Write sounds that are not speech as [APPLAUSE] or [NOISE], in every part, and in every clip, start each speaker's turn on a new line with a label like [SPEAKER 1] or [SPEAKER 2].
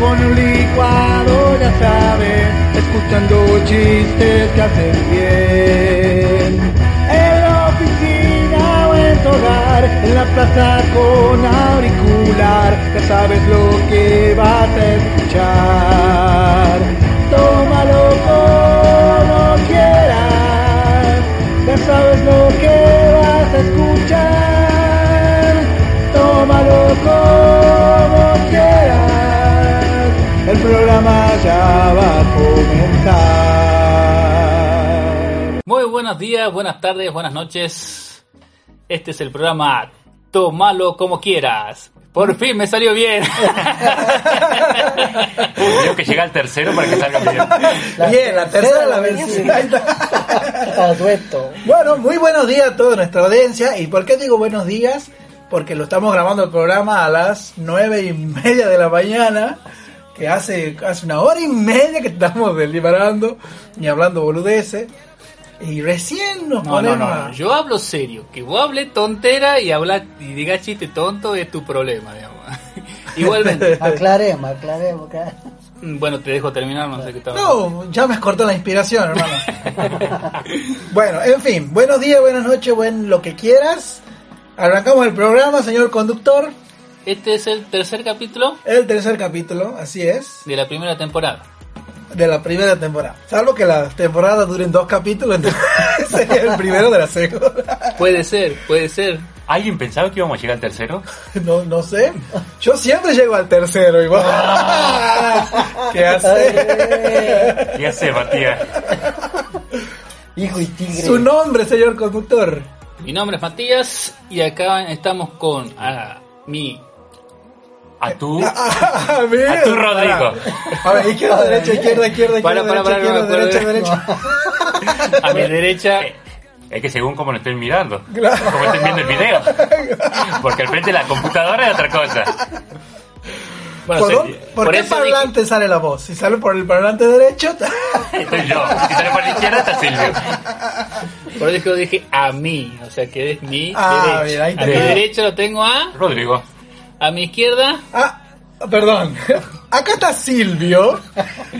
[SPEAKER 1] con un licuado, ya sabes, escuchando chistes que hacen bien. En la oficina o en tu hogar, en la plaza con auricular, ya sabes lo que vas a escuchar. Tómalo como quieras, ya sabes lo que vas a escuchar. Tómalo como quieras, el programa ya va a comenzar.
[SPEAKER 2] Muy buenos días, buenas tardes, buenas noches. Este es el programa Tómalo como quieras.
[SPEAKER 3] Mm.
[SPEAKER 2] Por fin me salió
[SPEAKER 3] [LAUGHS]
[SPEAKER 2] bien.
[SPEAKER 3] Tengo que llega al tercero para que salga bien.
[SPEAKER 4] Bien, la tercera la vencida. Ahí
[SPEAKER 5] [LAUGHS]
[SPEAKER 4] está. Bueno, muy buenos días a toda nuestra audiencia. ¿Y por qué digo buenos días? Porque lo estamos grabando el programa a las nueve y media de la mañana. Que hace, hace una hora y media que estamos deliberando y hablando boludeces. Y recién nos
[SPEAKER 2] No, no,
[SPEAKER 4] ponemos
[SPEAKER 2] no,
[SPEAKER 4] a-
[SPEAKER 2] no. Yo hablo serio. Que vos hable tontera y habla y digas chiste tonto es tu problema, digamos. [LAUGHS]
[SPEAKER 5] [LAUGHS]
[SPEAKER 4] [LAUGHS]
[SPEAKER 2] Igualmente.
[SPEAKER 5] Aclaremos, aclaremos. acá.
[SPEAKER 2] Bueno, te dejo terminar, no sé qué tal.
[SPEAKER 4] No, ya me cortó la inspiración, hermano.
[SPEAKER 2] [LAUGHS]
[SPEAKER 4] bueno, en fin, buenos días, buenas noches, buen lo que quieras. Arrancamos el programa, señor conductor.
[SPEAKER 2] Este es el tercer capítulo
[SPEAKER 4] El tercer capítulo, así es,
[SPEAKER 2] de la primera temporada.
[SPEAKER 4] de la primera temporada. Salvo que las temporadas duren dos capítulos, entonces [LAUGHS] sería el primero de la segunda.
[SPEAKER 2] Puede ser, puede ser.
[SPEAKER 3] ¿Alguien pensaba que íbamos a llegar al tercero?
[SPEAKER 4] No, no sé. Yo siempre llego al
[SPEAKER 2] [LAUGHS]
[SPEAKER 4] tercero igual. ¿Qué hace?
[SPEAKER 3] Ya sé, Matías.
[SPEAKER 5] Hijo y tigre.
[SPEAKER 4] Su nombre, señor conductor.
[SPEAKER 2] Mi nombre es Matías y acá estamos con ah, mi
[SPEAKER 3] A tú.
[SPEAKER 4] A, mí-
[SPEAKER 3] A tú, Rodrigo.
[SPEAKER 4] Ah, A ver, izquierda, derecha, izquierda, izquierda,
[SPEAKER 2] Para,
[SPEAKER 4] izquierda,
[SPEAKER 2] para, para,
[SPEAKER 4] derecha,
[SPEAKER 2] no me
[SPEAKER 4] izquierda, derecha,
[SPEAKER 2] acuerdo.
[SPEAKER 4] derecha.
[SPEAKER 2] a
[SPEAKER 4] [LAUGHS]
[SPEAKER 2] mi derecha.
[SPEAKER 3] Eh, Es que según como lo estoy mirando.
[SPEAKER 4] Claro.
[SPEAKER 3] Como estoy viendo el video. Porque al frente de la computadora es otra cosa.
[SPEAKER 2] Bueno,
[SPEAKER 4] ¿Por,
[SPEAKER 2] se-
[SPEAKER 4] dónde- por qué
[SPEAKER 2] eso dije-
[SPEAKER 4] parlante sale la voz? Si sale por el parlante derecho,
[SPEAKER 3] Estoy yo. Si sale por la izquierda está Silvio.
[SPEAKER 2] Por eso yo dije a mí, o sea que es mi
[SPEAKER 4] Ah, bien,
[SPEAKER 2] derecha.
[SPEAKER 4] ahí
[SPEAKER 2] a mi
[SPEAKER 4] está.
[SPEAKER 2] derecha lo tengo a,
[SPEAKER 3] Rodrigo.
[SPEAKER 2] a mi izquierda,
[SPEAKER 4] [LAUGHS] ah, perdón. Acá está Silvio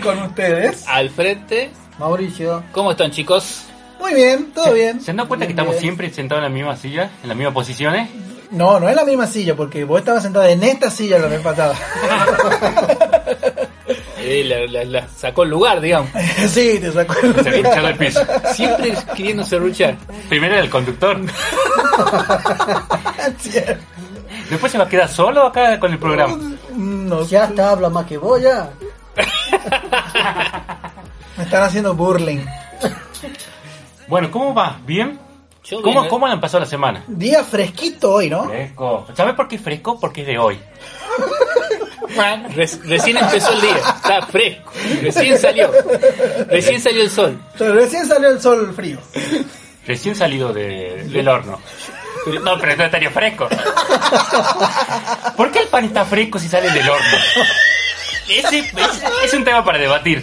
[SPEAKER 4] con ustedes.
[SPEAKER 2] al frente.
[SPEAKER 5] Mauricio.
[SPEAKER 2] ¿Cómo están chicos?
[SPEAKER 4] Muy bien, todo bien.
[SPEAKER 3] ¿Se han dado cuenta que estamos siempre sentados en la misma silla? En las mismas posiciones.
[SPEAKER 4] No, no es la misma silla, porque vos estabas sentada en esta silla la vez
[SPEAKER 5] [LAUGHS]
[SPEAKER 4] pasada.
[SPEAKER 2] Eh, la, la- la sacó el lugar, digamos.
[SPEAKER 4] sí, te sacó.
[SPEAKER 3] Se había
[SPEAKER 4] [LAUGHS]
[SPEAKER 3] echado el piso.
[SPEAKER 2] Siempre queriendo serruchar.
[SPEAKER 3] Primero era el conductor.
[SPEAKER 4] Cierto.
[SPEAKER 3] Después se va a quedar solo acá con el programa.
[SPEAKER 4] No,
[SPEAKER 5] Ya hasta habla más que vos ya.
[SPEAKER 4] me están haciendo burling.
[SPEAKER 3] Bueno, ¿cómo va? ¿Bien?
[SPEAKER 2] Yo
[SPEAKER 3] ¿Cómo,
[SPEAKER 2] bien, ¿eh?
[SPEAKER 3] ¿Cómo le han pasado la semana?
[SPEAKER 4] Día fresquito hoy, ¿no?
[SPEAKER 3] Fresco. ¿Sabes por qué es fresco? Porque es de hoy.
[SPEAKER 2] Re- recién empezó el día, está fresco, recién salió, recién salió el sol.
[SPEAKER 4] Pero recién salió el sol frío.
[SPEAKER 3] Recién salido de- del horno. No, pero esto estaría fresco. ¿Por qué el pan está fresco si sale del horno? Ese, ese- es un tema para debatir.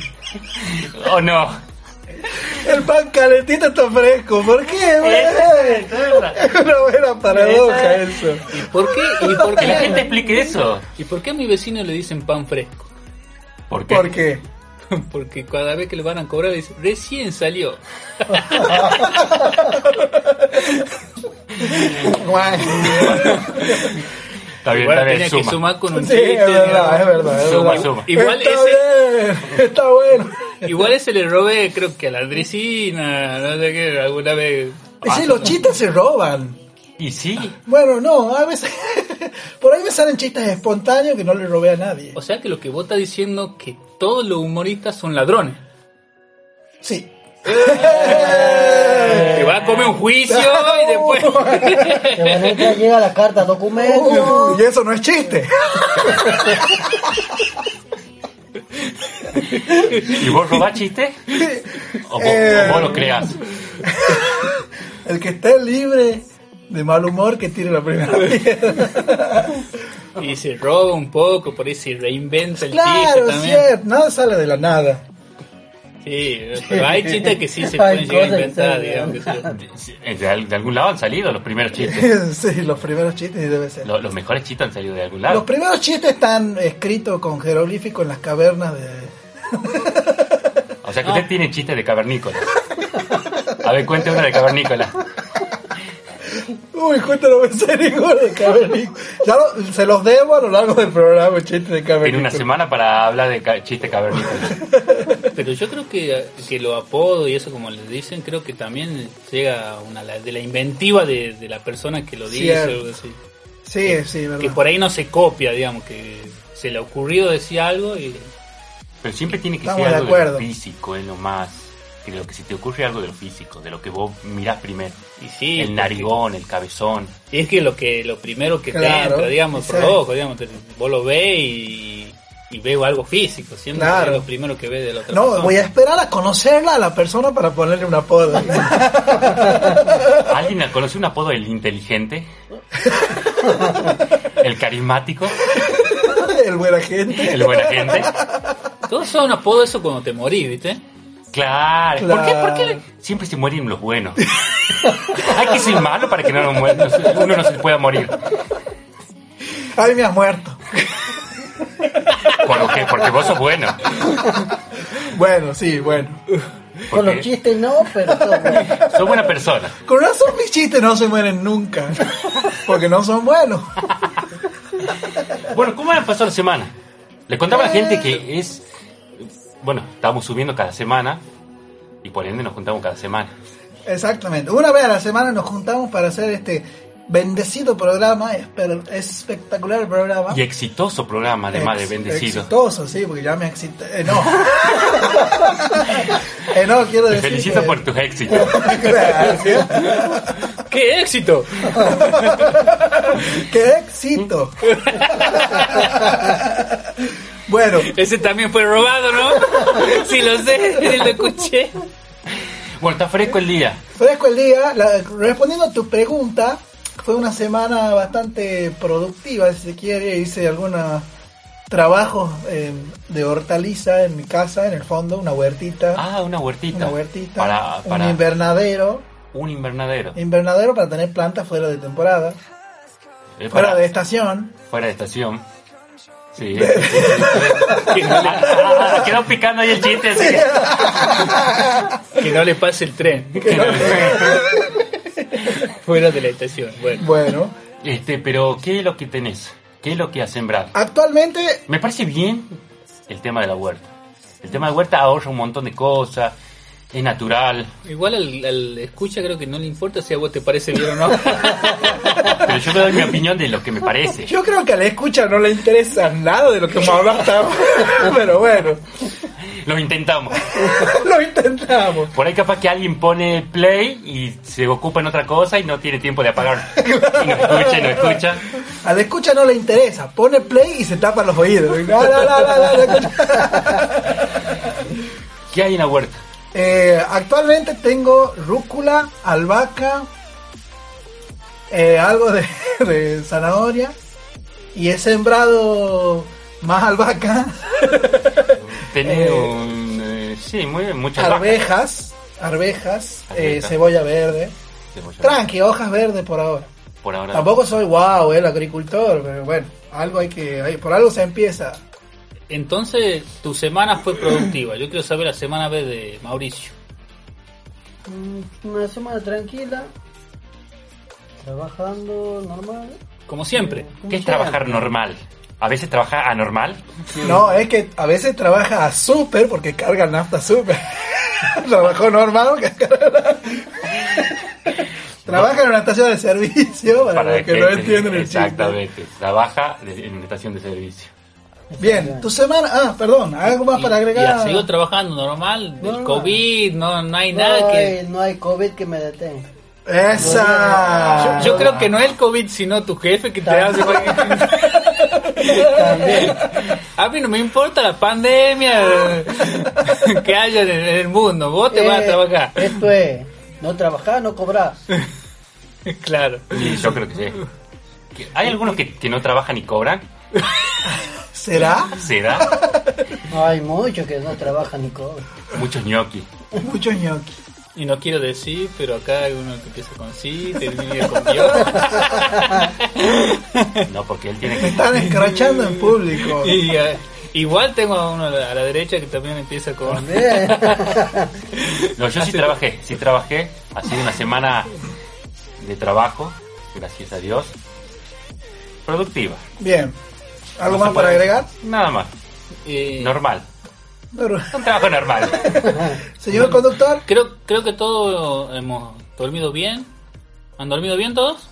[SPEAKER 3] ¿O no?
[SPEAKER 4] El pan calentito está fresco. ¿Por qué?
[SPEAKER 3] Ese-
[SPEAKER 4] güey? Es [LAUGHS] una buena paradoja eso.
[SPEAKER 2] ¿Y por qué? ¿Y por
[SPEAKER 3] Que la
[SPEAKER 4] [LAUGHS]
[SPEAKER 3] gente
[SPEAKER 2] qué,
[SPEAKER 3] explique eso.
[SPEAKER 2] ¿Y por qué a mi vecino le dicen pan fresco?
[SPEAKER 3] ¿Por qué?
[SPEAKER 4] ¿Por qué?
[SPEAKER 2] [LAUGHS] Porque cada vez que le van a cobrar le dicen, recién salió.
[SPEAKER 3] Está bien,
[SPEAKER 2] Igual
[SPEAKER 3] está bien,
[SPEAKER 2] tenía que
[SPEAKER 3] suma.
[SPEAKER 2] sumar con un
[SPEAKER 4] Sí,
[SPEAKER 2] chiste,
[SPEAKER 4] es verdad,
[SPEAKER 2] digamos.
[SPEAKER 4] es verdad. es
[SPEAKER 3] Suma,
[SPEAKER 4] verdad.
[SPEAKER 3] suma.
[SPEAKER 2] Igual
[SPEAKER 4] está
[SPEAKER 2] ese,
[SPEAKER 4] bien, está bueno.
[SPEAKER 2] igual ese le robé, creo que a la Andresina, no sé qué, alguna vez. Ah,
[SPEAKER 4] Sí, los chistes se roban.
[SPEAKER 3] Y sí,
[SPEAKER 4] Bueno, no, a veces. [LAUGHS] Por ahí me salen chistes espontáneos que no le robé a nadie.
[SPEAKER 2] O sea que lo que vos estás diciendo que todos los humoristas son ladrones.
[SPEAKER 4] Sí.
[SPEAKER 2] Que
[SPEAKER 4] Eh.
[SPEAKER 2] va a comer un juicio
[SPEAKER 4] [LAUGHS]
[SPEAKER 2] y después.
[SPEAKER 5] Que bueno, ya llega la carta documento.
[SPEAKER 4] Uy, y eso no es chiste.
[SPEAKER 3] ¿y vos robás chistes? ¿O vos,
[SPEAKER 4] Eh.
[SPEAKER 3] o vos lo creas?
[SPEAKER 4] El que esté libre de mal humor que tire la primera piedra.
[SPEAKER 2] [LAUGHS] y se roba un poco, por ahí se reinventa el chiste
[SPEAKER 4] Claro, es
[SPEAKER 2] también.
[SPEAKER 4] cierto. Nada sale de la nada.
[SPEAKER 2] Sí, Sí, pero hay chistes que sí se pueden
[SPEAKER 5] Hay
[SPEAKER 2] llegar a
[SPEAKER 5] cosas que
[SPEAKER 2] inventar,
[SPEAKER 5] se-
[SPEAKER 2] digamos. qué sé yo.
[SPEAKER 3] Eh, De, de algún lado han salido los primeros chistes.
[SPEAKER 4] [LAUGHS] sí, los primeros chistes debe ser.
[SPEAKER 3] Lo- los mejores chistes han salido de algún
[SPEAKER 4] Los
[SPEAKER 3] lado.
[SPEAKER 4] primeros chistes están escritos con jeroglífico en las cavernas de...
[SPEAKER 3] O sea que usted tiene chistes de cavernícola. A ver, cuente una de cavernícola.
[SPEAKER 4] Uy, cuéntalo en serio, gordo, de cavernícola. Ya lo- se los debo a lo largo del programa, el chiste de
[SPEAKER 3] Tiene una
[SPEAKER 4] cavernícola.
[SPEAKER 3] semana para hablar de ca- chiste cavernícola.
[SPEAKER 2] Pero yo creo que, que lo apodo y eso como les dicen, creo que también llega a una la- de la inventiva de, de la persona que lo dice. o
[SPEAKER 4] Cierto.
[SPEAKER 2] algo así.
[SPEAKER 4] Sí, sí,
[SPEAKER 2] Que
[SPEAKER 4] verdad.
[SPEAKER 2] por ahí no se copia, digamos, que se le ha ocurrido decir algo y...
[SPEAKER 3] Pero siempre tiene que
[SPEAKER 4] Estamos
[SPEAKER 3] ser
[SPEAKER 4] de
[SPEAKER 3] algo de lo
[SPEAKER 4] acuerdo.
[SPEAKER 3] físico, es lo más. Que de lo que se te ocurre algo de lo físico, de lo que vos mirás primero.
[SPEAKER 2] y sí,
[SPEAKER 3] el
[SPEAKER 2] porque-
[SPEAKER 3] narigón, el cabezón.
[SPEAKER 2] Y es que lo que lo primero que te
[SPEAKER 4] Claro,
[SPEAKER 2] entra, digamos, por los
[SPEAKER 4] exacto.
[SPEAKER 2] ojos, digamos, te- vos lo ves y, y veo algo físico, siempre
[SPEAKER 4] Claro.
[SPEAKER 2] es lo primero que ves de la otra
[SPEAKER 4] No,
[SPEAKER 2] persona.
[SPEAKER 4] voy a esperar a conocerla a la persona para ponerle una poda.
[SPEAKER 3] ¿Alguien la conoce un apodo el inteligente? ¿El carismático?
[SPEAKER 4] el buena gente.
[SPEAKER 3] ¿El buena gente?
[SPEAKER 2] Todos son apodos eso cuando te morís, ¿viste?
[SPEAKER 3] Claro. ¿Por qué, por qué
[SPEAKER 4] Claro.
[SPEAKER 3] le- siempre se mueren los buenos? Hay que ser malo para que no nos muer- no se- uno no se pueda morir.
[SPEAKER 4] Ay, me has muerto.
[SPEAKER 3] ¿Por qué? Porque vos sos bueno.
[SPEAKER 4] Bueno, sí, bueno.
[SPEAKER 5] Con los
[SPEAKER 3] Porque
[SPEAKER 5] chistes no, pero todo bueno.
[SPEAKER 3] sos buena persona.
[SPEAKER 4] Con razón mis chistes no se mueren nunca. Porque no son buenos.
[SPEAKER 3] Bueno, ¿cómo han pasado la semana? Le contaba a la gente que es. Bueno, estamos subiendo cada semana y por ende nos juntamos cada semana.
[SPEAKER 4] Exactamente. Una vez a la semana nos juntamos para hacer este bendecido programa. Espe- Espectacular el programa.
[SPEAKER 3] Y exitoso programa, además
[SPEAKER 4] Ah. Ex-
[SPEAKER 3] de bendecido.
[SPEAKER 4] Exitoso, sí, porque ya me excité. Eh, no. [LAUGHS] Eh, no, quiero
[SPEAKER 3] Te
[SPEAKER 4] decir.
[SPEAKER 3] felicito
[SPEAKER 4] que-
[SPEAKER 3] por tus éxitos.
[SPEAKER 4] [LAUGHS] Gracias.
[SPEAKER 2] ¡Qué éxito!
[SPEAKER 4] ¡Qué
[SPEAKER 3] [LAUGHS]
[SPEAKER 4] éxito! [LAUGHS] bueno,
[SPEAKER 2] Ese también fue robado, ¿no? [LAUGHS] sí, lo sé, [LAUGHS] lo escuché.
[SPEAKER 3] Bueno, está fresco el día.
[SPEAKER 4] fresco el día. La- respondiendo a tu pregunta, fue una semana bastante productiva, si se quiere. Hice algunos trabajos eh, de hortaliza en mi casa, en el fondo, una huertita.
[SPEAKER 3] Ah, una huertita.
[SPEAKER 4] una huertita,
[SPEAKER 3] Para, para
[SPEAKER 4] un Eh, invernadero,
[SPEAKER 3] un invernadero.
[SPEAKER 4] invernadero para tener plantas fuera de temporada,
[SPEAKER 3] Eh,
[SPEAKER 4] fuera
[SPEAKER 3] para-
[SPEAKER 4] de estación.
[SPEAKER 3] fuera de estación.
[SPEAKER 4] [LAUGHS]
[SPEAKER 3] Sí. Ah, ah, quedó picando ahí el chiste. así que-
[SPEAKER 2] Que no le pase el
[SPEAKER 4] [LAUGHS]
[SPEAKER 2] tren. Fuera de la estación. Bueno,
[SPEAKER 4] Bueno,
[SPEAKER 3] Este, pero ¿qué es lo que tenés? ¿Qué es lo que has sembrado?
[SPEAKER 4] actualmente
[SPEAKER 3] Me parece bien el tema de la huerta. El tema de huerta ahorra un montón de cosas, es natural.
[SPEAKER 2] igual al, al escucha creo que no le importa si a vos te parece bien o no. [LAUGHS]
[SPEAKER 3] Pero yo te doy mi opinión de lo que me parece.
[SPEAKER 4] Yo creo que a la escucha no le interesa nada de lo que hemos hablado hasta ahora, [LAUGHS] pero bueno,
[SPEAKER 3] Lo intentamos.
[SPEAKER 4] lo intentamos.
[SPEAKER 3] Por ahí capaz que alguien pone play y se ocupa en otra cosa y no tiene tiempo de apagar.
[SPEAKER 4] [LAUGHS]
[SPEAKER 3] Y no escucha y no escucha.
[SPEAKER 4] A la escucha no le interesa, pone play y se tapa los oídos. No, no, no, no, no, no, no.
[SPEAKER 3] ¿Qué hay en la huerta?
[SPEAKER 4] Eh, actualmente tengo rúcula, albahaca, eh, algo de, [LAUGHS] de zanahoria y he sembrado más albahaca,
[SPEAKER 3] Tenés
[SPEAKER 4] Eh,
[SPEAKER 3] un... eh, sí, muy bien, muchas vacas.
[SPEAKER 4] arvejas, arvejas, eh,
[SPEAKER 3] Arvejas.
[SPEAKER 4] cebolla verde.
[SPEAKER 3] Cebolla.
[SPEAKER 4] Tranqui, hojas verdes por ahora.
[SPEAKER 3] Por ahora.
[SPEAKER 4] Tampoco soy wow, el agricultor, pero bueno, algo hay que, hay- por algo se empieza.
[SPEAKER 2] Entonces, tu semana fue productiva. Yo quiero saber la semana B de Mauricio.
[SPEAKER 5] Mm, Una semana tranquila. Trabajando normal.
[SPEAKER 2] Como siempre.
[SPEAKER 5] Como
[SPEAKER 3] ¿Qué es
[SPEAKER 5] sea.
[SPEAKER 3] trabajar normal? A veces trabajar anormal.
[SPEAKER 4] No, es que a veces trabaja a súper porque carga nafta súper. [LAUGHS] Trabajó normal. porque carga- Trabaja en una estación de servicio para, los que no
[SPEAKER 3] gente-
[SPEAKER 4] entienden el chiste.
[SPEAKER 3] Exactamente. Trabaja de- en una estación de servicio.
[SPEAKER 4] Bien, tu semana. Ah, perdón, algo más
[SPEAKER 2] Y-
[SPEAKER 4] para
[SPEAKER 2] Y ha
[SPEAKER 4] agregar.
[SPEAKER 2] seguido trabajando normal, del
[SPEAKER 5] No, no.
[SPEAKER 2] COVID, no, no hay
[SPEAKER 5] No
[SPEAKER 2] nada que...
[SPEAKER 5] hay, no hay COVID que me
[SPEAKER 2] [LAUGHS]
[SPEAKER 5] detenga.
[SPEAKER 4] Esa.
[SPEAKER 2] Yo creo que no es el COVID, sino tu jefe que te hace...
[SPEAKER 5] También.
[SPEAKER 2] A mí no me importa la pandemia [LAUGHS] eh, que haya en en el mundo. Vos te vas a
[SPEAKER 5] Eh,
[SPEAKER 2] trabajar. [LAUGHS]
[SPEAKER 5] Esto es, no trabajar, no cobrar.
[SPEAKER 2] Claro.
[SPEAKER 3] Sí, yo creo que sí. Que- Hay algunos que, que no trabajan y cobran.
[SPEAKER 4] ¿Será?
[SPEAKER 3] Se da.
[SPEAKER 5] Hay muchos que no trabajan ni cobran.
[SPEAKER 3] Muchos ñoquis.
[SPEAKER 4] Muchos ñoqui.
[SPEAKER 2] Y no quiero decir, pero acá hay uno que empieza con sí, termina con Dios.
[SPEAKER 3] No, porque él tiene
[SPEAKER 4] Me
[SPEAKER 3] que.
[SPEAKER 4] están escrachando en
[SPEAKER 2] [LAUGHS]
[SPEAKER 4] público.
[SPEAKER 2] Y, eh, igual tengo a uno a la a la derecha que también empieza con...
[SPEAKER 5] Bien.
[SPEAKER 3] No, yo sí trabajé, sí trabajé. Ha sido una semana de trabajo, gracias a Dios. Productiva.
[SPEAKER 4] Bien. ¿Algo
[SPEAKER 3] No se
[SPEAKER 4] más para
[SPEAKER 3] puede.
[SPEAKER 4] agregar?
[SPEAKER 3] Nada más.
[SPEAKER 2] eh,
[SPEAKER 3] Normal.
[SPEAKER 4] Pero-
[SPEAKER 3] Un trabajo normal.
[SPEAKER 4] Señor conductor,
[SPEAKER 2] creo, creo que todos hemos dormido bien. ¿Han dormido bien todos?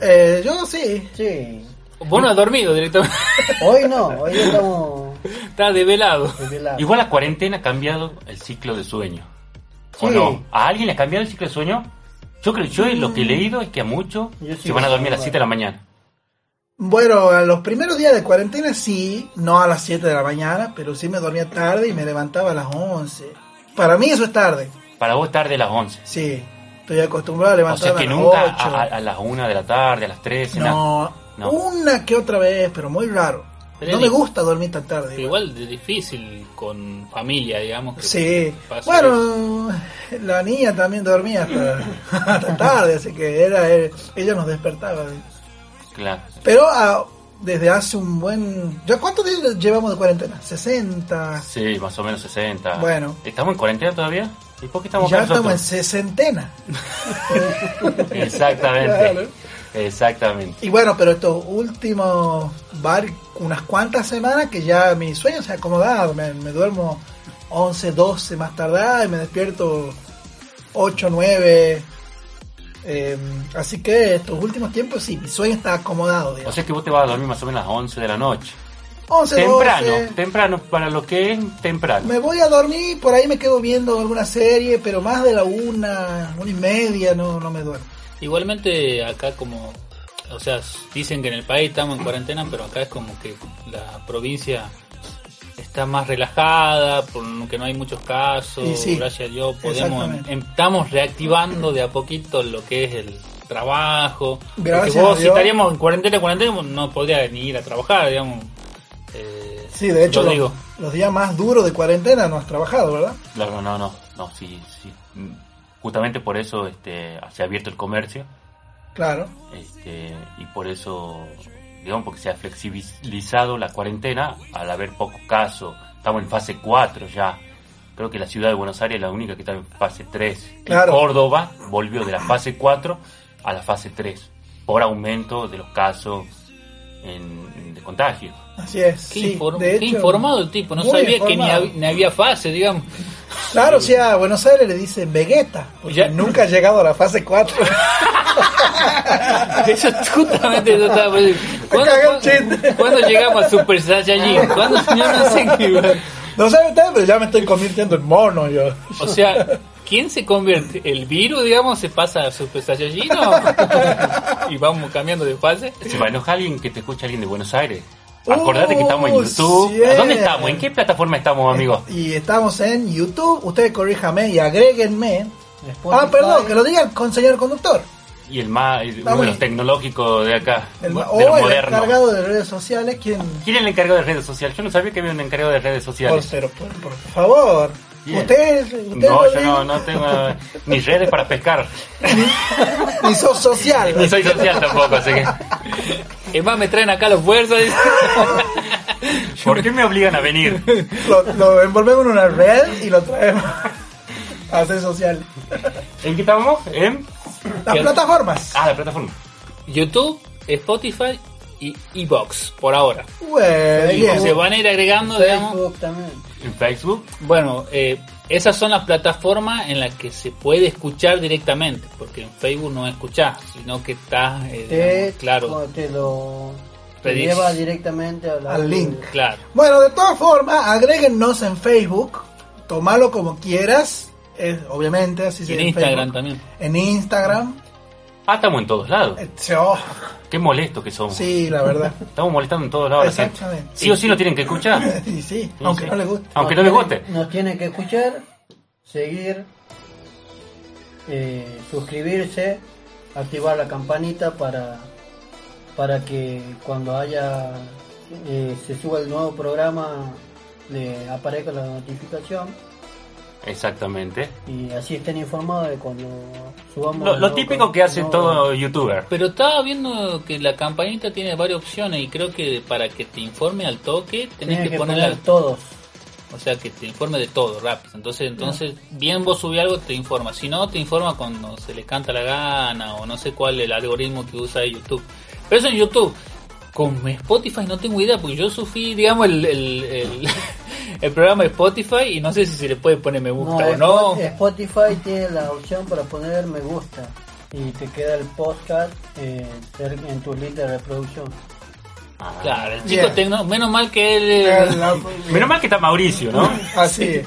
[SPEAKER 4] eh, yo sí.
[SPEAKER 5] Sí.
[SPEAKER 2] Vos no has dormido directamente. [LAUGHS]
[SPEAKER 5] Hoy no, hoy estamos
[SPEAKER 2] Estás develado.
[SPEAKER 5] desvelados.
[SPEAKER 3] Igual la cuarentena ha cambiado el ciclo de sueño. ¿O
[SPEAKER 5] Sí.
[SPEAKER 3] no? ¿A alguien le ha cambiado el ciclo de sueño? Yo creo, yo lo que he leído es que a muchos
[SPEAKER 5] Mm. Yo sí
[SPEAKER 3] se van a
[SPEAKER 5] lo
[SPEAKER 3] dormir a las
[SPEAKER 5] sé,
[SPEAKER 3] 7 de la mañana.
[SPEAKER 4] Bueno, a los primeros días de cuarentena sí, no a las 7 de la mañana, pero sí me dormía tarde y me levantaba a las 11. Para mí eso es tarde.
[SPEAKER 3] Para vos tarde a las 11.
[SPEAKER 4] Sí, estoy acostumbrado a
[SPEAKER 3] O
[SPEAKER 4] levantarme
[SPEAKER 3] sea que
[SPEAKER 4] a las
[SPEAKER 3] nunca
[SPEAKER 4] 8.
[SPEAKER 3] a, a- a las 1 de la tarde, a las 13, nada.
[SPEAKER 4] no,
[SPEAKER 3] No.
[SPEAKER 4] una que otra vez, pero muy raro.
[SPEAKER 2] Pero
[SPEAKER 4] no
[SPEAKER 2] es
[SPEAKER 4] me
[SPEAKER 2] di-
[SPEAKER 4] gusta dormir tan tarde. igual.
[SPEAKER 2] Igual es difícil con familia, digamos. que
[SPEAKER 4] Sí,
[SPEAKER 2] pasa eso.
[SPEAKER 4] bueno, la niña también dormía hasta, [LAUGHS] hasta tarde, así que era ella nos despertaba.
[SPEAKER 3] Claro.
[SPEAKER 4] Pero ah, desde hace un buen... ¿Ya cuántos días llevamos de cuarentena? 60.
[SPEAKER 3] Sí, más o menos 60.
[SPEAKER 4] Bueno.
[SPEAKER 3] ¿Estamos en cuarentena todavía? ¿Y por qué estamos
[SPEAKER 4] ya
[SPEAKER 3] acá
[SPEAKER 4] estamos en
[SPEAKER 3] nosotros?
[SPEAKER 4] sesentena.
[SPEAKER 3] Exactamente.
[SPEAKER 4] Claro.
[SPEAKER 3] Exactamente.
[SPEAKER 4] Y bueno, pero estos últimos var- unas cuantas semanas que ya mi sueño se ha acomodado. Me, me duermo 11, 12 más tardar y me despierto 8, 9. Eh, así que estos últimos tiempos sí, mi sueño está acomodado.
[SPEAKER 3] O
[SPEAKER 4] digamos.
[SPEAKER 3] sea que vos te vas a dormir más o menos a las 11 de la noche.
[SPEAKER 4] 11,
[SPEAKER 3] temprano,
[SPEAKER 4] 12.
[SPEAKER 3] temprano, para lo que es temprano.
[SPEAKER 4] Me voy a dormir, por ahí me quedo viendo alguna serie, pero más de la una, una y media no, no me duermo.
[SPEAKER 2] Igualmente acá como, o sea, dicen que en el país estamos en cuarentena, pero acá es como que la provincia está más relajada, por lo que no hay muchos casos,
[SPEAKER 4] Y sí,
[SPEAKER 2] gracias a Dios podemos,
[SPEAKER 4] exactamente.
[SPEAKER 2] em- estamos reactivando de a poquito lo que es el trabajo.
[SPEAKER 4] Gracias
[SPEAKER 2] Porque vos
[SPEAKER 4] a
[SPEAKER 2] si
[SPEAKER 4] Dios.
[SPEAKER 2] estaríamos en cuarentena, cuarentena, no podría ni ir a trabajar, digamos. Eh,
[SPEAKER 4] Sí, de hecho,
[SPEAKER 2] lo
[SPEAKER 4] los,
[SPEAKER 2] digo.
[SPEAKER 4] los días más duros de cuarentena no has trabajado, ¿verdad?
[SPEAKER 3] Claro, no, no, no, sí, sí. Mm, Justamente por eso este, se ha abierto el comercio
[SPEAKER 4] Claro.
[SPEAKER 3] este, y por eso, digamos, porque se ha flexibilizado la cuarentena al haber pocos casos. Estamos en fase 4 ya. Creo que la ciudad de Buenos Aires es la única que está en fase 3. Y
[SPEAKER 4] Claro.
[SPEAKER 3] Córdoba volvió de la fase 4 a la fase 3 por aumento de los casos en- en- de contagios.
[SPEAKER 4] Así es.
[SPEAKER 2] Qué,
[SPEAKER 4] sí,
[SPEAKER 2] inform-
[SPEAKER 4] de
[SPEAKER 2] qué
[SPEAKER 4] hecho,
[SPEAKER 2] informado el tipo, no
[SPEAKER 4] muy
[SPEAKER 2] sabía que ni,
[SPEAKER 4] informado.
[SPEAKER 2] hab- ni había fase, digamos.
[SPEAKER 4] Claro, o sea, a Buenos Aires le dicen Vegeta, porque
[SPEAKER 2] Ya-
[SPEAKER 4] nunca ha llegado a la
[SPEAKER 2] [LAUGHS]
[SPEAKER 4] fase 4.
[SPEAKER 2] Eso es justamente yo estaba por decir. ¿Cuándo,
[SPEAKER 4] Cagué el
[SPEAKER 2] cuándo-
[SPEAKER 4] chiste.
[SPEAKER 2] cuándo llegamos a Super Saiyajin?
[SPEAKER 4] [LAUGHS]
[SPEAKER 2] ¿Cuándo señor no sé qué?
[SPEAKER 4] no sabe usted, pero ya me estoy convirtiendo en mono yo.
[SPEAKER 2] O sea, ¿quién se convierte? ¿El virus, digamos, se pasa a Super Saiyajin o- [LAUGHS] y vamos cambiando de fase?
[SPEAKER 3] Se va a enojar alguien que te escucha alguien de Buenos Aires.
[SPEAKER 4] Uh,
[SPEAKER 3] Acordate que estamos en YouTube.
[SPEAKER 4] cierto.
[SPEAKER 3] ¿Dónde estamos? ¿En qué plataforma estamos, amigo?
[SPEAKER 4] Y estamos en YouTube, ustedes corríjame y agréguenme.
[SPEAKER 5] Spotify.
[SPEAKER 4] Ah, perdón, que lo digan con señor conductor.
[SPEAKER 3] Y el más, el- uno
[SPEAKER 4] Estamos
[SPEAKER 3] de
[SPEAKER 4] en-
[SPEAKER 3] los tecnológicos de acá,
[SPEAKER 4] El,
[SPEAKER 3] de
[SPEAKER 4] o
[SPEAKER 3] los
[SPEAKER 4] el
[SPEAKER 3] modernos.
[SPEAKER 4] encargado de redes sociales, quien...
[SPEAKER 3] ¿Quién es el encargado de redes sociales? Yo no sabía que había un encargado de redes
[SPEAKER 4] Por,
[SPEAKER 3] sociales.
[SPEAKER 4] pero, por, por favor.
[SPEAKER 3] Bien.
[SPEAKER 4] Ustedes, ustedes
[SPEAKER 3] No,
[SPEAKER 4] lo
[SPEAKER 3] yo no,
[SPEAKER 4] digan.
[SPEAKER 3] no tengo ni redes para pescar,
[SPEAKER 4] Ni sos
[SPEAKER 3] [LAUGHS]
[SPEAKER 4] social.
[SPEAKER 3] ni soy social tampoco, así que...
[SPEAKER 2] Es más, me traen acá los fuerzas.
[SPEAKER 3] ¿Por qué me obligan a venir?
[SPEAKER 4] lo, lo envolvemos en una red y lo traemos a ser social.
[SPEAKER 3] ¿En qué estábamos? ¿En?
[SPEAKER 4] Las plataformas.
[SPEAKER 3] Ah, la plataforma.
[SPEAKER 2] [LAUGHS] YouTube, Spotify y Evox, por ahora.
[SPEAKER 4] Bueno,
[SPEAKER 5] Ahí
[SPEAKER 4] bien.
[SPEAKER 2] Se van a ir agregando,
[SPEAKER 4] pues.
[SPEAKER 2] digamos.
[SPEAKER 5] Facebook también.
[SPEAKER 3] ¿En Facebook?
[SPEAKER 2] Bueno, eh, esas son las plataformas en las que se puede escuchar directamente, porque en Facebook no escuchás, sino que estás, eh,
[SPEAKER 5] Te,
[SPEAKER 2] digamos, claro,
[SPEAKER 5] Te lo te
[SPEAKER 2] Redirects.
[SPEAKER 5] lleva directamente a la-
[SPEAKER 4] Al link.
[SPEAKER 2] claro.
[SPEAKER 4] Bueno, de todas formas, agréguennos en Facebook. Tomalo como quieras. eh, obviamente, así
[SPEAKER 2] Y
[SPEAKER 4] se
[SPEAKER 2] en
[SPEAKER 4] dice
[SPEAKER 2] Instagram
[SPEAKER 4] Facebook.
[SPEAKER 2] también.
[SPEAKER 4] En Instagram.
[SPEAKER 3] Ah, estamos en todos lados.
[SPEAKER 4] Eh, se- oh,
[SPEAKER 3] Qué molestos que somos.
[SPEAKER 4] sí, la
[SPEAKER 3] [LAUGHS]
[SPEAKER 4] verdad.
[SPEAKER 3] Estamos molestando en todos lados a la gente.
[SPEAKER 4] Exactamente.
[SPEAKER 3] Sí o sí lo tienen que escuchar.
[SPEAKER 4] Y sí,
[SPEAKER 3] Sí,
[SPEAKER 4] aunque
[SPEAKER 3] sí.
[SPEAKER 4] no les guste.
[SPEAKER 3] Aunque no
[SPEAKER 5] Nos
[SPEAKER 3] les
[SPEAKER 5] tiene-
[SPEAKER 3] guste.
[SPEAKER 5] Nos tiene que escuchar, seguir, eh, suscribirse, activar la campanita para, para que cuando haya eh, se suba el nuevo programa le aparezca la notificación
[SPEAKER 3] Exactamente.
[SPEAKER 5] y así estén informados de cuando subamos.
[SPEAKER 3] Lo,
[SPEAKER 5] el
[SPEAKER 3] lo
[SPEAKER 5] nuevo
[SPEAKER 3] típico que hace
[SPEAKER 5] contenido.
[SPEAKER 3] todo youtuber.
[SPEAKER 2] Pero estaba viendo que la campanita tiene varias opciones y creo que para que te informe al toque tenés
[SPEAKER 5] Tienen
[SPEAKER 2] que,
[SPEAKER 5] que
[SPEAKER 2] ponerla al
[SPEAKER 5] poner todos.
[SPEAKER 2] O sea, que te informe de todo rápido. Entonces, entonces bien vos subís algo, te informa. Si no, te informa cuando se le canta la gana o no sé cuál el algoritmo que usa YouTube. Pero eso en YouTube. Con Spotify no tengo idea, porque yo sufrí, digamos, el, el, el- [LAUGHS] el programa de Spotify y no sé si se le puede poner me gusta o no.
[SPEAKER 5] Spot- Spotify tiene la opción para poner me gusta y te queda el podcast eh, cer- en tu link de reproducción.
[SPEAKER 3] Ah.
[SPEAKER 2] Claro, el
[SPEAKER 4] Bien.
[SPEAKER 2] chico tecno- menos mal que él... [LAUGHS]
[SPEAKER 4] Eh, la-
[SPEAKER 3] Menos mal que está Mauricio, ¿no?
[SPEAKER 4] Así.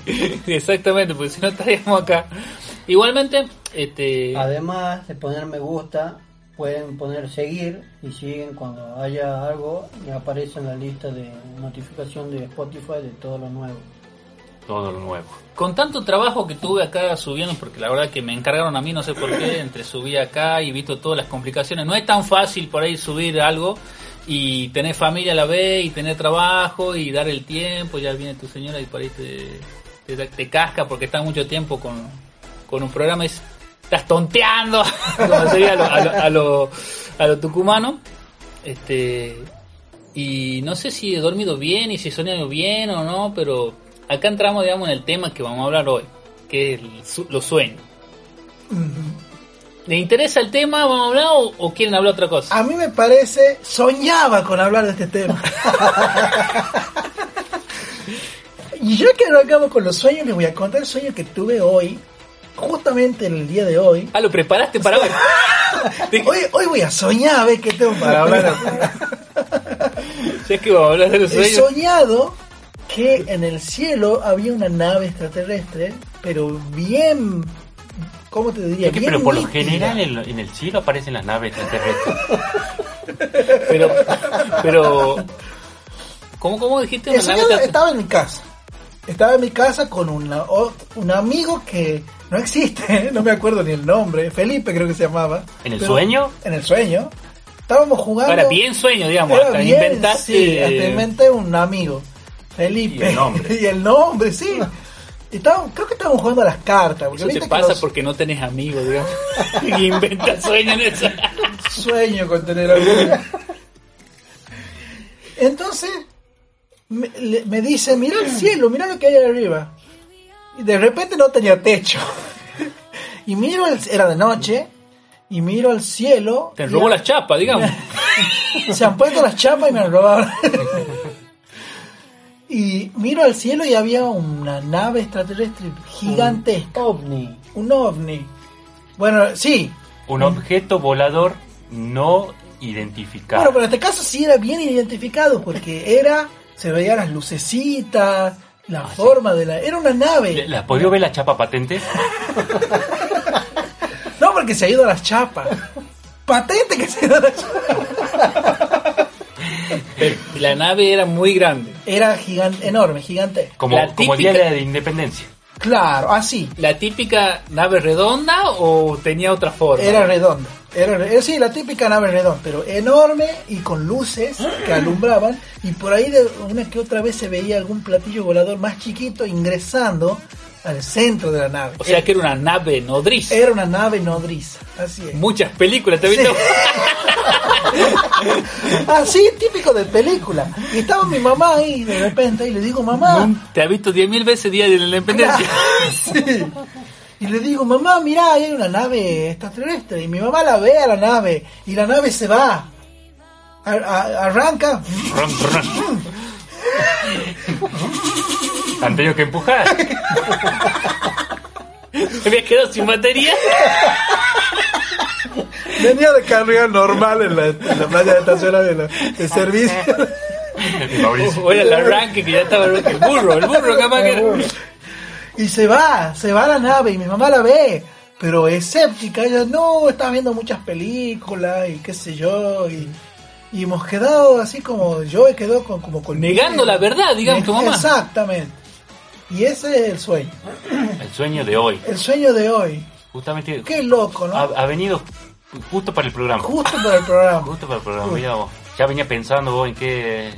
[SPEAKER 2] Exactamente, porque si no estaríamos acá. Igualmente, este...
[SPEAKER 5] Ah, Además de poner me gusta, pueden poner seguir y siguen cuando haya algo y aparece en la lista de notificación de Spotify de todo lo nuevo.
[SPEAKER 3] Todo lo nuevo.
[SPEAKER 2] Con tanto trabajo que tuve acá subiendo, porque la verdad que me encargaron a mí, no sé por qué, entre subir acá y visto todas las complicaciones, no es tan fácil por ahí subir algo y tener familia a la vez y tener trabajo y dar el tiempo, ya viene tu señora y por ahí te, te, da- te casca porque está mucho tiempo con, con un programa y es- estás tonteando, [LAUGHS] como sería a lo, a lo, a lo- a lo tucumano. Este, y no sé si he dormido bien y si he soñado bien o no, pero acá entramos, digamos, en el tema que vamos a hablar hoy, que es el su- los sueños. ¿Le interesa el tema? ¿Vamos a hablar o, o quieren hablar otra cosa?
[SPEAKER 4] A mí me parece, soñaba con hablar de este tema. y ya que lo acabo con los sueños, les voy a contar el sueño que tuve hoy, justamente el día de hoy.
[SPEAKER 2] Ah, lo preparaste para hoy. Dije,
[SPEAKER 4] Hoy, hoy voy a soñar a ver qué tengo para hablar.
[SPEAKER 2] si es que vamos a hablar de los
[SPEAKER 4] He
[SPEAKER 2] sueños.
[SPEAKER 4] soñado que en el cielo había una nave extraterrestre, pero bien, ¿cómo te diría?
[SPEAKER 3] Es que,
[SPEAKER 4] Bien
[SPEAKER 3] pero por lo
[SPEAKER 4] nítida.
[SPEAKER 3] general en, lo- en el cielo aparecen las naves extraterrestres.
[SPEAKER 2] Pero, pero, ¿cómo, cómo dijiste?
[SPEAKER 4] El
[SPEAKER 2] Una
[SPEAKER 4] señor
[SPEAKER 2] nave tra-
[SPEAKER 4] estaba en mi casa. Estaba en mi casa con una, o- un amigo que no existe, [LAUGHS] no me acuerdo ni el nombre, Felipe creo que se llamaba.
[SPEAKER 3] ¿En el
[SPEAKER 4] Pero-
[SPEAKER 3] sueño?
[SPEAKER 4] En el sueño. Estábamos jugando.
[SPEAKER 2] Para bien sueño, digamos,
[SPEAKER 4] Era
[SPEAKER 2] hasta
[SPEAKER 4] bien,
[SPEAKER 2] inventaste.
[SPEAKER 4] sí, hasta inventé un amigo, Felipe.
[SPEAKER 3] Y el nombre.
[SPEAKER 4] [LAUGHS] Y el nombre, sí. Y estábamos- creo que estábamos jugando a las cartas. Porque
[SPEAKER 2] Eso
[SPEAKER 4] viste
[SPEAKER 2] te
[SPEAKER 4] que
[SPEAKER 2] pasa
[SPEAKER 4] los-
[SPEAKER 2] porque no tenés amigos,
[SPEAKER 4] [LAUGHS]
[SPEAKER 2] digamos. Y inventas sueños en eso.
[SPEAKER 4] sueño con tener alguna. Entonces, me, le- me dice, mira el cielo, mira lo que hay ahí arriba. Y de repente no tenía techo. [LAUGHS] Y miro, el- era de noche, y miro al cielo.
[SPEAKER 2] Te
[SPEAKER 4] y
[SPEAKER 2] robó
[SPEAKER 4] a-
[SPEAKER 2] las chapas, digamos.
[SPEAKER 4] [LAUGHS] se han puesto las chapas y me han robado. [LAUGHS] y miro al cielo y había una nave extraterrestre gigantesca,
[SPEAKER 5] OVNI.
[SPEAKER 4] un ovni. Bueno, sí,
[SPEAKER 3] Un objeto volador no
[SPEAKER 4] Bueno,
[SPEAKER 3] identificado.
[SPEAKER 4] pero en este caso sí era bien identificado porque era, se veían las lucecitas, la
[SPEAKER 2] Ah,
[SPEAKER 4] forma de la... Era una nave.
[SPEAKER 3] ¿La podido ver la chapa patente?
[SPEAKER 4] No porque se ha ido a las chapas. Patente que se ha ido a las chapas.
[SPEAKER 2] Pero La nave era muy grande.
[SPEAKER 4] Era gigante, enorme, gigante.
[SPEAKER 3] Como,
[SPEAKER 2] La
[SPEAKER 3] como el día
[SPEAKER 2] típica-
[SPEAKER 3] de la independencia.
[SPEAKER 4] Claro, así.
[SPEAKER 2] ¿La típica nave redonda o tenía otra forma?
[SPEAKER 4] Era redonda. Era, re- eh, sí, la típica nave redonda, pero enorme y con luces que alumbraban. Y por ahí de una que otra vez se veía algún platillo volador más chiquito ingresando al centro de la nave.
[SPEAKER 2] O sea que era una nave nodriza.
[SPEAKER 4] Era una nave nodriza, así es.
[SPEAKER 2] Muchas películas, ¿te
[SPEAKER 4] Sí. [LAUGHS]
[SPEAKER 2] viste?
[SPEAKER 4] Así, Ah, típico de película. Y estaba mi mamá ahí de repente y le digo, mamá.
[SPEAKER 2] Te has visto 10.000 veces Día de la Independencia.
[SPEAKER 4] [LAUGHS] Sí. Y le digo, mamá, mirá, ahí hay una nave extraterrestre. Y mi mamá la ve a la nave y la nave se va. A- a- arranca.
[SPEAKER 3] Ron, ron. Han tenido que empujar.
[SPEAKER 2] [LAUGHS]
[SPEAKER 3] [LAUGHS]
[SPEAKER 2] Me había quedado sin batería.
[SPEAKER 4] Venía de carrera normal en la, en la playa de estación de, la- [LAUGHS] de servicio.
[SPEAKER 3] Mauricio.
[SPEAKER 2] O era el arranque que ya estaba el el burro, el burro capaz que era.
[SPEAKER 4] Y se va, se va la nave y mi mamá la ve, pero escéptica, ella no, está viendo muchas películas y qué sé yo, y, y hemos quedado así como, yo he quedado con, como con...
[SPEAKER 2] Negando la verdad, digamos, tu mamá.
[SPEAKER 4] Exactamente. Y ese es el sueño,
[SPEAKER 3] El sueño de hoy.
[SPEAKER 4] el sueño de hoy.
[SPEAKER 3] Justamente
[SPEAKER 4] Qué loco, ¿no?
[SPEAKER 3] ha, ha venido justo para el programa.
[SPEAKER 4] Justo para el programa.
[SPEAKER 3] Justo para el programa. mira vos. Ya venía pensando vos en qué,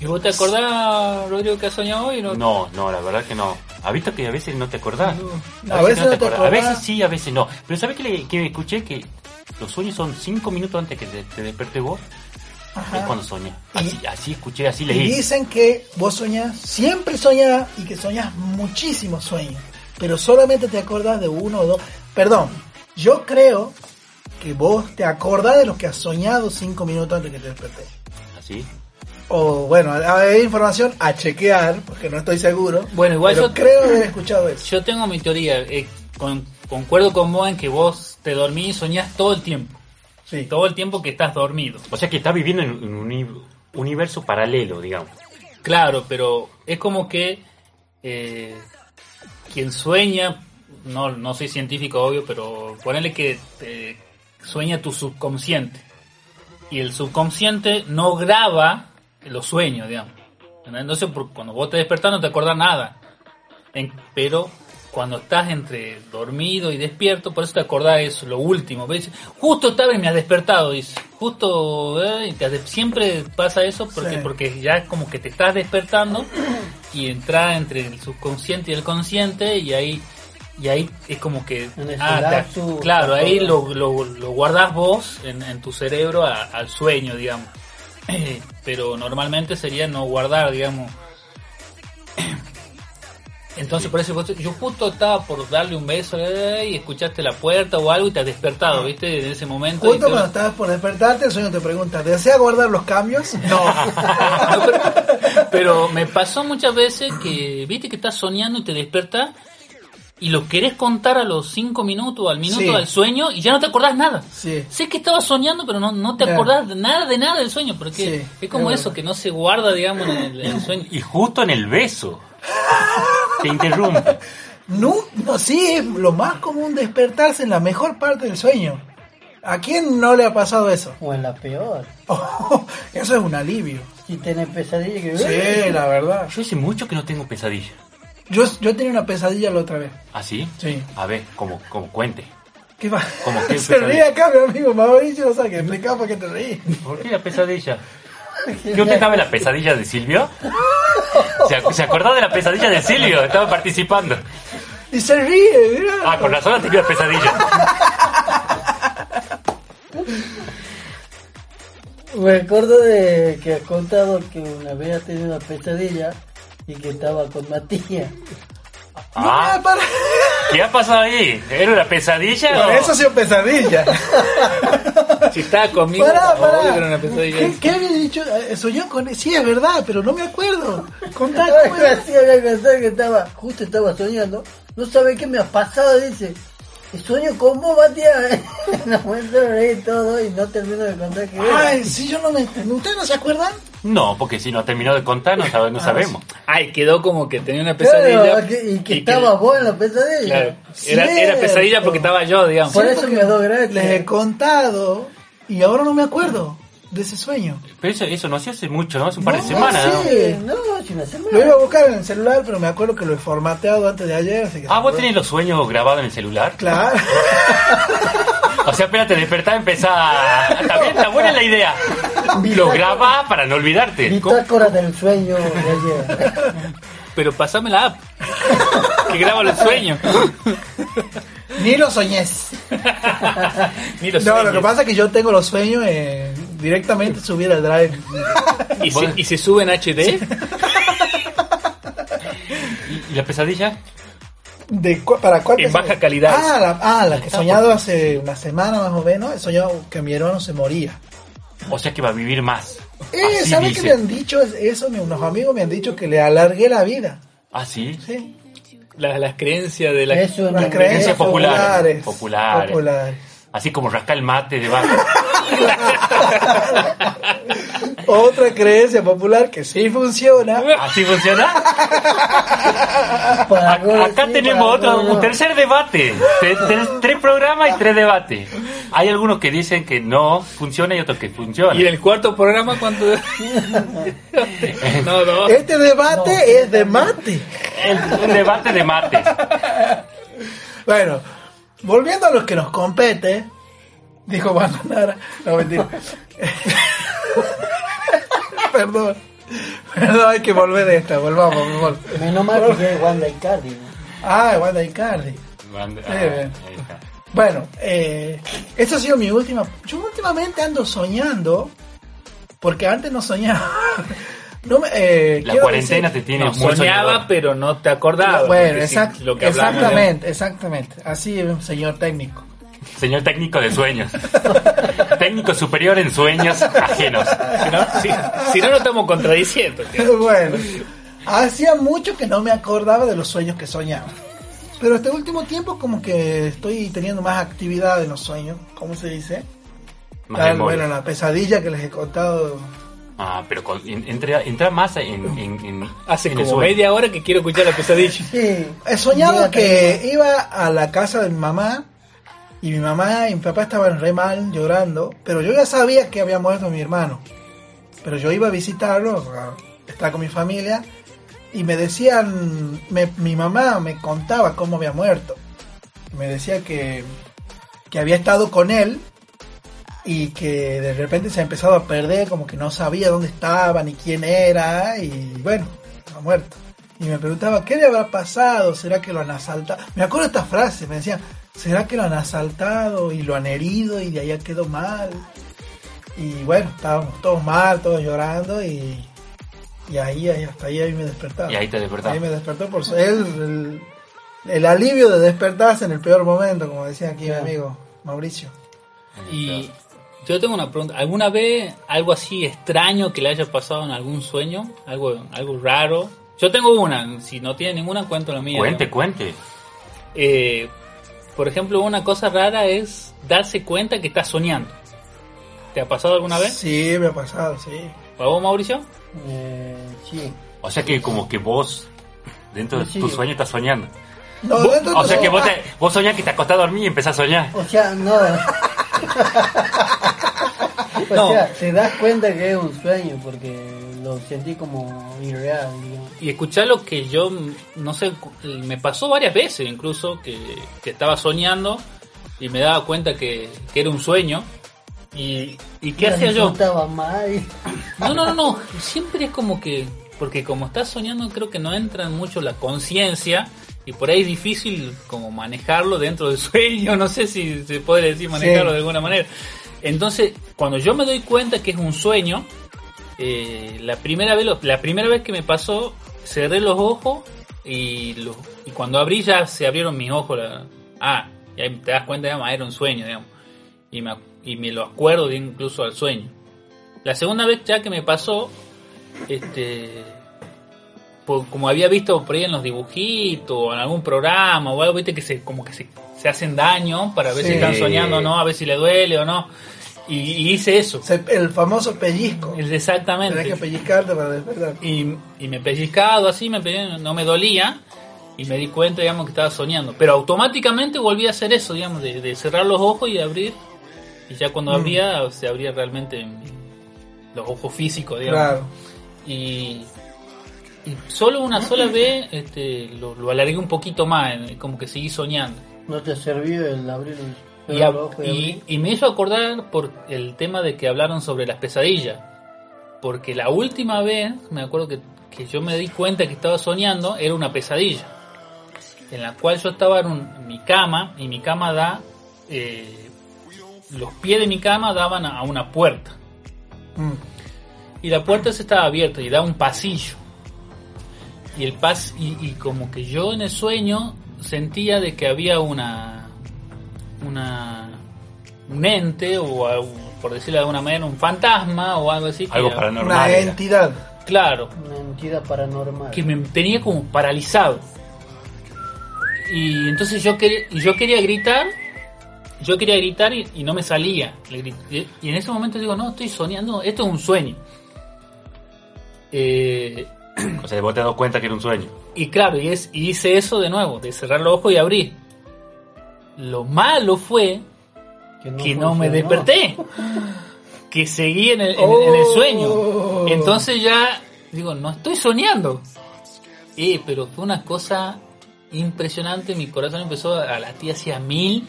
[SPEAKER 2] ¿Y vos te acordás, Rodrigo, que has soñado hoy? No,
[SPEAKER 3] No, no, la verdad que no. ¿Has visto que a veces no te acordás?
[SPEAKER 4] No, a veces no te
[SPEAKER 3] A
[SPEAKER 4] acordás.
[SPEAKER 3] veces sí, a veces no. Pero ¿sabes que, le- que me escuché? Que los sueños son cinco minutos antes que te, te despertes vos. Es cuando soñé. Así, así escuché, así
[SPEAKER 4] Y
[SPEAKER 3] leí.
[SPEAKER 4] dicen que vos soñás, siempre soñás y que soñás muchísimos sueños, pero solamente te acordás de uno o dos. Perdón, yo creo que vos te acordás de los que has soñado cinco minutos antes que te despertés.
[SPEAKER 3] Así.
[SPEAKER 4] O bueno, hay información a chequear, porque no estoy seguro.
[SPEAKER 2] Bueno, igual
[SPEAKER 4] pero
[SPEAKER 2] yo-
[SPEAKER 4] creo haber escuchado eso.
[SPEAKER 2] Yo tengo mi teoría. eh, con- concuerdo con vos en que vos te dormís y soñás todo el tiempo.
[SPEAKER 4] Sí.
[SPEAKER 2] Todo el tiempo que estás dormido.
[SPEAKER 3] O sea que está viviendo en un uni- universo paralelo, digamos.
[SPEAKER 2] Claro, pero es como que eh, quien sueña, no, no soy científico obvio, pero ponele que eh, sueña tu subconsciente. Y el subconsciente no graba los sueños, digamos. ¿Entendés? Entonces, por- cuando vos te despertás no te acordás nada. En- pero cuando estás entre dormido y despierto, por eso te acordás eso, lo último. ¿ves? Justo esta vez me has despertado, dice. Justo, eh, y te has de- siempre pasa eso porque,
[SPEAKER 4] Sí.
[SPEAKER 2] porque ya es como que te estás despertando y entra entre el subconsciente y el consciente y ahí y ahí es como que
[SPEAKER 5] En el
[SPEAKER 2] ah, te-
[SPEAKER 5] lapsus,
[SPEAKER 2] claro
[SPEAKER 5] la
[SPEAKER 2] ahí
[SPEAKER 5] cosa.
[SPEAKER 2] lo, lo, lo guardás vos en, en tu cerebro a- al sueño digamos [CLEARS THROAT] pero normalmente sería no guardar digamos [CLEARS THROAT] entonces por eso vos- yo justo estaba por darle un beso eh, y escuchaste la puerta o algo y te has despertado viste en ese momento y
[SPEAKER 4] Justo
[SPEAKER 2] te-
[SPEAKER 4] cuando estabas por despertarte, el sueño te pregunta, ¿desea guardar
[SPEAKER 2] [LAUGHS]
[SPEAKER 4] los cambios? No.
[SPEAKER 2] Pero me pasó muchas veces que, viste que estás soñando y te despertas y lo querés contar a los 5 minutos, al minuto
[SPEAKER 4] Sí.
[SPEAKER 2] del sueño y ya no te acordás nada.
[SPEAKER 4] Sí.
[SPEAKER 2] Sé que estabas soñando, pero no, no te
[SPEAKER 4] Claro.
[SPEAKER 2] acordás de nada de nada del sueño, porque
[SPEAKER 4] Sí,
[SPEAKER 2] es como
[SPEAKER 4] es
[SPEAKER 2] eso,
[SPEAKER 4] verdad.
[SPEAKER 2] que no se guarda, digamos, en el, en el sueño.
[SPEAKER 3] Y justo en el beso. Te interrumpe.
[SPEAKER 4] No, no, sí, es lo más común despertarse en la mejor parte del sueño. ¿A quién no le ha pasado eso? [LAUGHS] Oh,
[SPEAKER 5] O en la peor.
[SPEAKER 4] eso es un alivio.
[SPEAKER 5] Si tenés pesadilla que...
[SPEAKER 4] Sí, la verdad.
[SPEAKER 3] Yo hace mucho que no tengo pesadilla.
[SPEAKER 4] Yo, yo tenía una pesadilla la otra vez.
[SPEAKER 3] ¿Así?
[SPEAKER 4] Sí.
[SPEAKER 3] A ver, como, como cuente.
[SPEAKER 4] ¿Qué va?
[SPEAKER 3] ¿Cómo
[SPEAKER 4] [LAUGHS]
[SPEAKER 3] qué
[SPEAKER 4] Se
[SPEAKER 3] pesadilla?
[SPEAKER 4] ríe acá, mi amigo Mauricio, no sabe que explicaba por qué te reí.
[SPEAKER 3] ¿Por qué la pesadilla? ¿Qué usted estaba en la pesadilla de Silvio? ¿Se, ac- se acordó de la pesadilla de Silvio? Estaba participando.
[SPEAKER 4] Y se ríe, mira.
[SPEAKER 3] Ah, con razón tenía pesadilla.
[SPEAKER 5] [LAUGHS] Me acuerdo de que has contado que una vez has tenido una pesadilla y que estaba con Matías.
[SPEAKER 3] Ah,
[SPEAKER 4] No, para...
[SPEAKER 3] ¿Qué ha pasado ahí? ¿Era una pesadilla? o-
[SPEAKER 4] Para eso ha sido
[SPEAKER 3] [LAUGHS]
[SPEAKER 4] pesadilla.
[SPEAKER 2] [LAUGHS] Si estaba conmigo,
[SPEAKER 4] Pará,
[SPEAKER 2] obvio que
[SPEAKER 4] pará.
[SPEAKER 2] era una pesadilla.
[SPEAKER 4] ¿Qué, qué había dicho? Eh, Soñó con... Sí, es verdad, pero no me acuerdo.
[SPEAKER 5] [LAUGHS]
[SPEAKER 4] Contá,
[SPEAKER 5] Estaba
[SPEAKER 4] ¿cómo
[SPEAKER 3] [LAUGHS]
[SPEAKER 4] era?
[SPEAKER 5] gracioso, era gracioso que estaba, justo estaba soñando. No sabe qué me ha pasado, dice. "Y Sueño con vos, Matías. [LAUGHS] Nos muestro reír y todo y no termino de contar que era.
[SPEAKER 4] Ay, sí, yo no me... ¿Ustedes no se acuerdan?
[SPEAKER 3] No, porque si no terminó de contar, no, sabe- no
[SPEAKER 4] Ah,
[SPEAKER 3] sabemos.
[SPEAKER 2] Ay, quedó como que tenía una
[SPEAKER 5] Claro, ah,
[SPEAKER 2] pesadilla.
[SPEAKER 5] que- y que
[SPEAKER 2] y que-
[SPEAKER 5] estaba vos en la pesadilla.
[SPEAKER 2] claro, era, era
[SPEAKER 4] Cierto.
[SPEAKER 2] pesadilla porque estaba yo, digamos.
[SPEAKER 5] Por
[SPEAKER 4] Sí,
[SPEAKER 5] eso
[SPEAKER 4] porque
[SPEAKER 5] me doy gracias.
[SPEAKER 4] Les he contado y ahora no me acuerdo de ese sueño.
[SPEAKER 3] Pero eso, eso no hacía hace mucho, ¿no? Hace un par de
[SPEAKER 4] No,
[SPEAKER 3] semanas, ¿no?
[SPEAKER 5] Sí, no, si una
[SPEAKER 4] Lo iba
[SPEAKER 5] semana.
[SPEAKER 4] a buscar en el celular, pero me acuerdo que lo he formateado antes de ayer, así que...
[SPEAKER 3] Ah, vos tenés los sueños grabados en el celular.
[SPEAKER 4] Claro.
[SPEAKER 3] O sea, apenas te despertás, empezás. a- Está bien, está buena la idea. Lo grabás para no olvidarte.
[SPEAKER 5] Bitácora del
[SPEAKER 2] [LAUGHS]
[SPEAKER 5] sueño de ayer.
[SPEAKER 2] Pero pasame la app. que graba
[SPEAKER 5] [LAUGHS]
[SPEAKER 2] los sueños.
[SPEAKER 4] [LAUGHS] Ni lo soñés.
[SPEAKER 2] Ni los
[SPEAKER 4] no, lo
[SPEAKER 2] sueños.
[SPEAKER 4] que pasa es que yo tengo los sueños eh, directamente subir al drive.
[SPEAKER 2] ¿Y se, y se sube en HD?
[SPEAKER 3] ¿Y, y la pesadilla?
[SPEAKER 4] ¿De cu- ¿Para cuál
[SPEAKER 2] En
[SPEAKER 4] pesadilla?
[SPEAKER 2] baja calidad.
[SPEAKER 4] Ah, la, ah, la que he soñado hace una semana más o menos. He soñado que mi hermano se moría.
[SPEAKER 3] O sea que va a vivir más.
[SPEAKER 4] Eh,
[SPEAKER 3] Así
[SPEAKER 4] ¿Sabes qué
[SPEAKER 3] dice.
[SPEAKER 4] me han dicho eso? Mi- Unos amigos me han dicho que le alargué la vida.
[SPEAKER 3] Ah, sí.
[SPEAKER 4] Sí.
[SPEAKER 2] Las, las creencias de la...
[SPEAKER 5] Es una
[SPEAKER 4] Las creencias populares.
[SPEAKER 3] populares. Populares.
[SPEAKER 4] Populares.
[SPEAKER 3] Así como rascar el mate debajo.
[SPEAKER 4] Otra creencia popular que sí funciona.
[SPEAKER 3] ¿Así funciona?
[SPEAKER 5] Para
[SPEAKER 3] Ac- Acá
[SPEAKER 5] sí,
[SPEAKER 3] tenemos
[SPEAKER 5] para
[SPEAKER 3] otro,
[SPEAKER 5] no,
[SPEAKER 3] un
[SPEAKER 5] no.
[SPEAKER 3] tercer debate. Te- te- tres programas y tres debates. Hay algunos que dicen que no funciona y otros que funciona.
[SPEAKER 2] Y en el cuarto programa cuando... [LAUGHS] no, no.
[SPEAKER 4] Este debate es de mate.
[SPEAKER 3] El- un debate de mates.
[SPEAKER 4] Bueno, volviendo a los que nos compete, dijo Juan Nara. No, mentira. [LAUGHS] Perdón. Perdón, hay que volver de esta, volvamos, por favor.
[SPEAKER 5] Menos mal que ya es Wanda Icardi. ¿no?
[SPEAKER 4] Ah, Wanda Icardi.
[SPEAKER 3] Banda-
[SPEAKER 4] Sí,
[SPEAKER 3] ah,
[SPEAKER 4] bien.
[SPEAKER 3] ahí está.
[SPEAKER 4] Bueno, eh, esta ha sido mi última. Yo últimamente ando soñando, porque antes no soñaba. [LAUGHS] No me- eh,
[SPEAKER 3] La
[SPEAKER 4] quiero
[SPEAKER 3] cuarentena
[SPEAKER 4] decir-
[SPEAKER 3] te tiene
[SPEAKER 2] No,
[SPEAKER 3] muy
[SPEAKER 2] soñaba,
[SPEAKER 3] soñador.
[SPEAKER 2] pero no te acordabas.
[SPEAKER 4] Bueno,
[SPEAKER 2] porque sí,
[SPEAKER 4] exact-
[SPEAKER 2] lo que hablamos,
[SPEAKER 4] exactamente, exactamente. Así es un señor técnico. [LAUGHS]
[SPEAKER 3] Señor técnico de sueños. técnico superior en sueños ajenos.
[SPEAKER 2] Si
[SPEAKER 4] Ah,
[SPEAKER 2] no, si, si no, nos estamos contradiciendo. tío.
[SPEAKER 4] bueno, hacía mucho que no me acordaba de los sueños que soñaba. Pero este último tiempo como que estoy teniendo más actividad en los sueños, ¿cómo se dice?
[SPEAKER 3] Más
[SPEAKER 4] Tal,
[SPEAKER 3] memoria.
[SPEAKER 4] bueno, la pesadilla que les he contado.
[SPEAKER 3] Ah, pero con- en- entra, entra más en, en, en-
[SPEAKER 2] Hace
[SPEAKER 3] en el
[SPEAKER 2] como
[SPEAKER 3] sueño.
[SPEAKER 2] media hora que quiero escuchar la pesadilla.
[SPEAKER 5] Sí.
[SPEAKER 4] He
[SPEAKER 5] Llega
[SPEAKER 4] soñado Eh, que iba a la casa de mi mamá y mi mamá y mi papá estaban re mal llorando, pero yo ya sabía que había muerto mi hermano. Pero yo iba a visitarlo, a estar con mi familia y me decían, me- mi mamá me contaba cómo había muerto. Me decía que, que había estado con él y que de repente se ha empezado a perder, como que no sabía dónde estaba ni quién era y bueno, ha muerto. Y me preguntaba, ¿qué le habrá pasado? ¿Será que lo han asaltado? Me acuerdo esta frase, me decían, ¿será que lo han asaltado y lo han herido y de allá quedó mal? Y bueno, estábamos todos mal, todos llorando y, y ahí, ahí- hasta ahí, ahí me despertaba.
[SPEAKER 3] Y ahí te despertaba.
[SPEAKER 4] Ahí me despertó por su- él, el, el alivio de despertarse en el peor momento, como decía aquí mi amigo Mauricio.
[SPEAKER 2] Y yo tengo una pregunta. ¿Alguna vez algo así extraño que le haya pasado en algún sueño? ¿Algo, algo raro? Yo tengo una. Si no tiene ninguna, cuento la mía.
[SPEAKER 3] Cuente, cuente.
[SPEAKER 2] Eh, por ejemplo, una cosa rara es darse cuenta que estás soñando. ¿Te ha pasado alguna vez?
[SPEAKER 4] Sí, me ha pasado, sí.
[SPEAKER 2] ¿A vos, Mauricio?
[SPEAKER 5] Eh, sí.
[SPEAKER 3] O sea que como que vos, dentro de
[SPEAKER 5] Sí.
[SPEAKER 3] tu sueño, estás soñando.
[SPEAKER 4] No, dentro
[SPEAKER 3] O
[SPEAKER 4] de
[SPEAKER 3] sea que
[SPEAKER 4] todo- ah,
[SPEAKER 3] vos, te, vos soñás que te acostás a dormir y empezás a soñar.
[SPEAKER 5] O sea, no. [LAUGHS] o
[SPEAKER 2] No.
[SPEAKER 5] sea, te das cuenta que es un sueño porque lo sentí como irreal. digamos.
[SPEAKER 2] Y escuchar lo que yo, mm, no sé, cu- me pasó varias veces incluso que, que estaba soñando y me daba cuenta que, que era un sueño. ¿Y, y qué
[SPEAKER 5] La
[SPEAKER 2] hacía yo?
[SPEAKER 5] disfrutaba más y-
[SPEAKER 2] No, no, no, no. Siempre es como que. Porque como estás soñando, creo que no entra mucho la conciencia. Y por ahí es difícil como manejarlo dentro del [LAUGHS] sueño. No sé si se puede decir manejarlo
[SPEAKER 4] Sí.
[SPEAKER 2] de alguna manera. Entonces, cuando yo me doy cuenta que es un sueño, eh, la, primera vez, lo- la primera vez que me pasó, cerré los ojos y, lo- y cuando abrí ya se abrieron mis ojos. la- ah, y ahí te das cuenta, digamos, ah, era un sueño, digamos. Y me, ac- y me lo acuerdo bien incluso al sueño. La segunda vez ya que me pasó, este, por- como había visto por ahí en los dibujitos, o en algún programa o algo, viste que se, como que se, se hacen daño para ver si
[SPEAKER 4] Sí.
[SPEAKER 2] están soñando o no, a ver si le duele o no. Y, y hice eso.
[SPEAKER 4] se- el famoso pellizco.
[SPEAKER 2] Es
[SPEAKER 4] Tenés que
[SPEAKER 2] Exactamente.
[SPEAKER 4] pellizcarte para despertar.
[SPEAKER 2] Y, y me pellizcado así, me pe- no me dolía. Y me di cuenta, digamos, que estaba soñando. Pero automáticamente volví a hacer eso, digamos, de, de cerrar los ojos y abrir. Y ya cuando
[SPEAKER 4] Mm.
[SPEAKER 2] abría, se abría realmente los ojos físicos, digamos.
[SPEAKER 4] Claro.
[SPEAKER 2] Y, y solo una
[SPEAKER 4] Mm.
[SPEAKER 2] sola vez este, lo, lo alargué un poquito más, eh, como que seguí soñando.
[SPEAKER 5] No te sirvió el abrir el
[SPEAKER 2] Y, a-
[SPEAKER 5] el ojo y
[SPEAKER 2] y-
[SPEAKER 5] abrir.
[SPEAKER 2] y me hizo acordar por el tema de que hablaron sobre las pesadillas. Porque la última vez, me acuerdo que, que yo me di cuenta que estaba soñando, era una pesadilla. En la cual yo estaba en, un- en mi cama y mi cama da... eh, los pies de mi cama daban a- a una puerta
[SPEAKER 4] Mm.
[SPEAKER 2] y la puerta se estaba abierta y da un pasillo. Y el pas y, y como que yo en el sueño sentía de que había una una un ente o algo, por decirlo de alguna manera un fantasma o algo así que
[SPEAKER 3] Algo
[SPEAKER 2] era-
[SPEAKER 4] Una
[SPEAKER 3] paranormal. era.
[SPEAKER 4] entidad.
[SPEAKER 2] claro
[SPEAKER 5] Una entidad paranormal.
[SPEAKER 2] que me tenía como paralizado. Y entonces yo, quer- y yo quería gritar, yo quería gritar y, y no me salía. Le gri- y- Y en ese momento digo, no, estoy soñando, esto es un sueño. Eh,
[SPEAKER 3] O sea, vos te das cuenta que era un sueño.
[SPEAKER 2] y claro, y, es, y hice eso de nuevo, de cerrar los ojos y abrir. Lo malo fue que no me
[SPEAKER 5] funcionó.
[SPEAKER 2] desperté. Que seguí en el, en- en el
[SPEAKER 4] Oh.
[SPEAKER 2] sueño. Entonces ya digo, no estoy soñando. Eh, pero fue una cosa impresionante. Mi corazón empezó a latir hacia mil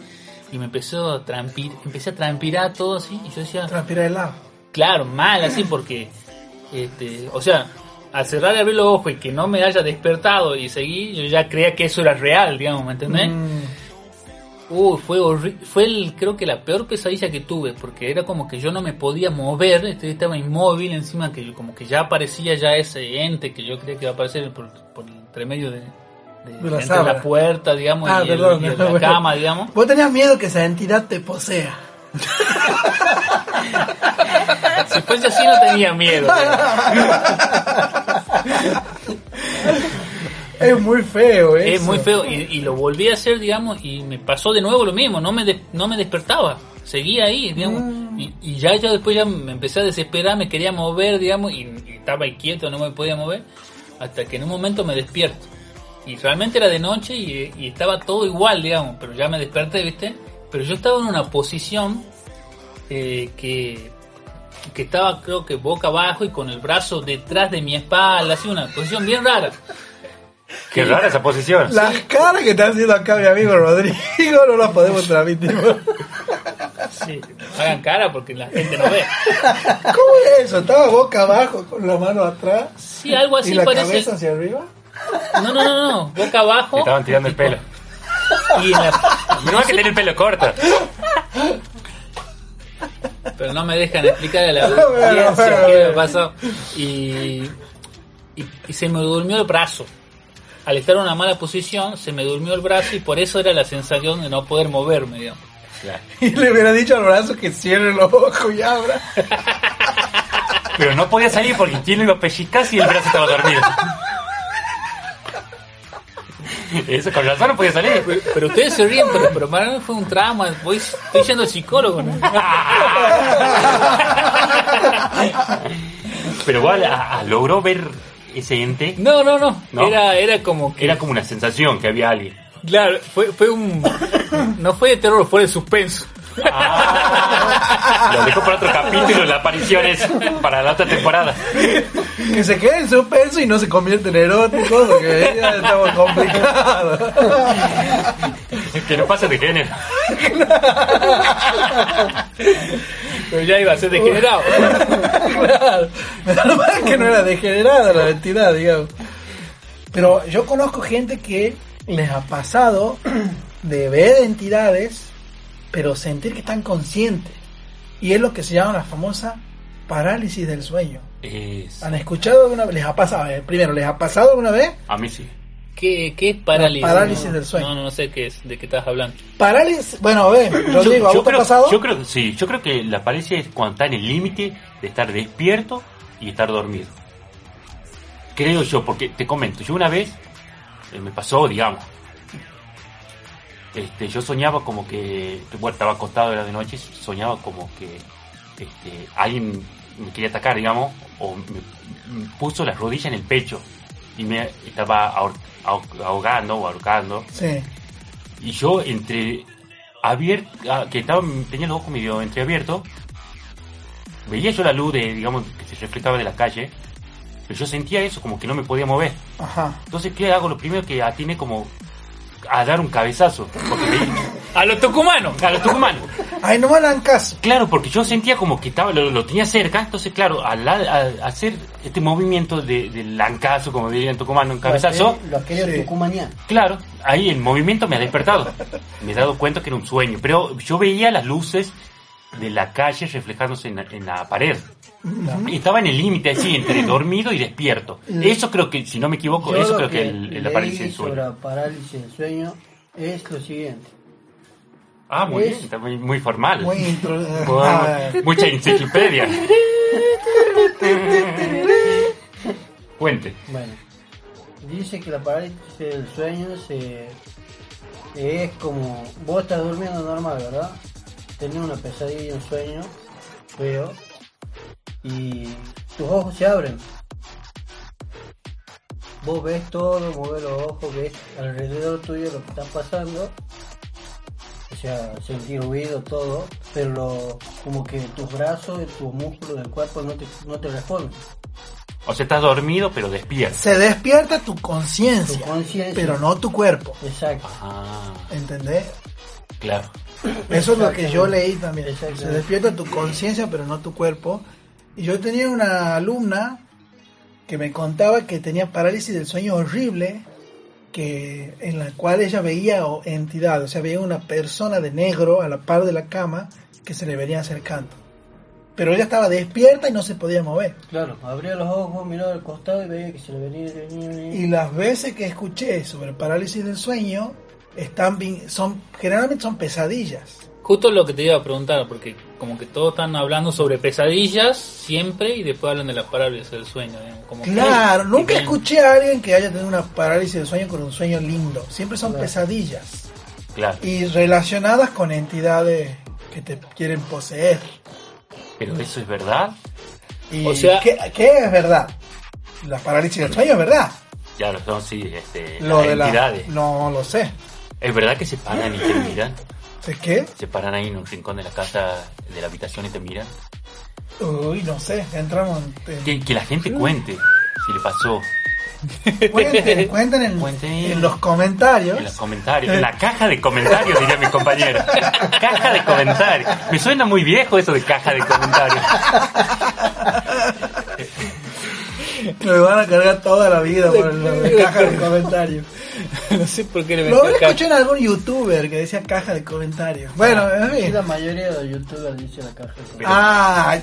[SPEAKER 2] y me empezó a trampir, empecé a transpirar todo así. Y yo decía,
[SPEAKER 4] Transpira helado.
[SPEAKER 2] Claro, mal así porque, este, o sea, al cerrar y abrir los ojos y que no me haya despertado y seguí, yo ya creía que eso era real, digamos, ¿me
[SPEAKER 4] Mm.
[SPEAKER 2] entendés? Uy, fue horri- fue el, creo que la peor pesadilla que tuve, porque era como que yo no me podía mover, este- estaba inmóvil encima, que yo- como que ya aparecía ya ese ente que yo creía que iba a aparecer por, por entre medio de, de-
[SPEAKER 4] De la
[SPEAKER 2] entre
[SPEAKER 4] sábana.
[SPEAKER 2] la puerta, digamos,
[SPEAKER 4] Ah,
[SPEAKER 2] y, el-
[SPEAKER 4] perdón,
[SPEAKER 2] y
[SPEAKER 4] no,
[SPEAKER 2] la
[SPEAKER 4] bueno.
[SPEAKER 2] cama, digamos.
[SPEAKER 4] Vos tenías miedo que esa entidad te posea.
[SPEAKER 2] Si fuese así no tenía
[SPEAKER 4] [LAUGHS]
[SPEAKER 2] miedo. digamos.
[SPEAKER 4] Es muy feo, ¿eh?
[SPEAKER 2] Es muy feo. Y, y lo volví a hacer, digamos, y me pasó de nuevo lo mismo. No me, des- no me despertaba. Seguía ahí, digamos. Y, y ya yo después ya me empecé a desesperar, me quería mover, digamos, y, y estaba inquieto, no me podía mover. Hasta que en un momento me despierto. Y realmente era de noche y, y estaba todo igual, digamos. Pero ya me desperté, ¿viste? Pero yo estaba en una posición eh, que que estaba creo que boca abajo y con el brazo detrás de mi espalda, así una posición bien rara.
[SPEAKER 3] Qué rara esa posición.
[SPEAKER 4] Las caras que está haciendo acá mi amigo Rodrigo no las podemos
[SPEAKER 2] [LAUGHS]
[SPEAKER 4] transmitir. ¿Cómo
[SPEAKER 2] Sí, no hagan cara porque la gente no ve.
[SPEAKER 4] es eso? ¿Estaba boca abajo con la mano atrás
[SPEAKER 2] Pues Sí, algo así
[SPEAKER 4] y la
[SPEAKER 2] parece.
[SPEAKER 4] cabeza hacia arriba?
[SPEAKER 2] No, no, no, no, boca
[SPEAKER 3] Te
[SPEAKER 2] abajo.
[SPEAKER 3] estaban tirando
[SPEAKER 4] [LAUGHS]
[SPEAKER 3] el pelo.
[SPEAKER 2] Y en la-
[SPEAKER 3] No es que tiene el pelo corto.
[SPEAKER 2] Pero no me dejan explicar a la
[SPEAKER 4] Bueno,
[SPEAKER 2] audiencia
[SPEAKER 4] bueno,
[SPEAKER 2] qué me
[SPEAKER 4] bueno.
[SPEAKER 2] pasó. Y, y, y se me durmió el brazo. Al estar en una mala posición, se me durmió el brazo y por eso era la sensación de no poder moverme, digamos.
[SPEAKER 4] Y le hubiera dicho al brazo que cierre los ojos y abra.
[SPEAKER 3] Pero no podía salir porque tiene los pellizcas y el brazo estaba dormido. Eso con razón no podía salir.
[SPEAKER 2] Pero ustedes se ríen, pero, pero para mí fue un trauma. Voy, estoy siendo psicólogo, ¿no?
[SPEAKER 3] Pero igual a- a- logró ver ese ente.
[SPEAKER 2] No, no, no.
[SPEAKER 3] No.
[SPEAKER 2] Era, era como que
[SPEAKER 3] Era como una sensación que había alguien.
[SPEAKER 2] Claro, fue, fue un. No fue de terror, fue de suspenso.
[SPEAKER 4] Ah.
[SPEAKER 3] Lo dejó para otro capítulo, la aparición es para la otra temporada.
[SPEAKER 4] Que se quede en suspenso y no se convierte en erótico, porque ya estamos complicados.
[SPEAKER 3] Que no pase de género.
[SPEAKER 2] Pero ya iba a ser degenerado.
[SPEAKER 4] claro. [LAUGHS] Menos mal que no era degenerada la entidad, digamos. Pero yo conozco gente que les ha pasado de ver entidades, pero sentir que están conscientes. Y es lo que se llama la famosa parálisis del sueño.
[SPEAKER 3] Es-
[SPEAKER 4] ¿Han escuchado alguna vez? ¿Les ha pasado? A ver, primero, ¿les ha pasado alguna vez?
[SPEAKER 3] A mí sí.
[SPEAKER 2] ¿Qué, qué es parálisis?
[SPEAKER 4] parálisis
[SPEAKER 2] No,
[SPEAKER 4] del sueño.
[SPEAKER 2] No, no, no sé qué es, de qué estás hablando.
[SPEAKER 4] Parálisis. Bueno, a
[SPEAKER 3] [CLEARS THROAT]
[SPEAKER 4] ver, yo, digo, ¿a vos te ha
[SPEAKER 3] creo,
[SPEAKER 4] pasado?
[SPEAKER 3] yo creo- sí, yo creo que la pareja es cuando está en el límite de estar despierto y estar dormido. Creo yo, porque te comento, yo una vez eh, me pasó, digamos, este, yo soñaba como que, bueno, estaba acostado era de noche, soñaba como que este, alguien me quería atacar, digamos, o me, me puso las rodillas en el pecho y me estaba ahor- ahog- ahogando o ahorcando.
[SPEAKER 4] Sí.
[SPEAKER 3] Y yo entre abierto, que estaba, tenía los ojos medio entreabiertos, veía yo la luz de, digamos, que se reflejaba de la calle, pero yo sentía eso, como que no me podía mover.
[SPEAKER 4] Ajá.
[SPEAKER 3] Entonces, ¿qué hago? Lo primero que atiné como a dar un cabezazo, porque veía
[SPEAKER 2] ¡A los tucumanos!
[SPEAKER 3] a los tucumanos.
[SPEAKER 4] Ay, no me hagan caso.
[SPEAKER 3] Claro, porque yo sentía como que estaba, lo, lo tenía cerca, entonces claro, al, al- al hacer este movimiento de, del lancazo, como diría en tucumano, un cabezazo,
[SPEAKER 5] Los aquellos
[SPEAKER 4] Sí.
[SPEAKER 5] tucumaníanos.
[SPEAKER 3] Claro, ahí el movimiento me ha despertado. Me he dado cuenta que era un sueño, pero yo veía las luces de la calle reflejándose en la, en la pared. Estaba en el límite así, entre
[SPEAKER 5] [CLEARS THROAT]
[SPEAKER 3] dormido y despierto. Eso creo que, si no me equivoco,
[SPEAKER 5] Yo
[SPEAKER 3] eso
[SPEAKER 5] lo
[SPEAKER 3] creo que, el, el
[SPEAKER 5] leí
[SPEAKER 3] aparece en
[SPEAKER 5] sobre
[SPEAKER 3] sueño.
[SPEAKER 5] la parálisis del sueño es lo siguiente.
[SPEAKER 3] Ah, muy bien,
[SPEAKER 5] es-
[SPEAKER 3] está muy, muy formal.
[SPEAKER 4] Muy intro- Ah,
[SPEAKER 3] Bueno, Mucha enciclopedia. Cuente.
[SPEAKER 5] Bueno, dice que la parálisis del sueño se es como vos estás durmiendo normal, ¿verdad? Tenés una pesadilla, un sueño feo y tus ojos se abren. Vos ves todo, mueves los ojos, ves alrededor tuyo lo que está pasando. O sea, sentir ruido, todo, pero lo- como que tus brazos, tus músculos del cuerpo no te, no te responden.
[SPEAKER 3] O sea, estás dormido pero despierto.
[SPEAKER 4] se despierta tu
[SPEAKER 5] Tu
[SPEAKER 4] conciencia,
[SPEAKER 5] conciencia.
[SPEAKER 4] pero no tu cuerpo.
[SPEAKER 5] Exacto.
[SPEAKER 3] Ah,
[SPEAKER 4] ¿Entendés?
[SPEAKER 3] claro.
[SPEAKER 4] Eso es lo que
[SPEAKER 5] Exactamente.
[SPEAKER 4] yo leí también.
[SPEAKER 5] Exactamente.
[SPEAKER 4] Se despierta tu conciencia, pero no tu cuerpo. Y yo tenía una alumna que me contaba que tenía parálisis del sueño horrible, que en la cual ella veía o- entidad, o sea, veía una persona de negro a la par de la cama que se le venía acercando. Pero ella estaba despierta y no se podía mover.
[SPEAKER 5] Claro, abría los ojos, miraba al costado y veía que se le venía, le venía, le venía.
[SPEAKER 4] Y las veces que escuché sobre parálisis del sueño están vin- son generalmente son pesadillas.
[SPEAKER 2] Justo lo que te iba a preguntar, porque como que todos están hablando sobre pesadillas siempre y después hablan de las parálisis del sueño. digamos, Como que-
[SPEAKER 4] Claro,
[SPEAKER 2] que
[SPEAKER 4] nunca
[SPEAKER 2] tienen-
[SPEAKER 4] escuché a alguien que haya tenido una parálisis del sueño con un sueño lindo. Siempre son
[SPEAKER 5] Claro.
[SPEAKER 4] pesadillas
[SPEAKER 3] Claro.
[SPEAKER 4] y relacionadas con entidades que te quieren poseer.
[SPEAKER 3] Pero eso es verdad.
[SPEAKER 4] Y
[SPEAKER 2] O sea-
[SPEAKER 4] ¿qué, qué es verdad? La parálisis del sueño es verdad.
[SPEAKER 3] Ya lo son, sí, este,
[SPEAKER 4] Lo
[SPEAKER 3] las
[SPEAKER 4] de la,
[SPEAKER 3] entidades.
[SPEAKER 4] no lo sé.
[SPEAKER 3] Es verdad que se paran y te miran.
[SPEAKER 4] ¿Es qué?
[SPEAKER 3] Se paran ahí en un rincón de la casa, de la habitación y te miran.
[SPEAKER 4] Uy, no sé. Entramos. en-
[SPEAKER 3] [LAUGHS] Que, que la gente cuente si le pasó.
[SPEAKER 4] Cuenten, cuenten en,
[SPEAKER 3] Cuenten.
[SPEAKER 4] en los comentarios.
[SPEAKER 3] En los comentarios, en la caja de comentarios, diría mi compañero. [LAUGHS] Caja de comentarios. Me suena muy viejo eso de caja de comentarios.
[SPEAKER 4] Me van a cargar toda la vida por la caja de comentarios.
[SPEAKER 2] [LAUGHS] no sé por qué le
[SPEAKER 4] Lo
[SPEAKER 2] metí
[SPEAKER 4] había
[SPEAKER 2] acá.
[SPEAKER 4] escuchado en algún youtuber que decía caja de comentarios. Bueno, en
[SPEAKER 5] Y
[SPEAKER 4] fin.
[SPEAKER 5] la mayoría de los youtubers dice la caja. de-
[SPEAKER 4] Ah, ahí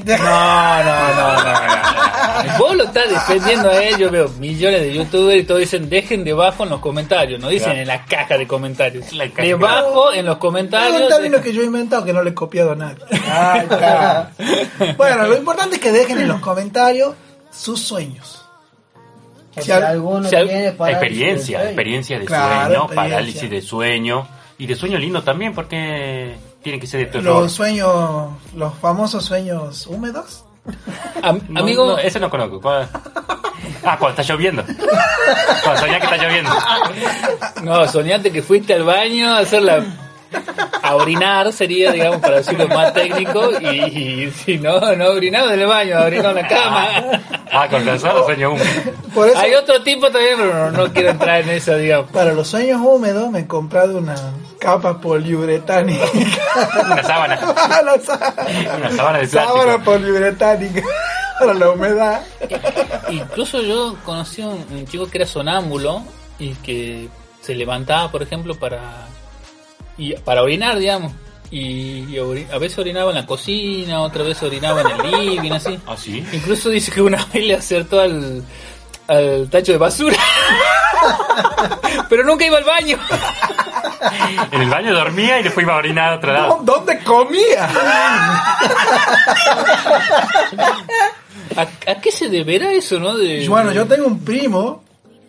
[SPEAKER 4] te- [LAUGHS]
[SPEAKER 2] No, no, no, no, no. Vos lo estás defendiendo a él. Yo veo millones de youtubers y todos dicen dejen debajo en los comentarios. No dicen
[SPEAKER 3] Claro.
[SPEAKER 2] en la caja de comentarios.
[SPEAKER 3] La caja.
[SPEAKER 2] Debajo en los
[SPEAKER 4] Es
[SPEAKER 2] comentarios.
[SPEAKER 4] un término que yo he inventado que no le he copiado a nadie. Ah,
[SPEAKER 5] [LAUGHS]
[SPEAKER 4] [LAUGHS] Bueno, lo importante es que dejen en los comentarios sus sueños.
[SPEAKER 5] Que
[SPEAKER 4] Si al-
[SPEAKER 5] alguno
[SPEAKER 2] si al-
[SPEAKER 5] tiene parálisis
[SPEAKER 3] experiencia,
[SPEAKER 5] del sueño.
[SPEAKER 3] experiencia de
[SPEAKER 4] Claro,
[SPEAKER 3] sueño,
[SPEAKER 4] experiencia.
[SPEAKER 3] parálisis de sueño. Y de sueño lindo también, porque tiene que ser de terror.
[SPEAKER 4] Los sueños, los famosos sueños húmedos.
[SPEAKER 2] Am-
[SPEAKER 3] No,
[SPEAKER 2] amigo,
[SPEAKER 3] no, ese no conozco. ¿Cuál? Ah, cuando está lloviendo. Cuando soñás que está lloviendo. Ah,
[SPEAKER 2] No, soñaste que fuiste al baño a hacer la... A orinar sería, digamos, para decirlo más técnico. Y, y si no, no orinaba en el baño, orinaba en la cama.
[SPEAKER 3] Ah, con razón, los sueños húmedos.
[SPEAKER 4] Por eso,
[SPEAKER 2] Hay otro tipo también, pero no, no quiero entrar en eso, digamos.
[SPEAKER 4] para los sueños húmedos me he comprado una capa poliuretánica. [LAUGHS]
[SPEAKER 3] Una sábana.
[SPEAKER 4] La sábana
[SPEAKER 3] Una sábana de plástico.
[SPEAKER 4] Sábana [LAUGHS] poliuretánica para la humedad.
[SPEAKER 2] Incluso yo conocí a un, un chico que era sonámbulo y que se levantaba, por ejemplo, para y para orinar, digamos. Y, y ori- a veces orinaba en la cocina, otra vez orinaba en el living, así.
[SPEAKER 3] ¿Ah, sí?
[SPEAKER 2] Incluso dice que una vez le acertó al, al tacho de basura. [LAUGHS] Pero nunca iba al baño.
[SPEAKER 3] En el baño dormía y después iba a orinar a otro lado.
[SPEAKER 4] ¿Dónde comía?
[SPEAKER 2] ¿A, a qué se deberá eso, no? De, [LAUGHS]
[SPEAKER 4] Y bueno, yo tengo un primo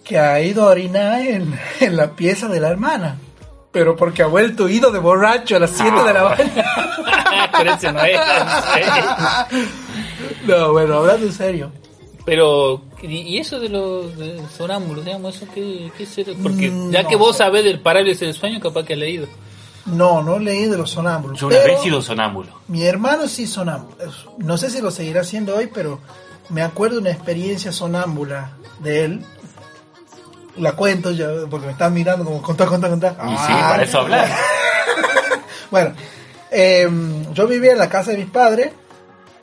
[SPEAKER 4] que ha ido a orinar en, [LAUGHS] en la pieza de la hermana. Pero porque ha vuelto ido de borracho a las 7 de la
[SPEAKER 3] Ah,
[SPEAKER 4] mañana. [LAUGHS]
[SPEAKER 2] Pero eso Ah, no es, en serio.
[SPEAKER 4] No, bueno, hablando en serio.
[SPEAKER 2] Pero, ¿y y eso de los de sonámbulos, digamos, eso qué, qué será? Porque
[SPEAKER 4] Mm,
[SPEAKER 2] ya que
[SPEAKER 4] no
[SPEAKER 2] vos
[SPEAKER 4] sé.
[SPEAKER 2] sabés del parálisis del sueño, capaz que has leído.
[SPEAKER 4] No, no leí de los sonámbulos.
[SPEAKER 3] Yo una
[SPEAKER 4] pero
[SPEAKER 3] vez he sido sonámbulo.
[SPEAKER 4] Mi hermano sí sonámbulo. No sé si lo seguirá haciendo hoy, pero me acuerdo una experiencia sonámbula de él. La cuento yo, porque me están mirando como contá, contá, contá.
[SPEAKER 3] Y sí,
[SPEAKER 4] Ah.
[SPEAKER 3] para eso hablar.
[SPEAKER 4] Bueno, eh, yo vivía en la casa de mis padres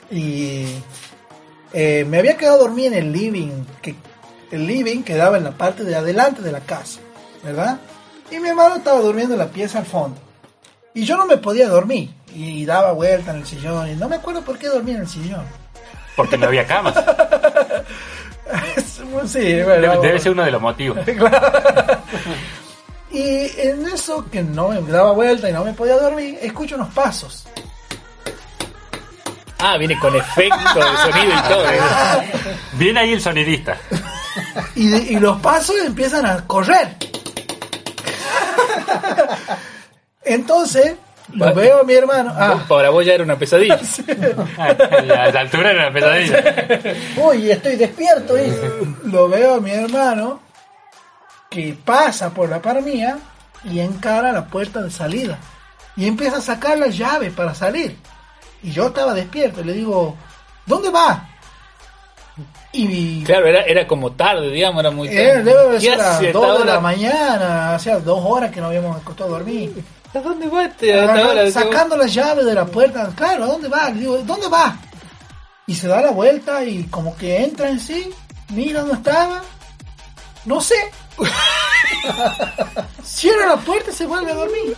[SPEAKER 4] y eh, me había quedado dormida en el living, que el living quedaba en la parte de adelante de la casa, ¿verdad? Y mi hermano estaba durmiendo en la pieza al fondo. Y yo no me podía dormir y daba vuelta en el sillón y no me acuerdo por qué dormía en el sillón. [LAUGHS]
[SPEAKER 3] Porque no había camas.
[SPEAKER 4] sí, bueno,
[SPEAKER 3] Debe, debe ser uno de los motivos.
[SPEAKER 4] Y en eso que no me daba vuelta y no me podía dormir, escucho unos pasos.
[SPEAKER 2] Ah, viene con efecto de sonido y todo.
[SPEAKER 4] Ah.
[SPEAKER 2] ¿eh?
[SPEAKER 3] Viene ahí el sonidista.
[SPEAKER 4] y, de- y los pasos empiezan a correr. Entonces, lo veo a mi hermano. Ah,
[SPEAKER 2] Para vos ya era una
[SPEAKER 4] [LAUGHS]
[SPEAKER 2] pesadilla.
[SPEAKER 3] A la altura era una pesadilla.
[SPEAKER 5] Uy, estoy despierto, ¿eh?
[SPEAKER 4] lo veo a mi hermano que pasa por la par mía y encara la puerta de salida. Y empieza a sacar la llave para salir. Y yo estaba despierto y le digo, ¿dónde va? Y
[SPEAKER 2] Claro, era, era como tarde, digamos, era muy
[SPEAKER 4] Era,
[SPEAKER 2] tarde.
[SPEAKER 4] Eh, debe de
[SPEAKER 2] ¿Qué
[SPEAKER 4] ser a
[SPEAKER 2] hace
[SPEAKER 4] las
[SPEAKER 2] hasta
[SPEAKER 4] 2 de
[SPEAKER 2] ahora?
[SPEAKER 4] la mañana, o sea, dos horas que no habíamos acostado a dormir.
[SPEAKER 2] ¿A dónde vas? Te, hasta
[SPEAKER 4] Agarró-
[SPEAKER 2] ahora,
[SPEAKER 4] sacando las llaves de la puerta. Claro, ¿a dónde va? Le digo, ¿dónde va? y se da la vuelta y como que entra en sí, mira dónde estaba,
[SPEAKER 2] [LAUGHS]
[SPEAKER 4] no sé. Cierra la puerta y se vuelve a dormir.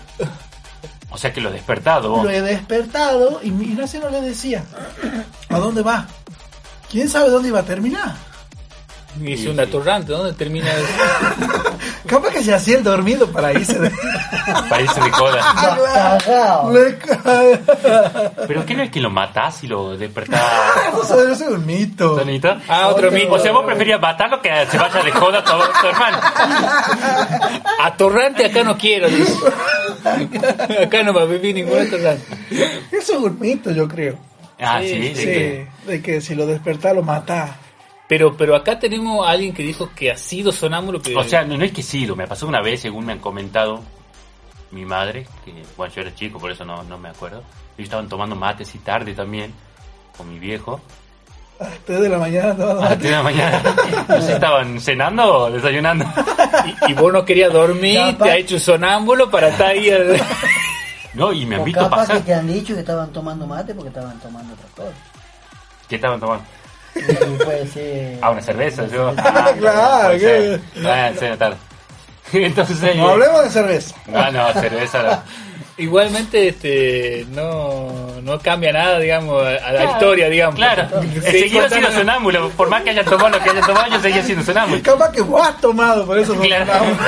[SPEAKER 3] O sea que lo despertado
[SPEAKER 2] Oh.
[SPEAKER 3] vos.
[SPEAKER 4] Lo he despertado y mi- Ignacio no le decía, ¿a dónde va? ¿Quién sabe dónde iba a terminar?
[SPEAKER 2] Dice
[SPEAKER 3] Sí,
[SPEAKER 2] un
[SPEAKER 3] sí.
[SPEAKER 2] atorrante, ¿dónde termina? el-
[SPEAKER 4] Capaz que se hacía el dormido para
[SPEAKER 2] [LAUGHS]
[SPEAKER 4] irse de... Ah,
[SPEAKER 3] Parece de coda.
[SPEAKER 2] Ah,
[SPEAKER 5] Cagao.
[SPEAKER 4] Le ca-
[SPEAKER 3] Pero ¿qué no es que lo matás y lo despertás,
[SPEAKER 4] O sea, Ah, eso es un mito.
[SPEAKER 3] Tonito?
[SPEAKER 2] Ah, otro mito.
[SPEAKER 3] O sea, vos preferías matarlo que se vaya de joda todo tu hermano.
[SPEAKER 2] Atorrante acá no quiero,
[SPEAKER 4] [LAUGHS]
[SPEAKER 2] dice. acá no me viví ningún atorrante.
[SPEAKER 4] Eso es un mito, yo creo.
[SPEAKER 3] Ah,
[SPEAKER 2] Sí, sí,
[SPEAKER 3] sí, de
[SPEAKER 4] Sí,
[SPEAKER 3] que-
[SPEAKER 4] de que si lo despertás lo matás.
[SPEAKER 2] Pero, pero acá tenemos a alguien que dijo que ha sido sonámbulo. Que...
[SPEAKER 3] O sea, no, no es que sí, lo- me pasó una vez, según me han comentado mi madre, que bueno, yo era chico, por eso no, no me acuerdo. Ellos estaban tomando mates y tarde también, con mi viejo.
[SPEAKER 4] A las 3 de la mañana no,
[SPEAKER 3] A las 3 de la mañana. No sé, estaban cenando o desayunando.
[SPEAKER 2] y, y vos no querías dormir,
[SPEAKER 5] Capaz.
[SPEAKER 2] te ha hecho un sonámbulo para estar ahí. eh. al-
[SPEAKER 3] No, y me han
[SPEAKER 5] O
[SPEAKER 3] visto
[SPEAKER 5] capaz que
[SPEAKER 3] pasar.
[SPEAKER 5] te han dicho que estaban tomando mate porque estaban tomando otras cosas.
[SPEAKER 3] ¿Qué estaban tomando?
[SPEAKER 5] Y puede ser-
[SPEAKER 3] Ah, una cerveza, yo.
[SPEAKER 4] Ah, [LAUGHS] claro,
[SPEAKER 3] puede ser.
[SPEAKER 4] que-
[SPEAKER 3] Ah, en serio, tarde. [LAUGHS] Entonces.
[SPEAKER 4] No hablemos de cerveza.
[SPEAKER 3] Ah, no, cerveza no.
[SPEAKER 2] [LAUGHS] Igualmente, este, no, no cambia nada, digamos, a, a la historia, digamos. [LAUGHS]
[SPEAKER 3] Claro, Eh,
[SPEAKER 2] Sí,
[SPEAKER 3] seguía siendo
[SPEAKER 2] contame.
[SPEAKER 3] sonámbulo. Por más que haya tomado lo que haya tomado, yo seguía
[SPEAKER 4] [LAUGHS]
[SPEAKER 3] siendo sonámbulo.
[SPEAKER 4] Capaz que vos has tomado, por eso no
[SPEAKER 3] Claro. [LAUGHS]
[SPEAKER 4] hablamos.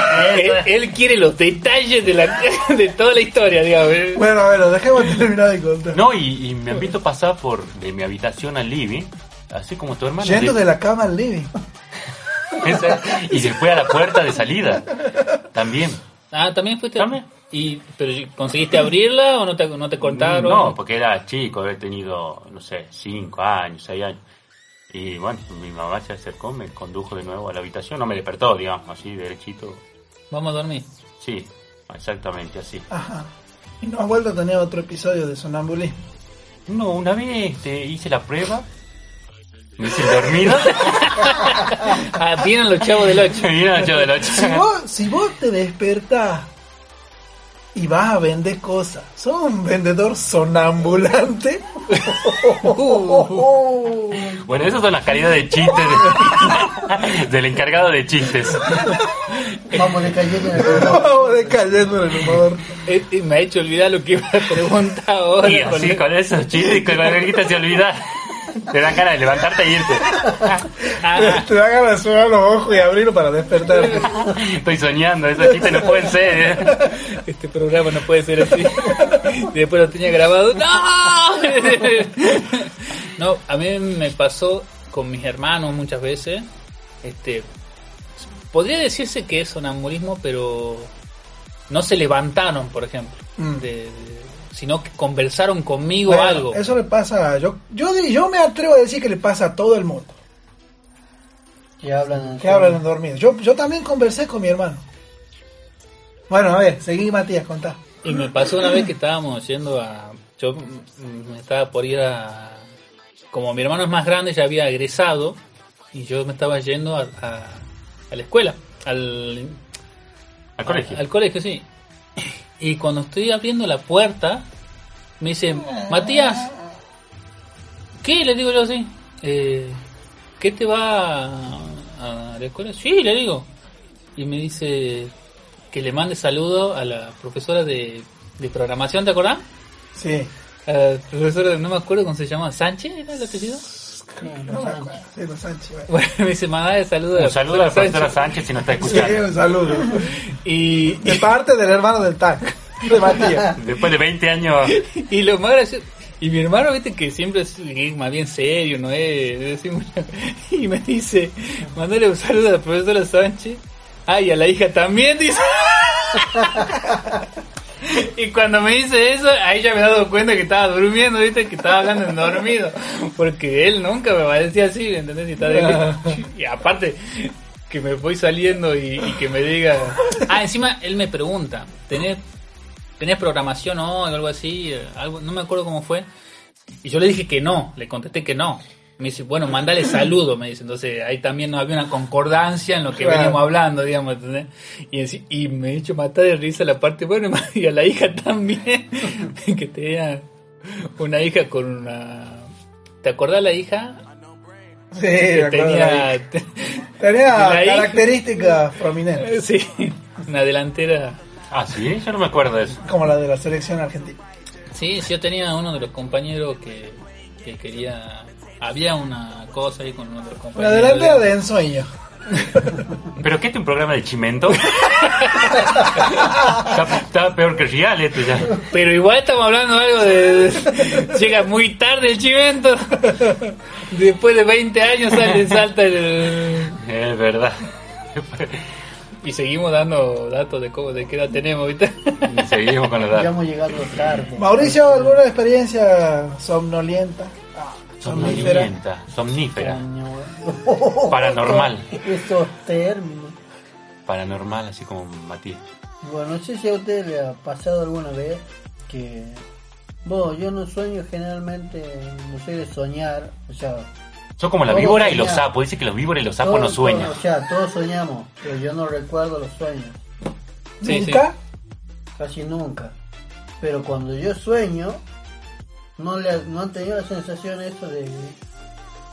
[SPEAKER 2] [LAUGHS] él, él quiere los detalles de, la, [LAUGHS] de toda la historia, digamos. eh.
[SPEAKER 4] Bueno, bueno, dejemos terminar de contar.
[SPEAKER 3] No, y, y me han visto pasar por de mi habitación al living, así como tu hermano.
[SPEAKER 4] Yendo
[SPEAKER 3] de-
[SPEAKER 4] de la cama al living.
[SPEAKER 3] [LAUGHS] y después a la puerta de salida. También.
[SPEAKER 2] Ah, también fuiste.
[SPEAKER 3] También.
[SPEAKER 2] Y, ¿Pero conseguiste abrirla o no te, no te contaron?
[SPEAKER 3] No, porque era chico, había tenido, no sé, 5 años, 6 años. Y bueno, mi mamá se acercó, me condujo de nuevo a la habitación, no me despertó, digamos, así, derechito.
[SPEAKER 2] Vamos a dormir.
[SPEAKER 3] Sí, exactamente así.
[SPEAKER 4] Ajá. Y no has vuelto a tener otro episodio de sonambulismo.
[SPEAKER 3] No, una vez este, hice la prueba, me hice el dormido,
[SPEAKER 2] Ah, vienen los chavos del 8.
[SPEAKER 3] me vino a de la noche.
[SPEAKER 4] Si vos, si vos te despertás y vas a vender cosas, sos un vendedor
[SPEAKER 3] [LAUGHS]
[SPEAKER 4] sonambulante. [LAUGHS]
[SPEAKER 2] Uh,
[SPEAKER 3] Bueno, esas son las calidades de chistes de- del encargado de chistes.
[SPEAKER 5] Vamos le cayendo en el reloj.
[SPEAKER 4] Vamos decayendo en el humor.
[SPEAKER 2] Este me ha hecho olvidar lo que iba a preguntar ahora.
[SPEAKER 3] Y
[SPEAKER 2] con
[SPEAKER 3] así,
[SPEAKER 2] el-
[SPEAKER 3] con esos chistes y con la verguita se olvida. Te dan ganas de levantarte e irte.
[SPEAKER 2] Ah,
[SPEAKER 4] [LAUGHS] Te dan ganas de cerrar los ojos y abrirlo para despertarte.
[SPEAKER 3] Estoy soñando, esos chistes no pueden ser. ¿eh?
[SPEAKER 2] este programa no puede ser así. [LAUGHS] Después lo tenía grabado. ¡No! [LAUGHS] No, a mí me pasó con mis hermanos muchas veces. Este, podría decirse que es sonambulismo, pero no se levantaron, por ejemplo,
[SPEAKER 4] Mm.
[SPEAKER 2] de- de- sino que conversaron conmigo
[SPEAKER 4] Bueno,
[SPEAKER 2] algo.
[SPEAKER 4] Eso le pasa, a- yo, yo, di- yo me atrevo a decir que le pasa a todo el mundo.
[SPEAKER 5] Que hablan en el
[SPEAKER 4] Que hablan en dormido. Yo, yo también conversé con mi hermano. Bueno, a ver, seguí Matías, contá.
[SPEAKER 2] Y me pasó una vez que estábamos yendo a. Yo mm, me estaba por ir a. Como mi hermano es más grande, ya había egresado. Y yo me estaba yendo a, a, a la escuela. Al,
[SPEAKER 3] Al colegio.
[SPEAKER 2] Al colegio, sí. Y cuando estoy abriendo la puerta, me dice, Matías, ¿qué? Le digo yo así. "Eh, ¿Qué te va a, a la escuela? Sí, le digo. Y me dice que le mande saludo a la profesora de, de programación, ¿te acordás?
[SPEAKER 4] Sí.
[SPEAKER 2] A la profesora, de- no me acuerdo cómo se llama, ¿Sánchez era el apellido? [LAUGHS]
[SPEAKER 4] Los Sánchez, sí, los Sánchez, bueno.
[SPEAKER 2] Bueno, me dice, mandale saludo a la
[SPEAKER 3] Un saludo a la
[SPEAKER 2] profesora
[SPEAKER 3] profesora
[SPEAKER 2] Sánchez".
[SPEAKER 3] Sánchez si nos está
[SPEAKER 4] Sí,
[SPEAKER 3] escuchando.
[SPEAKER 4] un saludo.
[SPEAKER 2] Y,
[SPEAKER 4] De parte del hermano del TAC, de Matías.
[SPEAKER 3] Después de 20 años,
[SPEAKER 2] [LAUGHS] Y lo más gracioso. Y mi hermano, viste, que siempre es eh, más bien serio, ¿no Eh, es? Decimos- [LAUGHS] Y me dice, mandale un saludo a la profesora Sánchez. Ah, y a la hija también, dice. [LAUGHS] Y cuando me dice eso, ahí ya me he dado cuenta que estaba durmiendo, viste, que estaba hablando en dormido. Porque él nunca me va a decir así, ¿me ¿entendés? Y, está [LAUGHS] de- y aparte, que me voy saliendo y, y que me diga... Ah, encima él me pregunta, ¿tenés, tenés programación o algo así? eh, algo No me acuerdo cómo fue. Y yo le dije que no, le contesté que no. Me dice, bueno, mandale saludo, me dice. Entonces ahí también no había una concordancia en lo que
[SPEAKER 4] Claro.
[SPEAKER 2] veníamos hablando, digamos. ¿entendés? Y, enci- y me he hecho matar de risa la parte, bueno, [LAUGHS] y a la [LAUGHS] hija también, que tenía una hija con una ¿Te acordás la hija?
[SPEAKER 4] Sí, me acuerdo de la hija.
[SPEAKER 2] Tenía,
[SPEAKER 4] Tenía
[SPEAKER 2] la hija.
[SPEAKER 4] características
[SPEAKER 2] [LAUGHS]
[SPEAKER 4] prominentes,
[SPEAKER 2] sí, una delantera.
[SPEAKER 3] Ah, sí, yo no me acuerdo de eso.
[SPEAKER 4] como la de la selección argentina.
[SPEAKER 2] Sí, sí, yo tenía uno de los compañeros que, que quería... Había una cosa ahí con uno de los compañeros.
[SPEAKER 4] La delantera de ensueño.
[SPEAKER 3] ¿Pero qué es un programa de chimento? está, está peor que Real esto ya.
[SPEAKER 2] Pero igual estamos hablando de algo de... de- [LAUGHS] llega muy tarde el chivento. Después de 20 años sale, salta el...
[SPEAKER 3] Es verdad.
[SPEAKER 2] Y seguimos dando datos de cómo de qué edad tenemos, ¿viste?
[SPEAKER 3] Y seguimos con la
[SPEAKER 5] Ya
[SPEAKER 3] edad.
[SPEAKER 5] hemos llegado tarde.
[SPEAKER 4] Mauricio, ¿alguna experiencia somnolienta? Ah,
[SPEAKER 3] Somnolienta, somnífera,
[SPEAKER 5] Coño,
[SPEAKER 3] paranormal.
[SPEAKER 5] [LAUGHS] Esos términos.
[SPEAKER 3] Paranormal, así como Matías.
[SPEAKER 5] Bueno, no sé si a usted le ha pasado alguna vez que... Vos, yo no sueño generalmente, no soy de soñar, o sea,
[SPEAKER 3] Son como la
[SPEAKER 5] Todo
[SPEAKER 3] víbora y
[SPEAKER 5] sueña.
[SPEAKER 3] los sapos. Dice que los víboras y los sapos no
[SPEAKER 5] todos-
[SPEAKER 3] sueñan.
[SPEAKER 5] todos- o sea, todos soñamos, pero yo no recuerdo los sueños,
[SPEAKER 2] Sí,
[SPEAKER 4] ¿Nunca?
[SPEAKER 5] casi nunca. Pero cuando yo sueño, no, le, no han tenido la sensación esto de,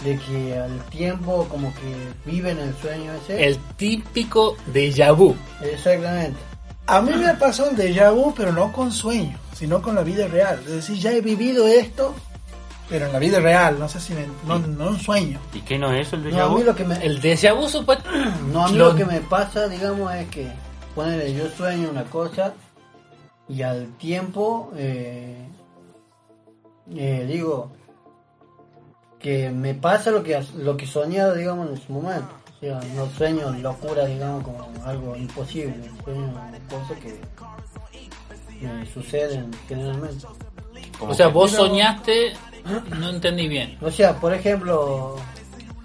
[SPEAKER 5] de que al tiempo como que viven el sueño ese.
[SPEAKER 2] El típico déjà vu.
[SPEAKER 5] Exactamente.
[SPEAKER 4] A mí me pasó un déjà vu, pero no con sueño, sino con la vida real. Es decir, ya he vivido esto, pero en la vida real, no sé si me, no, no un sueño.
[SPEAKER 3] ¿Y qué no es eso el
[SPEAKER 5] No,
[SPEAKER 3] déjà
[SPEAKER 5] a mí
[SPEAKER 3] vu?
[SPEAKER 5] lo que me,
[SPEAKER 2] El déjà vu supuesto...
[SPEAKER 5] No, a mí
[SPEAKER 2] Lo-
[SPEAKER 5] lo que me pasa, digamos, es que, ponele, yo sueño una cosa y al tiempo eh, eh, digo que me pasa lo que lo que soñaba, digamos, en su momento. O sea, no sueño locura, digamos, como algo imposible. Sueño cosas que me suceden generalmente.
[SPEAKER 3] Como
[SPEAKER 2] O sea,
[SPEAKER 3] que-
[SPEAKER 2] vos soñaste... No entendí bien.
[SPEAKER 5] O sea, por ejemplo...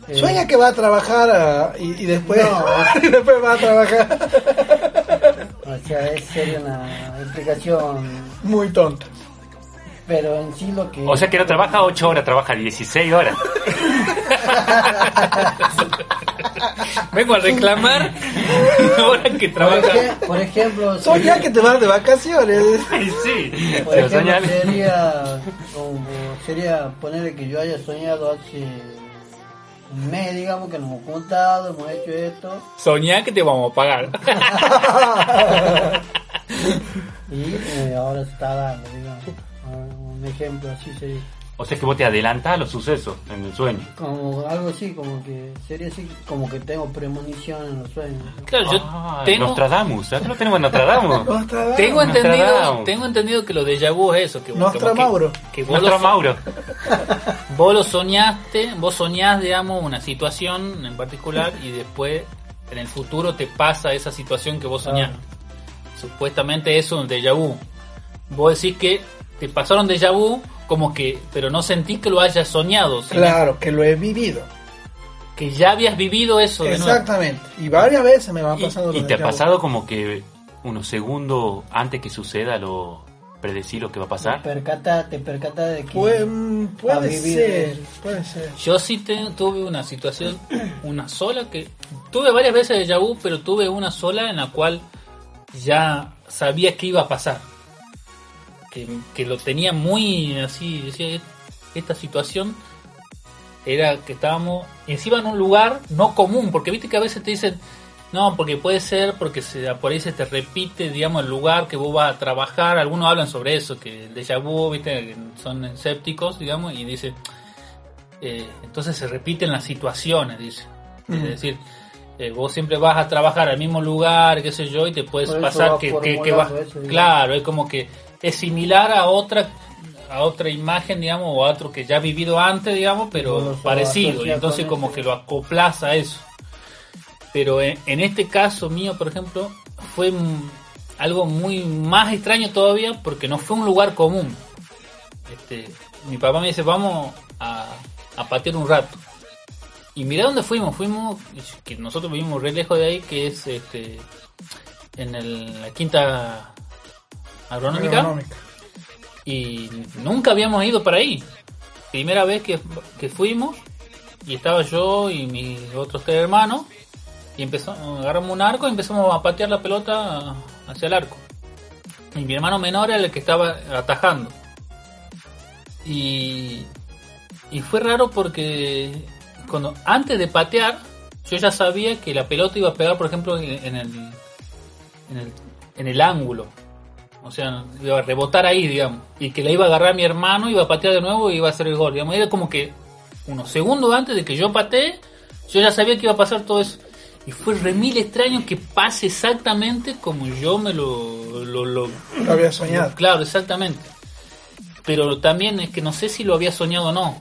[SPEAKER 5] eh,
[SPEAKER 4] Sueña que va a trabajar ah, y, y después,
[SPEAKER 5] No.
[SPEAKER 4] [LAUGHS] y después va a trabajar.
[SPEAKER 5] O sea, es sería una explicación...
[SPEAKER 4] Muy tonto.
[SPEAKER 5] Pero en sí lo que...
[SPEAKER 3] O sea que no trabaja 8 horas, trabaja 16 horas. [LAUGHS]
[SPEAKER 2] Vengo a reclamar ahora que
[SPEAKER 5] Por,
[SPEAKER 2] trabaja...
[SPEAKER 5] ejem- por ejemplo,
[SPEAKER 4] Soña que te vas de vacaciones.
[SPEAKER 3] Y sí,
[SPEAKER 5] por
[SPEAKER 3] se lo
[SPEAKER 5] ejemplo,
[SPEAKER 3] soñan.
[SPEAKER 5] sería, como sería ponerle que yo haya soñado hace un mes, digamos, que nos hemos juntado, hemos hecho esto,
[SPEAKER 2] Soñá que te vamos a pagar.
[SPEAKER 5] y eh, ahora se está dando, digamos. Ahora, Un ejemplo así sería.
[SPEAKER 3] O sea que vos te adelantás a los sucesos en el sueño.
[SPEAKER 5] Como algo así, como que sería así, como que tengo premonición en los sueños.
[SPEAKER 2] Claro, yo
[SPEAKER 3] Ah,
[SPEAKER 2] tengo...
[SPEAKER 3] Nostradamus, acá lo tenemos
[SPEAKER 5] [LAUGHS]
[SPEAKER 3] en Nostradamus.
[SPEAKER 4] Nostradamus.
[SPEAKER 2] Tengo
[SPEAKER 3] Nos
[SPEAKER 2] entendido,
[SPEAKER 3] tratamos.
[SPEAKER 2] tengo entendido que lo de vu es eso, que,
[SPEAKER 4] Nos
[SPEAKER 2] que-
[SPEAKER 4] tramauro.
[SPEAKER 2] que vos, lo,
[SPEAKER 3] Nostramauro.
[SPEAKER 2] vos lo soñaste, vos soñás, digamos, una situación en particular y después en el futuro te pasa esa situación que
[SPEAKER 4] Ah.
[SPEAKER 2] vos soñaste. Supuestamente eso es un déjà vu. Vos decís que te pasaron déjà vu como que, pero no sentís que lo hayas soñado, sino
[SPEAKER 4] Claro, que lo he vivido.
[SPEAKER 2] que ya habías vivido eso de nuevo.
[SPEAKER 4] Exactamente. Y varias veces me van
[SPEAKER 2] Y-
[SPEAKER 4] pasando
[SPEAKER 3] Y
[SPEAKER 4] los
[SPEAKER 3] te ha
[SPEAKER 4] déjà vu.
[SPEAKER 3] pasado como que unos segundos antes que suceda lo predecir lo que va a pasar.
[SPEAKER 5] Percata, te percata de que...
[SPEAKER 4] Pue- mm,
[SPEAKER 5] Ha
[SPEAKER 4] puede
[SPEAKER 5] vivido
[SPEAKER 4] ser, puede ser.
[SPEAKER 2] Yo sí te- tuve una situación, una sola que. Tuve varias veces de vu, pero tuve una sola en la cual ya sabía que iba a pasar. Que, que lo tenía muy así, decía, "E-, esta situación era que estábamos encima en un lugar no común, porque viste que a veces te dicen, no, porque puede ser, porque se, por ahí se te repite, digamos, el lugar que vos vas a trabajar, algunos hablan sobre eso, que el déjà vu, viste, son escépticos, digamos, y dicen, eh, entonces se repiten las situaciones, dice.
[SPEAKER 5] Mm.
[SPEAKER 2] Es decir, eh, vos siempre vas a trabajar al mismo lugar, qué sé yo, y te puedes
[SPEAKER 5] Por eso
[SPEAKER 2] pasar
[SPEAKER 5] va
[SPEAKER 2] que, que, que vas...
[SPEAKER 5] formulando eso, digamos.
[SPEAKER 2] Claro, es como que es similar a otra a otra imagen, digamos, o a otro que ya ha vivido antes, digamos, pero
[SPEAKER 5] Bueno, se
[SPEAKER 2] parecido.
[SPEAKER 5] asocia
[SPEAKER 2] Y entonces
[SPEAKER 5] con este.
[SPEAKER 2] como
[SPEAKER 5] eso.
[SPEAKER 2] que lo acoplas a eso. Pero en, en este caso mío, por ejemplo, fue mm, algo muy más extraño todavía porque no fue un lugar común. Este, mi papá me dice, vamos a, a patear un rato. Y mira dónde fuimos, fuimos, que nosotros vivimos re lejos de ahí, que es este en el- la quinta agronómica.
[SPEAKER 4] Agronómica.
[SPEAKER 2] Y nunca habíamos ido para ahí. Primera vez que, que fuimos, y estaba yo y mis otros tres hermanos, y empezamos, agarramos un arco y empezamos a patear la pelota hacia el arco. Y mi hermano menor era el que estaba atajando. Y Y fue raro porque cuando antes de patear, yo ya sabía que la pelota iba a pegar, por ejemplo, en, en el, en, el, en el ángulo. O sea, iba a rebotar ahí, digamos. Y que la iba a agarrar mi hermano, iba a patear de nuevo y iba a hacer el gol. Digamos. Era como que unos segundos antes de que yo patee, yo ya sabía que iba a pasar todo eso. Y fue re mil extraño que pase exactamente como yo me lo... Lo, lo,
[SPEAKER 4] Lo había soñado.
[SPEAKER 2] Claro, exactamente. Pero también es que no sé si lo había soñado o no.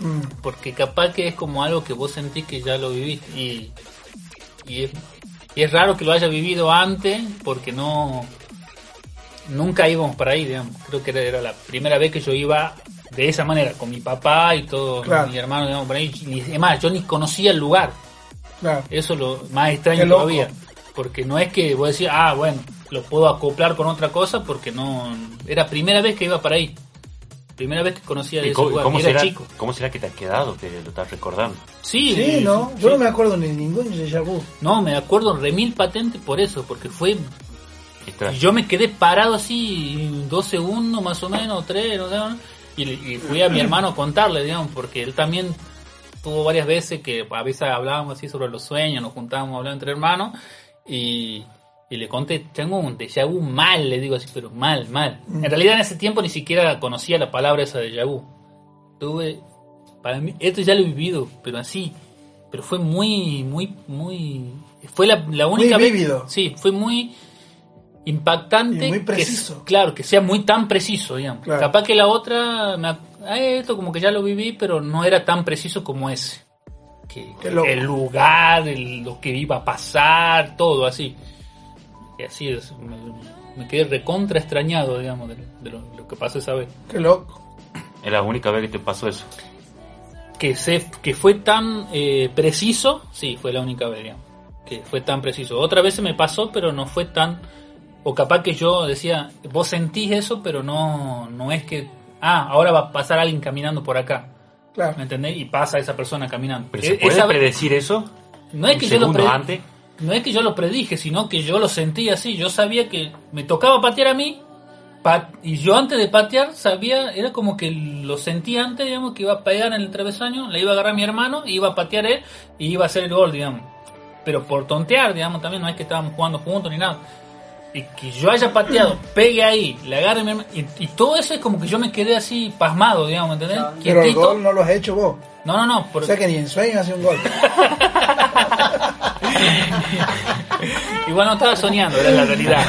[SPEAKER 4] Mm.
[SPEAKER 2] Porque capaz que es como algo que vos sentís que ya lo viviste. Y, y, es, y es raro que lo haya vivido antes porque no... Nunca íbamos para ahí, digamos. Creo que era, era la primera vez que yo iba de esa manera, con mi papá y todo,
[SPEAKER 4] Claro.
[SPEAKER 2] mi hermano, digamos, por ahí. Y además, yo ni conocía el lugar.
[SPEAKER 4] Claro.
[SPEAKER 2] Eso es lo más extraño
[SPEAKER 4] Qué loco.
[SPEAKER 2] todavía. Porque no es que vos decís, ah, bueno, lo puedo acoplar con otra cosa porque no. Era primera vez que iba para ahí. Primera vez que conocía de
[SPEAKER 3] ¿Y
[SPEAKER 2] ese
[SPEAKER 3] cómo,
[SPEAKER 2] lugar.
[SPEAKER 3] cómo
[SPEAKER 2] y era
[SPEAKER 3] será,
[SPEAKER 2] chico.
[SPEAKER 3] cómo será que te has quedado, que lo estás recordando?
[SPEAKER 2] Sí,
[SPEAKER 4] Sí, ¿no?
[SPEAKER 2] sí.
[SPEAKER 4] Yo no me acuerdo ni ningún déjà vu.
[SPEAKER 2] No, me acuerdo remil patente por eso, porque fue.
[SPEAKER 3] Extraño.
[SPEAKER 2] Yo me quedé parado así dos segundos más o menos, tres, no sé, ¿no? y, y fui a mi hermano a contarle, digamos, porque él también tuvo varias veces que a veces hablábamos así sobre los sueños, nos juntábamos a hablar entre hermanos y, y le conté, tengo un déjà vu mal, le digo así, pero mal, mal. En realidad en ese tiempo ni siquiera conocía la palabra esa déjà vu. Tuve, para mí, esto ya lo he vivido, pero así, pero fue muy, muy, muy, fue la, la única vez-
[SPEAKER 4] vívido.
[SPEAKER 2] sí, fue muy impactante.
[SPEAKER 4] Y muy
[SPEAKER 2] que-
[SPEAKER 4] preciso.
[SPEAKER 2] claro, que sea muy tan preciso, digamos.
[SPEAKER 4] Claro.
[SPEAKER 2] Capaz que la otra, me ac- "Ay, esto como que ya lo viví, pero no era tan preciso como ese que,
[SPEAKER 4] Qué loco.
[SPEAKER 2] el lugar, el- lo que iba a pasar, todo así. Y así es, me, me quedé recontra extrañado, digamos, de, de lo, lo que pasó esa vez.
[SPEAKER 4] Qué loco.
[SPEAKER 3] Es la única vez que te pasó eso.
[SPEAKER 2] Que, se, que fue tan eh, preciso, sí, fue la única vez, digamos, que fue tan preciso. Otra vez se me pasó, pero no fue tan... O capaz que yo decía, vos sentís eso, pero no, no es que... Ah, ahora va a pasar alguien caminando por acá. ¿Me
[SPEAKER 4] Claro.
[SPEAKER 2] entendés? Y pasa esa persona caminando.
[SPEAKER 3] ¿Pero se
[SPEAKER 2] E-
[SPEAKER 3] puede
[SPEAKER 2] esa vez-
[SPEAKER 3] predecir eso?
[SPEAKER 2] no es
[SPEAKER 3] un
[SPEAKER 2] que yo lo
[SPEAKER 3] segundo
[SPEAKER 2] predi-
[SPEAKER 3] antes?
[SPEAKER 2] no es que yo lo predije, sino que yo lo sentí así. Yo sabía que me tocaba patear a mí. pa- y yo antes de patear sabía, era como que lo sentí antes, digamos, que iba a pegar en el travesaño, le iba a agarrar a mi hermano, iba a patear él y iba a hacer el gol, digamos. Pero por tontear, digamos, también no es que estábamos jugando juntos ni nada. Y que yo haya
[SPEAKER 4] [CLEARS THROAT]
[SPEAKER 2] pateado, pegue ahí, le agarre a mi hermano. Y, y todo eso es como que yo me quedé así pasmado, digamos, ¿entendés?
[SPEAKER 4] Pero el
[SPEAKER 2] Quietito.
[SPEAKER 4] gol no lo has hecho vos.
[SPEAKER 2] No, no, no. por-
[SPEAKER 4] O sea que ni en sueño hace un gol. [LAUGHS]
[SPEAKER 2] Igual no estaba soñando, era la realidad.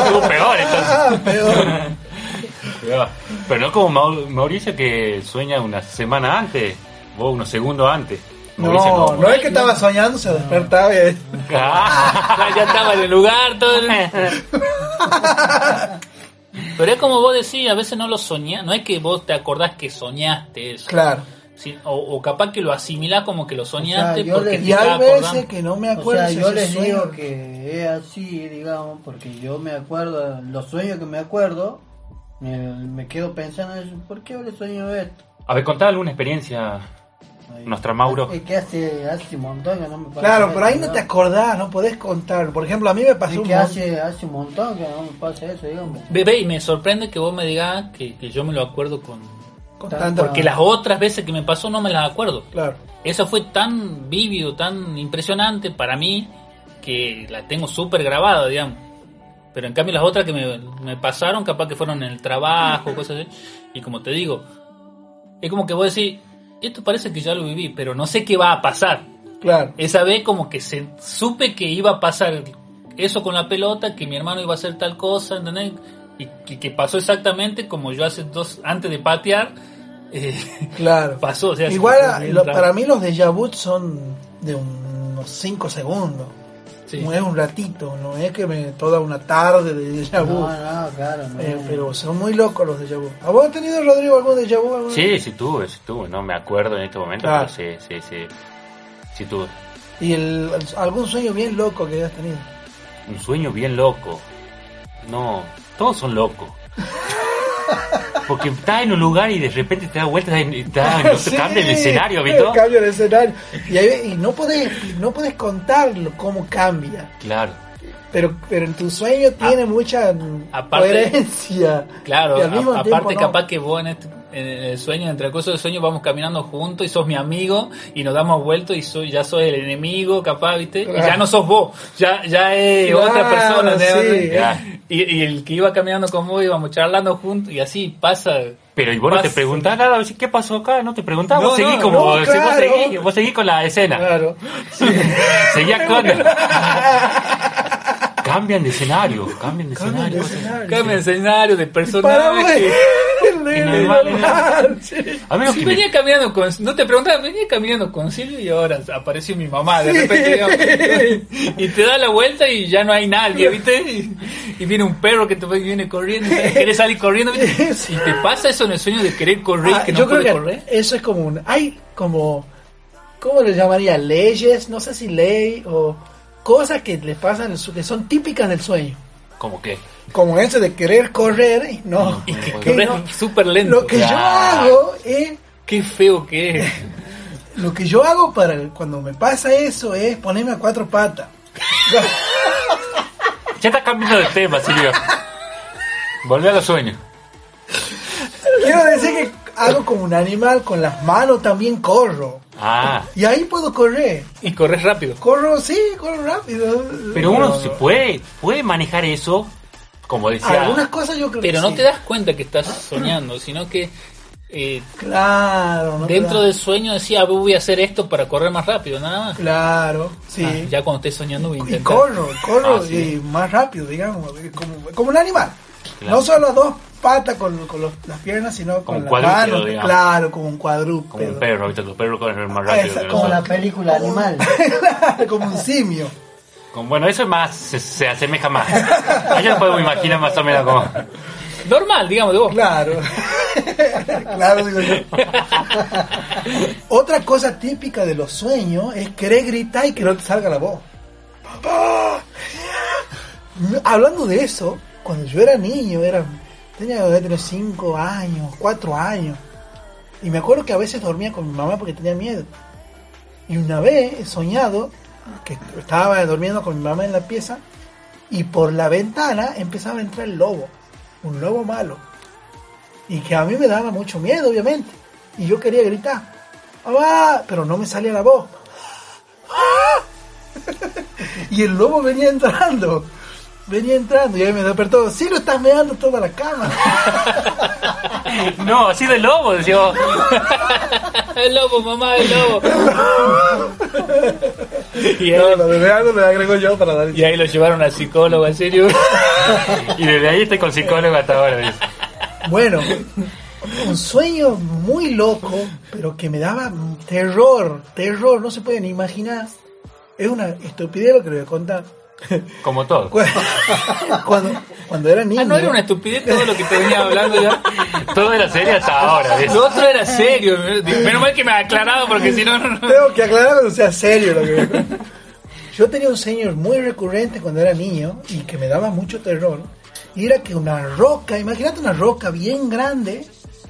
[SPEAKER 2] [LAUGHS]
[SPEAKER 3] Estuvo peor, entonces.
[SPEAKER 4] Ah, peor.
[SPEAKER 3] Pero no como Mau- Mauricio que sueña una semana antes, vos unos segundos antes.
[SPEAKER 4] No,
[SPEAKER 3] Mauricio
[SPEAKER 4] no,
[SPEAKER 3] no.
[SPEAKER 4] es que estaba soñando, se despertaba y...
[SPEAKER 2] [LAUGHS]
[SPEAKER 3] Ah,
[SPEAKER 2] Ya, ya estaba en el lugar, todo. en- Pero es como vos decís, a veces no lo soñás, no es que vos te acordás que soñaste eso,
[SPEAKER 4] Claro.
[SPEAKER 2] Sí, o, o capaz que lo asimilás como que lo soñaste
[SPEAKER 5] O sea, yo
[SPEAKER 2] porque
[SPEAKER 5] le-
[SPEAKER 2] te
[SPEAKER 4] Y
[SPEAKER 2] estaba
[SPEAKER 4] hay
[SPEAKER 2] acordando.
[SPEAKER 4] veces que no me
[SPEAKER 5] O
[SPEAKER 4] acuerdo
[SPEAKER 5] sea,
[SPEAKER 4] si
[SPEAKER 5] yo
[SPEAKER 4] ese
[SPEAKER 5] les
[SPEAKER 4] sueño-
[SPEAKER 5] digo que es así, digamos, porque yo me acuerdo, los sueños que me acuerdo, me, me quedo pensando, en, ¿por qué ahora sueño esto?
[SPEAKER 3] A ver, contá alguna experiencia.
[SPEAKER 5] Ay,
[SPEAKER 3] Nuestra Mauro.
[SPEAKER 5] Es que hace, hace un montón que no me pasa.
[SPEAKER 4] Claro,
[SPEAKER 5] esto,
[SPEAKER 4] por ahí no te
[SPEAKER 5] ¿verdad?
[SPEAKER 4] acordás, no podés contar. Por ejemplo, a mí me pasó
[SPEAKER 5] Es
[SPEAKER 4] un
[SPEAKER 5] que
[SPEAKER 4] mon-
[SPEAKER 5] hace, hace un montón que no me pasa eso, digamos.
[SPEAKER 2] Bebé, y me sorprende que vos me digas que, que yo me lo acuerdo con...
[SPEAKER 4] con
[SPEAKER 5] tan-
[SPEAKER 4] tanto...
[SPEAKER 2] Porque las otras veces que me pasó no me las acuerdo.
[SPEAKER 4] Claro.
[SPEAKER 2] Eso fue tan vívido, tan impresionante para mí que la tengo súper grabada, digamos. Pero en cambio las otras que me, me pasaron, capaz que fueron en el trabajo, cosas así. Y como te digo, es como que vos decís, esto parece que ya lo viví, pero no sé qué va a pasar.
[SPEAKER 4] Claro.
[SPEAKER 2] Esa vez como que se, supe que iba a pasar eso con la pelota, que mi hermano iba a hacer tal cosa, ¿entendés? Y, que- que pasó exactamente como yo hace dos, antes de patear, eh, [LAUGHS]
[SPEAKER 4] Claro.
[SPEAKER 2] pasó. o sea,
[SPEAKER 4] Igual a-
[SPEAKER 2] se-
[SPEAKER 4] lo- para mí los déjà vu son de unos 5 segundos.
[SPEAKER 2] Sí.
[SPEAKER 4] No es un ratito, no es que me toda una tarde de déjà vu.
[SPEAKER 5] No, no, claro, no.
[SPEAKER 4] Eh, pero son muy locos los déjà vu. ¿A vos has tenido, Rodrigo, algún déjà vu? alguna
[SPEAKER 3] Sí,
[SPEAKER 4] vez?
[SPEAKER 3] sí tuve, sí tuve. No me acuerdo en este momento,
[SPEAKER 4] Claro.
[SPEAKER 3] pero sí, sí, sí. Sí tuve.
[SPEAKER 4] ¿Y el- algún sueño bien loco que hayas tenido?
[SPEAKER 3] Un sueño bien loco. No, todos son locos. Porque estás en un lugar y de repente te das vueltas,
[SPEAKER 4] [LAUGHS]
[SPEAKER 3] estás en,
[SPEAKER 4] Sí,
[SPEAKER 3] cambia el escenario, ¿viste?
[SPEAKER 4] [LAUGHS] Cambia el escenario. Y, ahí- y no podés, no podés contarlo cómo cambia.
[SPEAKER 3] Claro.
[SPEAKER 4] Pero, pero en tu sueño tiene mucha mm,
[SPEAKER 2] Ah. aparte-
[SPEAKER 4] coherencia.
[SPEAKER 2] Claro,
[SPEAKER 4] Y al mismo
[SPEAKER 2] a-
[SPEAKER 4] tiempo
[SPEAKER 2] aparte
[SPEAKER 4] no.
[SPEAKER 2] capaz que vos en este, en en el sueño, entre el curso del sueño vamos caminando juntos y sos mi amigo y nos damos vueltos y soy, ya soy el enemigo, capaz, ¿viste? Y ya no sos vos, ya, ya es
[SPEAKER 4] Claro,
[SPEAKER 2] otra persona. ¿te
[SPEAKER 4] sí.
[SPEAKER 2] das cuenta? Y, y el que iba caminando con vos íbamos charlando juntos y así pasa.
[SPEAKER 3] Pero y vos no te
[SPEAKER 2] Pasa.
[SPEAKER 3] preguntás nada, a veces, ¿qué pasó acá? No te preguntás,
[SPEAKER 4] No,
[SPEAKER 3] vos seguís
[SPEAKER 4] no,
[SPEAKER 3] como,
[SPEAKER 4] no,
[SPEAKER 3] vos
[SPEAKER 4] claro.
[SPEAKER 3] seguís, vos seguís con la escena,
[SPEAKER 4] Claro.
[SPEAKER 3] seguís actuando. cambian de escenario, cambian de escenario. cosas.
[SPEAKER 2] Cambia el escenario de
[SPEAKER 4] Para vos,
[SPEAKER 2] personaje.
[SPEAKER 4] el de-
[SPEAKER 3] Y normal,
[SPEAKER 4] sí.
[SPEAKER 3] A menos
[SPEAKER 2] Sí,
[SPEAKER 3] que me-
[SPEAKER 2] venía caminando con, no te preguntaba, venía caminando con Silvio y ahora apareció mi mamá de repente, digamos. y te da la vuelta y ya no hay nadie, ¿viste? Y, y viene un perro que te ve- viene corriendo, y querés salir corriendo, ¿viste? Y te pasa eso en el sueño de querer correr,
[SPEAKER 4] Ah,
[SPEAKER 2] que no
[SPEAKER 4] yo creo
[SPEAKER 2] puede
[SPEAKER 4] que
[SPEAKER 2] correr.
[SPEAKER 4] eso es como un... Hay como... ¿Cómo lo llamaría? Leyes, no sé si ley o cosas que le pasan, en su- que son típicas del sueño.
[SPEAKER 3] como que
[SPEAKER 4] Como ese de querer correr y no.
[SPEAKER 2] Y que
[SPEAKER 4] que
[SPEAKER 2] corres
[SPEAKER 4] no.
[SPEAKER 2] súper lento.
[SPEAKER 4] Lo que yo
[SPEAKER 3] Ah.
[SPEAKER 4] hago es...
[SPEAKER 2] Qué feo que es.
[SPEAKER 4] Lo que yo hago para cuando me pasa eso es ponerme a cuatro patas.
[SPEAKER 3] ya estás cambiando de tema, Silvio. Volvé a los sueños.
[SPEAKER 4] Quiero decir que hago como un animal, con las manos también corro.
[SPEAKER 3] Ah,
[SPEAKER 4] Y ahí puedo correr.
[SPEAKER 2] Y corres rápido.
[SPEAKER 4] Corro, sí, corro rápido.
[SPEAKER 3] pero uno se puede, puede manejar eso, como decía.
[SPEAKER 4] Algunas cosas yo creo
[SPEAKER 2] Pero
[SPEAKER 4] que
[SPEAKER 2] no
[SPEAKER 4] sí.
[SPEAKER 2] te das cuenta que estás soñando, sino que eh,
[SPEAKER 4] Claro, no te
[SPEAKER 2] dentro
[SPEAKER 4] da-
[SPEAKER 2] del sueño decía, "Ah, voy a hacer esto para correr más rápido, nada más.
[SPEAKER 4] Claro, sí.
[SPEAKER 2] Ah, ya cuando estés soñando voy a
[SPEAKER 4] y
[SPEAKER 2] intentar.
[SPEAKER 4] corro, corro
[SPEAKER 3] Ah, sí.
[SPEAKER 4] y más rápido, digamos. Como, como un animal.
[SPEAKER 3] Claro.
[SPEAKER 4] No solo dos patas con, con los- las piernas, sino
[SPEAKER 3] Como
[SPEAKER 4] con
[SPEAKER 3] un
[SPEAKER 4] las
[SPEAKER 3] cuadrúpedo,
[SPEAKER 4] manos.
[SPEAKER 3] digamos.
[SPEAKER 4] Claro, como un cuadrúpedo.
[SPEAKER 3] como un perro, ahorita los perros corren más
[SPEAKER 4] Ah,
[SPEAKER 3] rápido.
[SPEAKER 4] esa-
[SPEAKER 3] que
[SPEAKER 4] como
[SPEAKER 5] Como la
[SPEAKER 3] nosotros.
[SPEAKER 5] película
[SPEAKER 4] [LAUGHS]
[SPEAKER 5] Animal.
[SPEAKER 4] como un simio.
[SPEAKER 3] Como- bueno, eso es más, se, se
[SPEAKER 4] [LAUGHS]
[SPEAKER 3] asemeja más. Allá lo podemos imaginar más o menos como.
[SPEAKER 2] Normal, digamos, de vos.
[SPEAKER 4] Claro. [LAUGHS] claro, digo yo. Otra cosa típica de los sueños es querer gritar y que no te salga la voz. ¡Papá! [LAUGHS] Hablando de eso, cuando yo era niño, era, tenía que haber tenido 5 años, 4 años. Y me acuerdo que a veces dormía con mi mamá porque tenía miedo. Y una vez he soñado que estaba durmiendo con mi mamá en la pieza y por la ventana empezaba a entrar el lobo, un lobo malo. Y que a mí me daba mucho miedo, obviamente. Y yo quería gritar, ¡Papá! pero no me salía la voz. [LAUGHS] ¡Ah! y el lobo venía entrando, venía entrando y ahí me despertó, sí lo estás meando toda la cama. [LAUGHS]
[SPEAKER 3] No, así de lobo, decía. vos.
[SPEAKER 2] [LAUGHS] El lobo, mamá, el lobo. y, ahí,
[SPEAKER 4] No, lo de meando me agrego yo para dar
[SPEAKER 2] y ahí lo llevaron al psicólogo, en serio. [LAUGHS]
[SPEAKER 3] Y desde ahí estoy con psicólogo hasta ahora. dice.
[SPEAKER 4] Bueno, un sueño muy loco, pero que me daba terror, terror, no se pueden imaginar. Es una estupidez lo que le voy a contar. [LAUGHS]
[SPEAKER 3] Como todo.
[SPEAKER 4] Cu- Cuando, cuando era niño.
[SPEAKER 2] Ah, no era una estupidez todo lo que te venía hablando ya.
[SPEAKER 3] Todo era serio hasta ahora. dice.
[SPEAKER 2] Lo otro era serio. Menos mal que me ha aclarado porque si no, no, no.
[SPEAKER 4] Tengo que aclarar cuando sea serio lo que voy a contar. [LAUGHS] Yo tenía un sueño muy recurrente cuando era niño y que me daba mucho terror. Y era que una roca, imagínate una roca bien grande,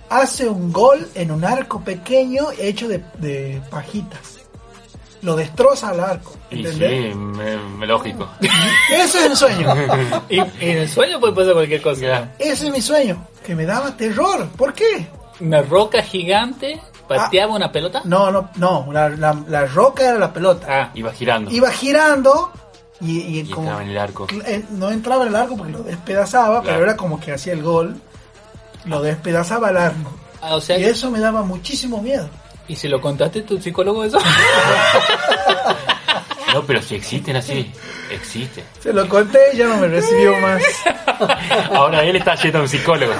[SPEAKER 4] hace un gol en un arco pequeño hecho de, de pajitas. Lo destroza al arco.
[SPEAKER 3] Y
[SPEAKER 4] ¿Entendés?
[SPEAKER 3] sí, me- me lógico.
[SPEAKER 4] Eso es mi
[SPEAKER 3] [LAUGHS]
[SPEAKER 4] sueño.
[SPEAKER 2] Y, y en el sueño puede pasar cualquier cosa.
[SPEAKER 3] Ya.
[SPEAKER 4] Ese es mi sueño. Que me daba terror. ¿Por qué?
[SPEAKER 2] Una roca gigante pateaba una pelota.
[SPEAKER 4] No, no, no. La, la- la roca era la pelota.
[SPEAKER 2] Ah,
[SPEAKER 3] Iba girando.
[SPEAKER 4] Iba girando y, y
[SPEAKER 3] Y
[SPEAKER 4] como
[SPEAKER 3] estaba en el arco.
[SPEAKER 4] cl- eh, no entraba en el arco porque lo despedazaba,
[SPEAKER 3] Claro.
[SPEAKER 4] pero era como que hacía el gol. Lo despedazaba el arco.
[SPEAKER 2] ah, o sea,
[SPEAKER 4] Y eso me daba muchísimo miedo.
[SPEAKER 2] ¿y si lo contaste tu psicólogo eso?
[SPEAKER 3] No, pero si existen así, existen.
[SPEAKER 4] Se lo conté y ya no me recibió [LAUGHS] más.
[SPEAKER 3] Ahora él está yendo a un psicólogo.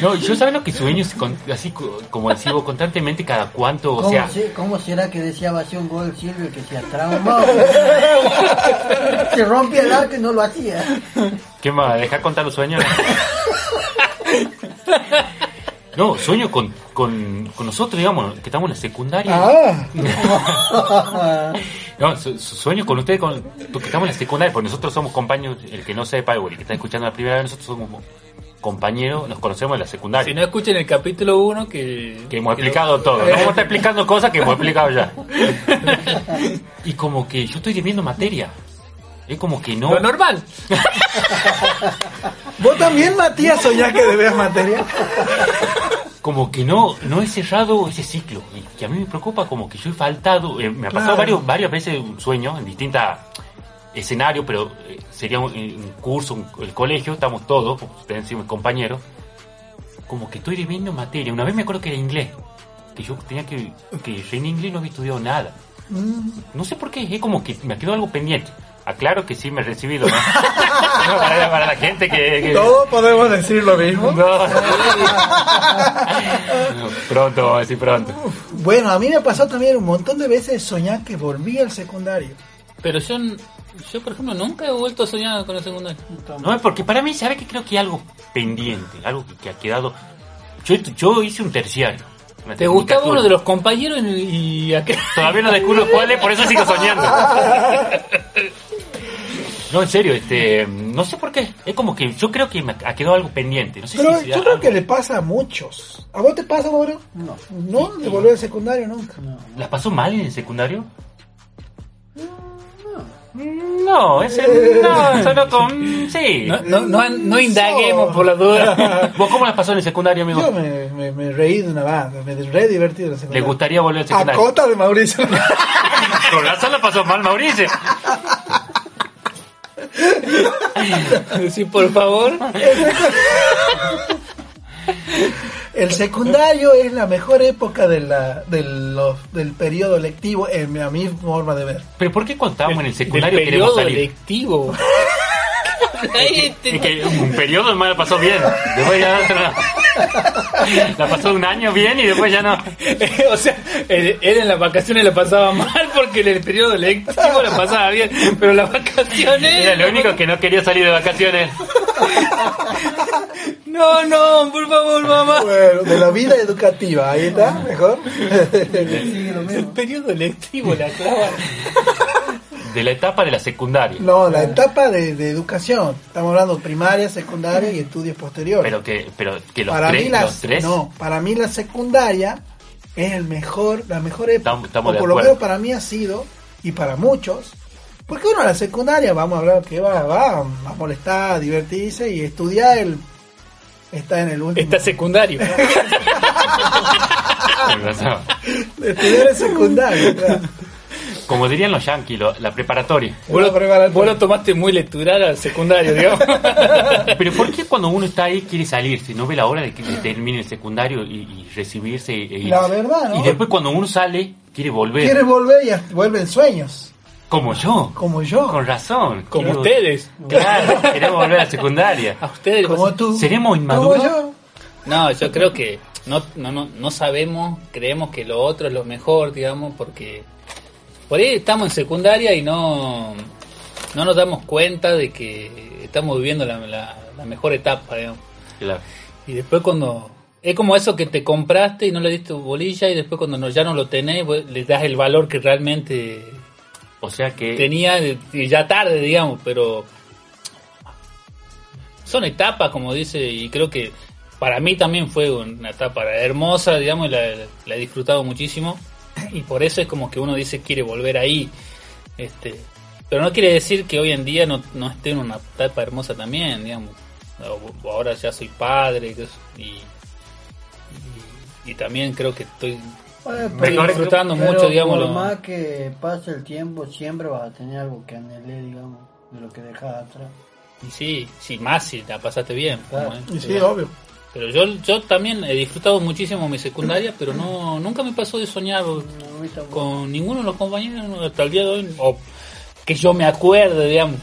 [SPEAKER 3] No, yo sabes lo que sueño Es con- así co- como decís vos, constantemente cada cuánto, o
[SPEAKER 5] ¿Cómo,
[SPEAKER 3] sea,
[SPEAKER 5] se- cómo será que deseaba hacer un gol Silvio que se
[SPEAKER 4] [LAUGHS]
[SPEAKER 5] traumado? se rompía el arco y no lo hacía.
[SPEAKER 3] ¿qué más? ¿Dejar contar los sueños? No, sueño con, con, con nosotros, digamos, que estamos en la secundaria.
[SPEAKER 4] Ah,
[SPEAKER 3] No, su- su- sueño con ustedes, con, porque estamos en la secundaria, porque nosotros somos compañeros, el que no sepa o el que está escuchando la primera vez, nosotros somos compañeros, nos conocemos en la secundaria.
[SPEAKER 2] si no escuchen el capítulo 1 que...
[SPEAKER 3] Que hemos explicado todo. No vamos a estar explicando cosas que hemos explicado ya. y como que yo estoy debiendo materia. Es como que no.
[SPEAKER 2] Lo normal.
[SPEAKER 4] ¿Vos también, Matías, soñás que debes materia?
[SPEAKER 3] como que no, no he cerrado ese ciclo. Y que a mí me preocupa como que yo he faltado. eh, me ha pasado
[SPEAKER 4] Claro.
[SPEAKER 3] varios, varias veces un sueño en distintas escenarios, pero eh, sería un, un curso, un- el colegio, estamos todos, como ustedes mis compañeros. Como que estoy debiendo materia. Una vez me acuerdo que era inglés. Que yo tenía que. que yo en inglés no había estudiado nada. No sé por qué, es como que me quedó algo pendiente. Aclaro que sí me he recibido. ¿no? [LAUGHS] No, para, para la gente que. que-
[SPEAKER 4] Todos podemos decir lo mismo.
[SPEAKER 3] no. No, [LAUGHS] pronto, vamos a decir pronto.
[SPEAKER 4] Bueno, a mí me pasó también un montón de veces soñar que volví al secundario.
[SPEAKER 2] Pero yo, n- yo, por ejemplo, nunca he vuelto a soñar con el secundario.
[SPEAKER 3] No, es porque para mí, ¿sabes que Creo que hay algo pendiente, algo que, que ha quedado. Yo, yo hice un terciario. una
[SPEAKER 2] ¿Te gustaba
[SPEAKER 3] tecnicatura.
[SPEAKER 2] uno de los compañeros y, y aquel?
[SPEAKER 3] Todavía no descubro cuál es, por eso sigo soñando. No, en serio, este, no sé por qué. Es como que yo creo que me ha quedado algo pendiente. No sé
[SPEAKER 4] Pero
[SPEAKER 3] si
[SPEAKER 4] yo creo que le pasa a muchos. ¿A vos te pasa, Mauro?
[SPEAKER 5] No.
[SPEAKER 4] No, de volver al secundario nunca.
[SPEAKER 3] ¿La pasó mal en el secundario? No, ese, no, solo con... Sí.
[SPEAKER 2] No, no, no, no indaguemos por la [LAUGHS] duda.
[SPEAKER 3] ¿Vos cómo la pasó en el secundario, amigo?
[SPEAKER 4] Yo me, me, me reí de una banda, me re divertí en el
[SPEAKER 3] ¿Le
[SPEAKER 4] secundario.
[SPEAKER 3] gustaría volver al
[SPEAKER 4] A
[SPEAKER 3] secundario?
[SPEAKER 4] cota de Mauricio.
[SPEAKER 3] Con razón la pasó mal, Mauricio.
[SPEAKER 2] Sí, por favor.
[SPEAKER 4] [LAUGHS] El secundario es la mejor época de la, de los- del periodo lectivo, en mi, a mi forma de ver.
[SPEAKER 3] ¿Pero por qué cuando estábamos en el secundario
[SPEAKER 2] Del
[SPEAKER 3] queremos
[SPEAKER 2] periodo
[SPEAKER 3] salir?
[SPEAKER 2] electivo. Ahí te-
[SPEAKER 3] Es que un periodo además la pasó bien. Después ya no. La pasó un año bien y después ya no.
[SPEAKER 2] [LAUGHS] o sea, él, él en las vacaciones la pasaba mal porque en el periodo electivo la pasaba bien, pero las vacaciones...
[SPEAKER 3] Era lo único que no quería salir de vacaciones.
[SPEAKER 2] No, no, por favor, mamá.
[SPEAKER 4] Bueno, de la vida educativa, ahí está, [LAUGHS] mejor.
[SPEAKER 2] El periodo electivo la clava.
[SPEAKER 3] De la etapa de la secundaria.
[SPEAKER 4] No, la etapa de, de educación. Estamos hablando primaria, secundaria y estudios posteriores.
[SPEAKER 3] Pero que, pero que los
[SPEAKER 4] para
[SPEAKER 3] tres,
[SPEAKER 4] mí la,
[SPEAKER 3] los tres.
[SPEAKER 4] no, para mí la secundaria es el mejor, la mejor época.
[SPEAKER 3] Estamos- estamos
[SPEAKER 4] o
[SPEAKER 3] de
[SPEAKER 4] por lo
[SPEAKER 3] acuerdo.
[SPEAKER 4] menos para mí ha sido y para muchos. Porque uno a la secundaria vamos a hablar que va, va a molestar, a divertirse y estudiar el está en el último.
[SPEAKER 2] Está secundario.
[SPEAKER 3] con razón.
[SPEAKER 4] [LAUGHS] Estudiar el
[SPEAKER 3] [LAUGHS]
[SPEAKER 4] secundario. claro.
[SPEAKER 3] Como dirían los yanquis, lo- la preparatoria.
[SPEAKER 2] Vos
[SPEAKER 4] La
[SPEAKER 2] lo,
[SPEAKER 4] preparatoria.
[SPEAKER 2] vos lo tomaste muy lectural al secundario,
[SPEAKER 4] [LAUGHS]
[SPEAKER 2] digamos.
[SPEAKER 3] Pero ¿por qué cuando uno está ahí quiere salirse? No ve la hora de que termine el secundario y, y recibirse. e irse?
[SPEAKER 4] La verdad, ¿no?
[SPEAKER 3] Y después cuando uno sale, quiere volver.
[SPEAKER 4] Quieres volver y hasta- vuelven sueños,
[SPEAKER 3] Como yo.
[SPEAKER 4] como yo,
[SPEAKER 3] Con razón.
[SPEAKER 2] Como
[SPEAKER 3] Quiero-
[SPEAKER 2] ustedes. Ah.
[SPEAKER 3] Claro, queremos volver a
[SPEAKER 2] [LAUGHS]
[SPEAKER 3] la secundaria.
[SPEAKER 2] A ustedes.
[SPEAKER 4] como tú,
[SPEAKER 3] ¿Seremos
[SPEAKER 4] como
[SPEAKER 3] inmaduros?
[SPEAKER 4] yo.
[SPEAKER 2] No, yo creo que no, no, no, no sabemos, creemos que lo otro es lo mejor, digamos, porque por ahí estamos en secundaria y no, no nos damos cuenta de que estamos viviendo la, la- la mejor etapa, digamos.
[SPEAKER 3] Claro.
[SPEAKER 2] Y después cuando... Es como eso que te compraste y no le diste bolilla y después cuando no, ya no lo tenés, vos le das el valor que realmente
[SPEAKER 3] O sea que
[SPEAKER 2] tenía de- de ya tarde, digamos, pero son etapas, como dice, y creo que para mí también fue una etapa hermosa, digamos, y la, la he disfrutado muchísimo, y por eso es como que uno dice quiere volver ahí, este, pero no quiere decir que hoy en día no, no esté en una etapa hermosa también, digamos, O- o ahora ya soy padre qué sé yo, y, y, y también creo que estoy
[SPEAKER 3] Mejor-
[SPEAKER 2] disfrutando mucho, digamos,
[SPEAKER 5] Por
[SPEAKER 2] lo-
[SPEAKER 5] más que pase el tiempo, siempre vas a tener algo que anhelé, digamos, de lo que dejas atrás.
[SPEAKER 2] Y sí, sí, más si la pasaste bien.
[SPEAKER 5] Claro.
[SPEAKER 2] ¿no?
[SPEAKER 4] Y sí, obvio.
[SPEAKER 2] Pero yo, yo también he disfrutado muchísimo mi secundaria, pero no nunca me pasó de soñar
[SPEAKER 5] No, a mí tampoco.
[SPEAKER 2] con ninguno de los compañeros hasta el día de hoy, o que yo me acuerde, digamos.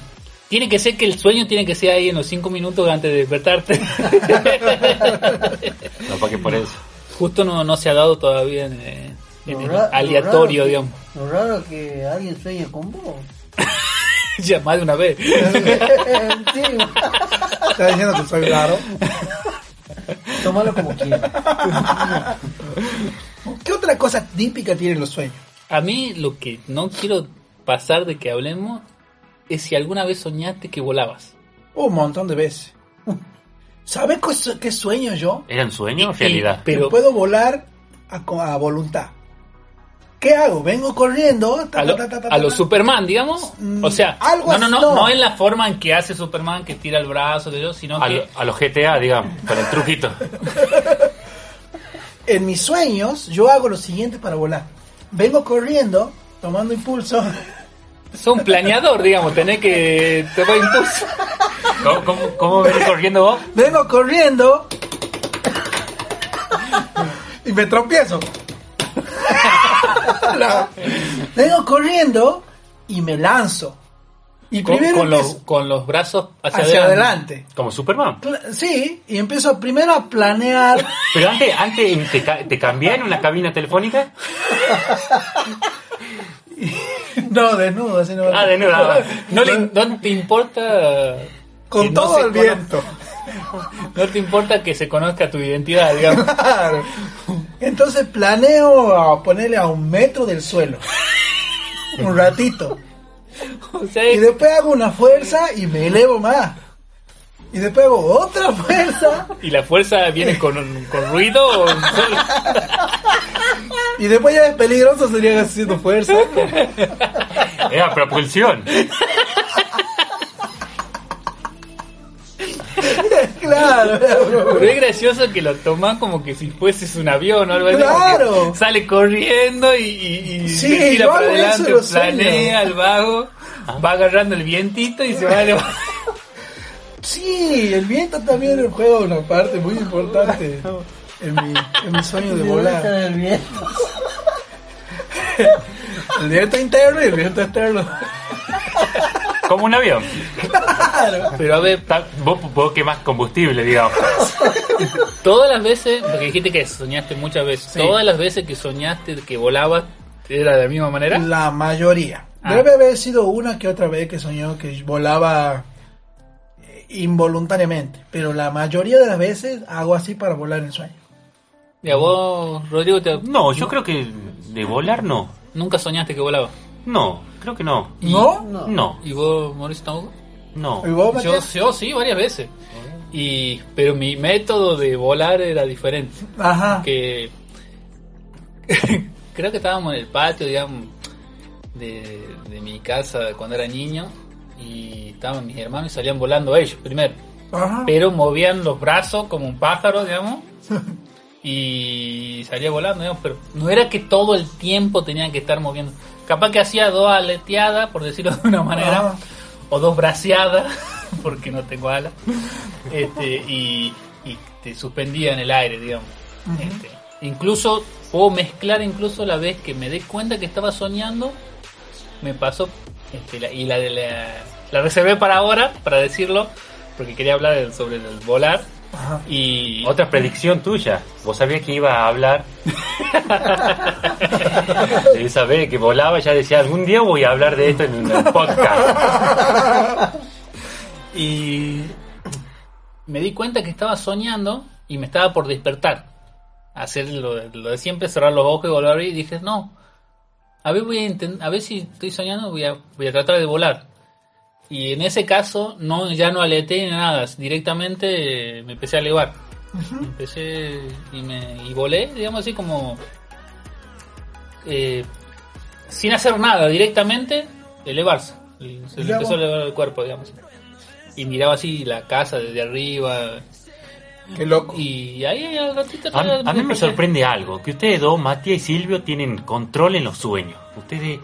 [SPEAKER 2] Tiene que ser que el sueño tiene que ser ahí en los cinco minutos antes de despertarte. [LAUGHS]
[SPEAKER 3] no para que por eso.
[SPEAKER 2] Justo no, no se ha dado todavía en, eh,
[SPEAKER 5] Lo
[SPEAKER 2] en el
[SPEAKER 5] ra- lo
[SPEAKER 2] aleatorio,
[SPEAKER 5] raro-
[SPEAKER 2] digamos. [LAUGHS]
[SPEAKER 5] Lo raro es que alguien sueña con vos.
[SPEAKER 2] ya más de una vez.
[SPEAKER 5] Sí,
[SPEAKER 4] Está diciendo que soy raro.
[SPEAKER 5] Tómalo como [LAUGHS] quieras.
[SPEAKER 4] ¿Qué otra cosa típica tienen los sueños?
[SPEAKER 2] A mí lo que no quiero pasar de que hablemos es si alguna vez soñaste que volabas.
[SPEAKER 4] Un montón de veces. [LAUGHS] ¿Sabes qué su- qué sueño yo?
[SPEAKER 2] Eh,
[SPEAKER 3] ¿Eran sueños o
[SPEAKER 2] Y-
[SPEAKER 3] realidad?
[SPEAKER 2] y- pero-
[SPEAKER 4] Que puedo volar a, co- a voluntad. ¿Qué hago? Vengo corriendo. ta,
[SPEAKER 2] a lo,
[SPEAKER 4] ta, ta, ta,
[SPEAKER 2] a lo
[SPEAKER 4] ta.
[SPEAKER 2] Superman, digamos.
[SPEAKER 4] Mm,
[SPEAKER 2] O sea,
[SPEAKER 4] algo
[SPEAKER 2] no, no, no,
[SPEAKER 4] así, no.
[SPEAKER 2] no en la forma en que hace Superman, que tira el brazo, de Dios, sino
[SPEAKER 3] A,
[SPEAKER 2] que
[SPEAKER 3] lo- a los GTA, digamos, con el
[SPEAKER 2] [LAUGHS]
[SPEAKER 3] truquito.
[SPEAKER 4] En mis sueños, yo hago lo siguiente para volar. Vengo corriendo, tomando impulso. [LAUGHS]
[SPEAKER 2] es un planeador, digamos, tenés que te doy
[SPEAKER 4] [LAUGHS]
[SPEAKER 2] impulso.
[SPEAKER 3] ¿Cómo, cómo, cómo venís corriendo vos?
[SPEAKER 4] Vengo corriendo. [LAUGHS] y me tropiezo. [LAUGHS] No. Vengo corriendo y me lanzo. Y
[SPEAKER 2] Con,
[SPEAKER 4] primero
[SPEAKER 2] con los,
[SPEAKER 4] empiezo
[SPEAKER 2] con los brazos hacia,
[SPEAKER 4] hacia, adelante.
[SPEAKER 3] Como Superman.
[SPEAKER 4] Cla- Sí, y empiezo primero a planear. [LAUGHS]
[SPEAKER 3] Pero antes, antes te, ca- te cambié en una cabina telefónica.
[SPEAKER 4] No, desnudo, así no.
[SPEAKER 3] Ah, de nuevo. ah,
[SPEAKER 2] No, le- no te importa.
[SPEAKER 4] Con
[SPEAKER 2] que no
[SPEAKER 4] todo
[SPEAKER 2] se
[SPEAKER 4] el viento. [LAUGHS]
[SPEAKER 2] cono- No te importa que se conozca tu identidad,
[SPEAKER 4] [LAUGHS]
[SPEAKER 2] digamos.
[SPEAKER 4] Claro. Entonces planeo a ponerle a un metro del suelo. Un ratito.
[SPEAKER 2] O sea,
[SPEAKER 4] Y después hago una fuerza y me elevo más. Y después hago otra [LAUGHS] fuerza.
[SPEAKER 2] ¿Y la fuerza viene con, con ruido? o solo?
[SPEAKER 4] Y después ya es peligroso sería haciendo fuerza. [LAUGHS]
[SPEAKER 3] Era propulsión.
[SPEAKER 4] Claro.
[SPEAKER 2] Pero es gracioso que lo tomás como que si fueses un avión o algo así.
[SPEAKER 4] ¡Claro!
[SPEAKER 2] como que Sale corriendo y, y, y
[SPEAKER 4] Sí,
[SPEAKER 2] se tira
[SPEAKER 4] yo
[SPEAKER 2] para
[SPEAKER 4] hago eso
[SPEAKER 2] adelante,
[SPEAKER 4] en los
[SPEAKER 2] planea el vago, va agarrando el vientito y se va elevando.
[SPEAKER 4] Sí, el viento también juega una parte muy importante en mi, en mi sueño
[SPEAKER 5] Me
[SPEAKER 4] de
[SPEAKER 5] gusta
[SPEAKER 4] volar.
[SPEAKER 5] del viento.
[SPEAKER 4] El viento interno y el viento externo.
[SPEAKER 3] Como un avión.
[SPEAKER 4] Claro.
[SPEAKER 2] Pero a ver,
[SPEAKER 3] Ta- Vos, vos quemás combustible, digamos.
[SPEAKER 2] todas las veces, porque dijiste que soñaste muchas veces, todas las veces que soñaste que volabas, ¿era de la misma manera?
[SPEAKER 4] La mayoría.
[SPEAKER 2] Ah.
[SPEAKER 4] Debe haber sido una que otra vez que soñó que volaba eh, involuntariamente. Pero la mayoría de las veces hago así para volar en el sueño.
[SPEAKER 2] Y a vos, Rodrigo, te-
[SPEAKER 3] No, yo creo que de volar no.
[SPEAKER 2] nunca soñaste que volabas.
[SPEAKER 3] No, creo que no.
[SPEAKER 4] ¿No?
[SPEAKER 5] No.
[SPEAKER 3] No,
[SPEAKER 2] ¿Y vos, Mauricio, tampoco?
[SPEAKER 3] no.
[SPEAKER 4] ¿Y vos,
[SPEAKER 2] Yo,
[SPEAKER 4] Matías?
[SPEAKER 2] yo sí, varias veces. Y, pero mi método de volar era diferente.
[SPEAKER 4] Ajá.
[SPEAKER 2] que [LAUGHS] creo que estábamos en el patio, digamos, de, de mi casa cuando era niño y estaban mis hermanos y salían volando ellos primero,
[SPEAKER 4] Ajá.
[SPEAKER 2] pero movían los brazos como un pájaro, digamos, y salía volando, digamos, pero no era que todo el tiempo tenían que estar moviendo. Capaz que hacía dos aleteadas, por decirlo de una manera,
[SPEAKER 4] Ajá.
[SPEAKER 2] o dos braceadas, [LAUGHS] porque no tengo alas, este, y, y te suspendía en el aire, digamos.
[SPEAKER 4] Ujú.
[SPEAKER 2] Este, incluso puedo mezclar incluso la vez que me des cuenta que estaba soñando, me pasó, este, la- y la, de la, la reservé para ahora, para decirlo, porque quería hablar del- sobre el volar.
[SPEAKER 4] Ajá.
[SPEAKER 2] Y
[SPEAKER 3] Otra predicción tuya. Vos sabías que iba a hablar. De esa vez que volaba, ya decía, algún día voy a hablar de esto en un podcast.
[SPEAKER 2] Y me di cuenta que estaba soñando y me estaba por despertar. Hacer lo, lo de siempre, cerrar los ojos y volver a abrir. Y dije, no, a ver, voy a, inten- a ver si estoy soñando, voy a, voy a tratar de volar. Y en ese caso, no, ya no aleteé ni nada, directamente eh, me empecé a elevar. Empecé y, me, y volé, digamos así, como eh, sin hacer nada, directamente elevarse. Y Se le
[SPEAKER 4] Ya
[SPEAKER 2] empezó a
[SPEAKER 4] vos.
[SPEAKER 2] elevar el cuerpo, digamos. Y miraba así la casa desde arriba.
[SPEAKER 4] Qué loco.
[SPEAKER 2] Y ahí al ratito
[SPEAKER 3] A,
[SPEAKER 2] todavía
[SPEAKER 3] a mí me
[SPEAKER 2] desperté.
[SPEAKER 3] sorprende algo, que ustedes dos, Matías y Silvio, tienen control en los sueños. Ustedes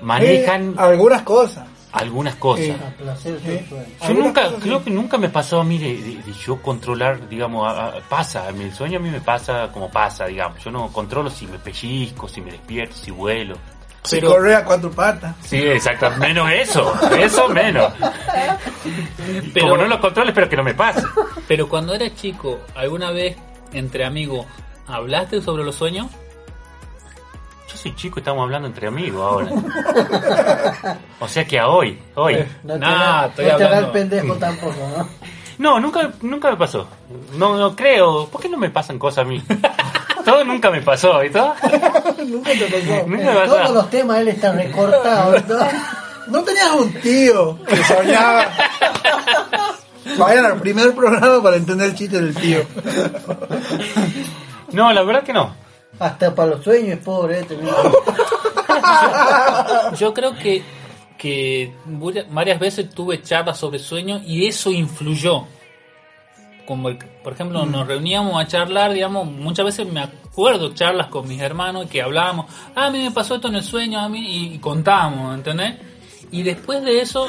[SPEAKER 3] manejan
[SPEAKER 4] Eh, algunas cosas.
[SPEAKER 3] algunas cosas.
[SPEAKER 4] eh,
[SPEAKER 5] A placer tu
[SPEAKER 4] Eh.
[SPEAKER 5] sueño.
[SPEAKER 3] Yo
[SPEAKER 4] Algunas
[SPEAKER 3] nunca,
[SPEAKER 4] cosas
[SPEAKER 3] creo
[SPEAKER 4] sí.
[SPEAKER 3] que nunca me pasó a mí de, de- de yo controlar, digamos, a- a- pasa, a mí el sueño a mí me pasa como pasa, digamos. Yo no controlo si me pellizco, si me despierto, si vuelo.
[SPEAKER 4] Si
[SPEAKER 2] Pero-
[SPEAKER 4] corre a cuatro patas.
[SPEAKER 3] Sí, exacto. Menos eso, eso menos.
[SPEAKER 2] Pero-
[SPEAKER 3] Como no lo controlo, espero que no me pase.
[SPEAKER 2] Pero cuando eras chico, ¿alguna vez entre amigos hablaste sobre los sueños?
[SPEAKER 3] Yo soy chico y estamos hablando entre amigos ahora. O sea que a hoy, hoy.
[SPEAKER 5] No te
[SPEAKER 2] Nah,
[SPEAKER 5] hagas-
[SPEAKER 2] estoy
[SPEAKER 5] no te hagas
[SPEAKER 2] hablando.
[SPEAKER 5] el pendejo tampoco, ¿no?
[SPEAKER 3] No, nunca, nunca me pasó. No, no creo. ¿Por qué no me pasan cosas a mí? Todo nunca me pasó, ¿y todo?
[SPEAKER 4] Nunca te pasó.
[SPEAKER 3] Nunca me
[SPEAKER 5] En Eh, todos
[SPEAKER 3] pasó.
[SPEAKER 5] los temas él está recortado,
[SPEAKER 2] [LAUGHS]
[SPEAKER 5] ¿no?
[SPEAKER 4] No tenías un tío que soñaba. Vayan al primer programa para entender el chiste del tío.
[SPEAKER 3] No, la verdad que no.
[SPEAKER 5] Hasta para los sueños es pobre, ¿eh? También.
[SPEAKER 2] [LAUGHS] Yo creo que, que vari- varias veces tuve charlas sobre sueños y eso influyó. Como el- por ejemplo, nos reuníamos a charlar, digamos, muchas veces me acuerdo charlas con mis hermanos que hablábamos, ah, a mí me pasó esto en el sueño, a mí, y, y contábamos, ¿entendés? Y después de eso,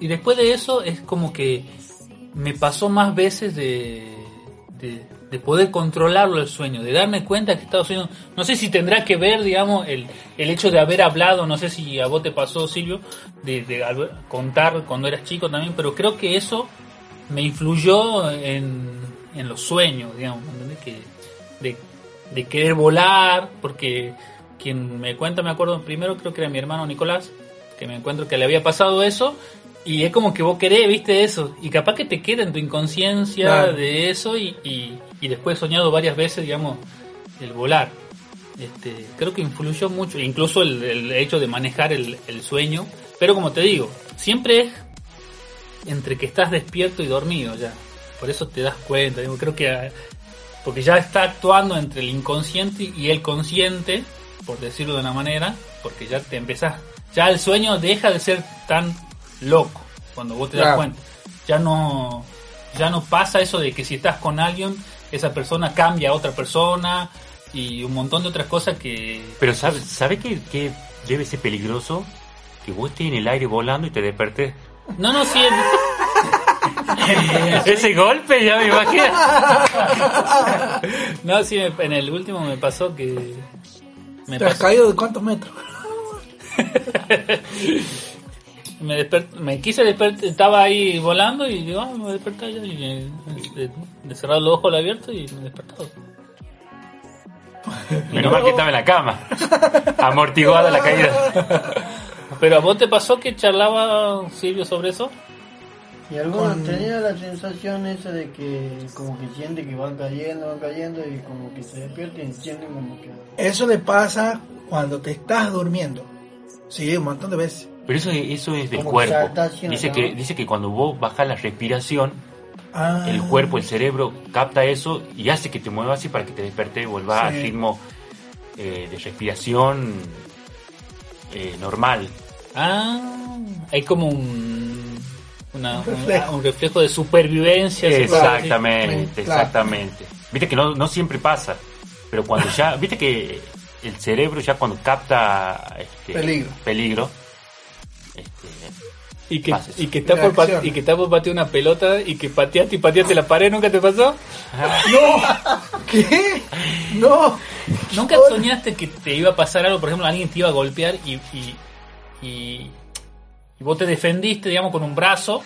[SPEAKER 2] y después de eso es como que me pasó más veces de, de, de poder controlarlo el sueño, de darme cuenta que estaba soñando. No sé si tendrá que ver, digamos, el, el hecho de haber hablado, no sé si a vos te pasó, Silvio, de, de al- contar cuando eras chico también, pero creo que eso me influyó en, en los sueños, digamos, ¿entendés? Que, de, de querer volar, porque quien me cuenta, me acuerdo primero, creo que era mi hermano Nicolás, que me encuentro que le había pasado eso, y es como que vos querés, viste eso, y capaz que te queda en tu inconsciencia
[SPEAKER 4] Claro.
[SPEAKER 2] de eso, y, y, y después he soñado varias veces, digamos, el volar. Este, creo que influyó mucho, incluso el, el hecho de manejar el, el sueño, pero como te digo, siempre es entre que estás despierto y dormido ya. Por eso te das cuenta, digo, creo que ah, porque ya está actuando entre el inconsciente y el consciente, por decirlo de una manera, porque ya te empezás, ya el sueño deja de ser tan loco cuando vos te das
[SPEAKER 4] Claro.
[SPEAKER 2] cuenta. Ya no ya no pasa eso de que si estás con alguien, esa persona cambia a otra persona y un montón de otras cosas que
[SPEAKER 3] Pero ¿sabes sabe que, que debe ser peligroso? Que vos estés en el aire volando y te despertés.
[SPEAKER 2] no no sí
[SPEAKER 3] Ese golpe ya me imagino.
[SPEAKER 2] [LAUGHS] no sí me- en el último me pasó que me
[SPEAKER 4] ¿Te has caído de cuántos metros?
[SPEAKER 2] me, desper- me quise despertar, estaba ahí volando y digo, ah, me despertaba ya. Y me, de, de cerrar los ojos al abierto y me despertaba.
[SPEAKER 3] Menos mal que estaba en la cama. Amortiguada la caída.
[SPEAKER 2] Pero a vos te pasó que charlaba Silvio sobre eso?
[SPEAKER 5] Y algunos
[SPEAKER 4] Con-
[SPEAKER 5] tenían la sensación esa de que como que siente que van cayendo, van cayendo y como que se despierten y sienten como que...
[SPEAKER 4] Eso le pasa cuando te estás durmiendo. Sí, un montón de veces.
[SPEAKER 3] Pero eso, es- eso es del
[SPEAKER 5] Como que
[SPEAKER 3] cuerpo.
[SPEAKER 5] saltás hacia la
[SPEAKER 3] Dice
[SPEAKER 5] cama.
[SPEAKER 3] que, dice que cuando vos bajás la respiración,
[SPEAKER 4] Ah.
[SPEAKER 3] el cuerpo, el cerebro capta eso y hace que te muevas así para que te despertes y vuelvas
[SPEAKER 4] Sí.
[SPEAKER 3] al ritmo eh, de respiración eh, normal.
[SPEAKER 2] Ah, hay como un, una- un,
[SPEAKER 4] reflejo.
[SPEAKER 2] un reflejo de supervivencia. se puede decir.
[SPEAKER 3] Exactamente,
[SPEAKER 4] Claro.
[SPEAKER 3] exactamente. Viste que no, no siempre pasa, pero cuando ya, viste que el cerebro ya cuando capta este,
[SPEAKER 4] Peligro.
[SPEAKER 3] peligro, este,
[SPEAKER 2] Y que,
[SPEAKER 3] Pases.
[SPEAKER 2] y, que está por pat-
[SPEAKER 4] Reacción.
[SPEAKER 2] y que está por patear una pelota y que pateaste y pateaste la pared, ¿nunca te pasó?
[SPEAKER 4] ¡No! ¿Qué? ¡No!
[SPEAKER 2] ¿Nunca
[SPEAKER 4] Ahora-
[SPEAKER 2] soñaste que te iba a pasar algo? Por ejemplo, alguien te iba a golpear y, y, y- y vos te defendiste, digamos, con un brazo,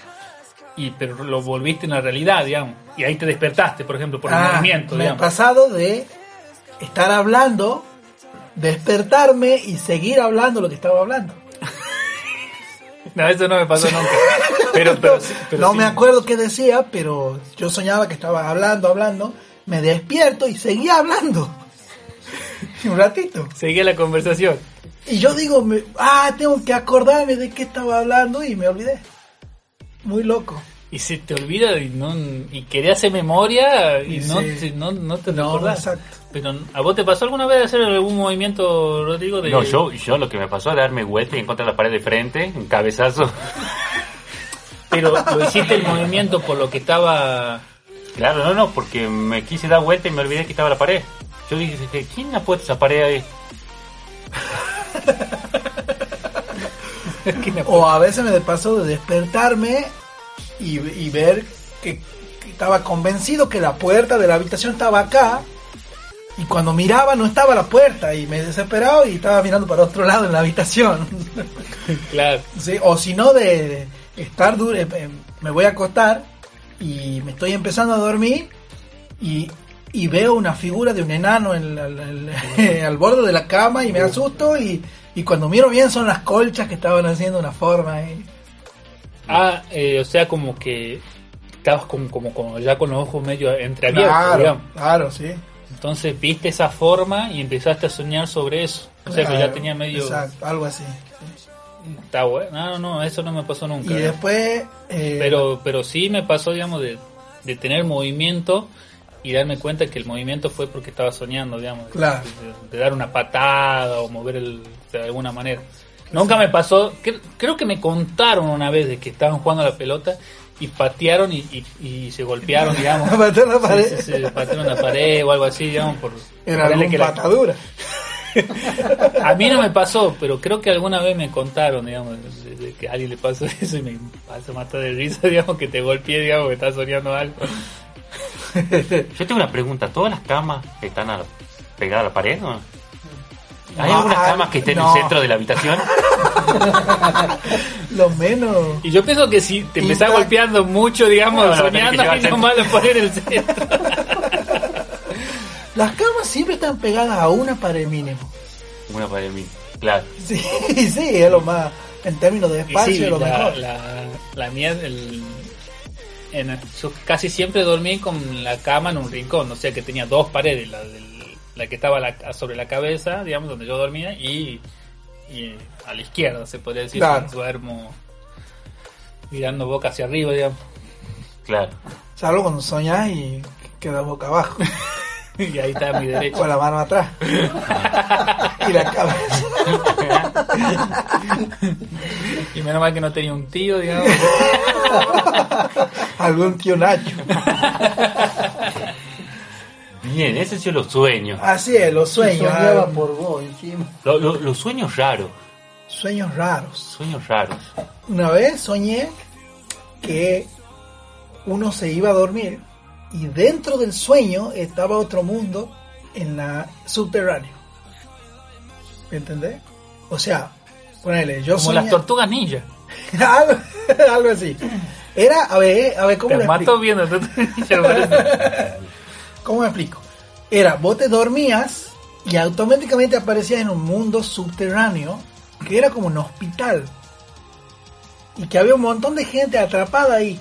[SPEAKER 2] y pero lo volviste una realidad, digamos. Y ahí te despertaste, por ejemplo, por el
[SPEAKER 4] Ah,
[SPEAKER 2] movimiento,
[SPEAKER 4] me ha
[SPEAKER 2] digamos.
[SPEAKER 4] pasado de estar hablando, despertarme y seguir hablando lo que estaba hablando.
[SPEAKER 2] No, eso no me pasó
[SPEAKER 4] [LAUGHS]
[SPEAKER 2] nunca. Pero, pero, pero
[SPEAKER 4] no
[SPEAKER 2] sí.
[SPEAKER 4] me acuerdo qué decía, pero yo soñaba que estaba hablando, hablando. Me despierto y seguía hablando. [LAUGHS] un ratito.
[SPEAKER 2] Seguía la conversación.
[SPEAKER 4] Y yo digo, me- ah, tengo que acordarme de qué estaba hablando y me olvidé. Muy loco.
[SPEAKER 2] Y se te olvida y, no, y quería hacer memoria y
[SPEAKER 4] Y
[SPEAKER 2] no,
[SPEAKER 4] sí.
[SPEAKER 2] te- no, no te
[SPEAKER 4] No,
[SPEAKER 2] acordás.
[SPEAKER 4] exacto.
[SPEAKER 2] Pero, ¿a vos te pasó alguna vez hacer algún movimiento, Rodrigo? De...
[SPEAKER 3] No, yo, yo lo que me pasó era darme vuelta y encontrar la pared de frente, un cabezazo.
[SPEAKER 2] Pero lo hiciste el movimiento por lo que estaba...
[SPEAKER 3] Claro, no, no, porque me quise dar vuelta y me olvidé que estaba la pared. Yo dije, dije, ¿quién ha puesto esa pared ahí?
[SPEAKER 2] que me-
[SPEAKER 4] O a veces me pasó de despertarme y, y ver que, que estaba convencido que la puerta de la habitación estaba acá. Y cuando miraba no estaba la puerta y me desesperaba y estaba mirando para otro lado en la habitación. [LAUGHS]
[SPEAKER 2] Claro.
[SPEAKER 4] Sí, O si no de estar duro, eh, eh, me voy a acostar y me estoy empezando a dormir y, y veo una figura de un enano en la- la- la- [LAUGHS] al borde de la cama y me asusto y, y cuando miro bien son las colchas que estaban haciendo una forma. ahí.
[SPEAKER 2] Ah, eh, o sea, como que estabas como, como, como ya con los ojos medio entreabiertos, digamos.
[SPEAKER 4] claro, sí.
[SPEAKER 2] Entonces viste esa forma y empezaste a soñar sobre eso. O sea, que ya
[SPEAKER 4] Claro,
[SPEAKER 2] tenía medio...
[SPEAKER 4] Exacto, algo así.
[SPEAKER 2] Está bueno. No, no, eso no me pasó nunca.
[SPEAKER 4] Y después... eh,
[SPEAKER 2] Pero, pero sí me pasó, digamos, de, de tener movimiento y darme cuenta que el movimiento fue porque estaba soñando, digamos, de-
[SPEAKER 4] Claro.
[SPEAKER 2] de, de dar una patada o mover el, de alguna manera. Nunca me pasó, cre- creo que me contaron una vez de que estaban jugando a la pelota y patearon y, y- y se golpearon, digamos.
[SPEAKER 4] [LAUGHS] Patearon [LAUGHS] la
[SPEAKER 2] Sí,
[SPEAKER 4] pared.
[SPEAKER 2] sí, sí, patearon la pared o algo así, digamos, por...
[SPEAKER 4] Era
[SPEAKER 2] ponerle
[SPEAKER 4] una
[SPEAKER 2] que la-
[SPEAKER 4] patadura.
[SPEAKER 2] a mí no me pasó, pero creo que alguna vez me contaron, digamos, de- de que a alguien le pasó [LAUGHS] eso y me pasó mata de risa, digamos, que te golpeé, digamos, que estás soñando algo.
[SPEAKER 3] Yo tengo una pregunta, ¿todas las camas están a la- pegadas a la pared o no? ¿Hay
[SPEAKER 4] No,
[SPEAKER 3] algunas
[SPEAKER 4] ah,
[SPEAKER 3] camas que estén en
[SPEAKER 4] no.
[SPEAKER 3] el centro de la
[SPEAKER 4] [LAUGHS]
[SPEAKER 3] habitación?
[SPEAKER 4] Lo menos.
[SPEAKER 2] Y yo pienso que si te empezás
[SPEAKER 4] Intact.
[SPEAKER 2] golpeando mucho, digamos,
[SPEAKER 3] Bueno, tenés que
[SPEAKER 2] soñando,
[SPEAKER 3] llevar
[SPEAKER 2] ahí nomás lo pones en el centro.
[SPEAKER 4] Las camas siempre están pegadas a una pared mínimo. [LAUGHS]
[SPEAKER 3] Una pared mía. Claro.
[SPEAKER 4] Sí, sí, es lo más. En términos de
[SPEAKER 2] Y
[SPEAKER 4] espacio,
[SPEAKER 2] sí,
[SPEAKER 4] lo
[SPEAKER 2] la,
[SPEAKER 4] mejor.
[SPEAKER 2] la- la mía, el- en- yo casi siempre dormí con la cama en un rincón, o sea que tenía dos paredes, la, del- la que estaba la- sobre la cabeza, digamos, donde yo dormía, y, y a la izquierda, se podría decir,
[SPEAKER 4] Claro.
[SPEAKER 2] duermo mirando boca hacia arriba, digamos. [LAUGHS]
[SPEAKER 3] Claro.
[SPEAKER 4] Salvo cuando soñás y quedas boca abajo. [LAUGHS]
[SPEAKER 2] Y ahí está a mi
[SPEAKER 4] con
[SPEAKER 2] derecha.
[SPEAKER 4] la mano atrás. [LAUGHS] y la cabeza.
[SPEAKER 2] Y menos mal que no tenía un tío,
[SPEAKER 4] [LAUGHS]
[SPEAKER 2] digamos.
[SPEAKER 4] [LAUGHS] Algún tío Nacho.
[SPEAKER 3] Bien, ese son los sueños.
[SPEAKER 4] Así es, los sueños.
[SPEAKER 5] Soñaba
[SPEAKER 4] ah,
[SPEAKER 5] por vos encima.
[SPEAKER 3] Lo- lo- los sueños raros.
[SPEAKER 4] Sueños raros.
[SPEAKER 3] Sueños raros.
[SPEAKER 4] Una vez soñé que uno se iba a dormir y dentro del sueño estaba otro mundo en la subterráneo. ¿Me entendés? O sea, ponele, yo
[SPEAKER 2] Como
[SPEAKER 4] soñé...
[SPEAKER 2] las tortugas ninja.
[SPEAKER 4] [LAUGHS] algo, algo así. Era, a ver, a ver, ¿cómo
[SPEAKER 2] Te
[SPEAKER 4] lo
[SPEAKER 2] mato
[SPEAKER 4] explico?
[SPEAKER 2] viendo tortugas ninja. parece.
[SPEAKER 4] ¿Cómo me explico? Era, vos te dormías y automáticamente aparecías en un mundo subterráneo que era como un hospital. Y que había un montón de gente atrapada ahí.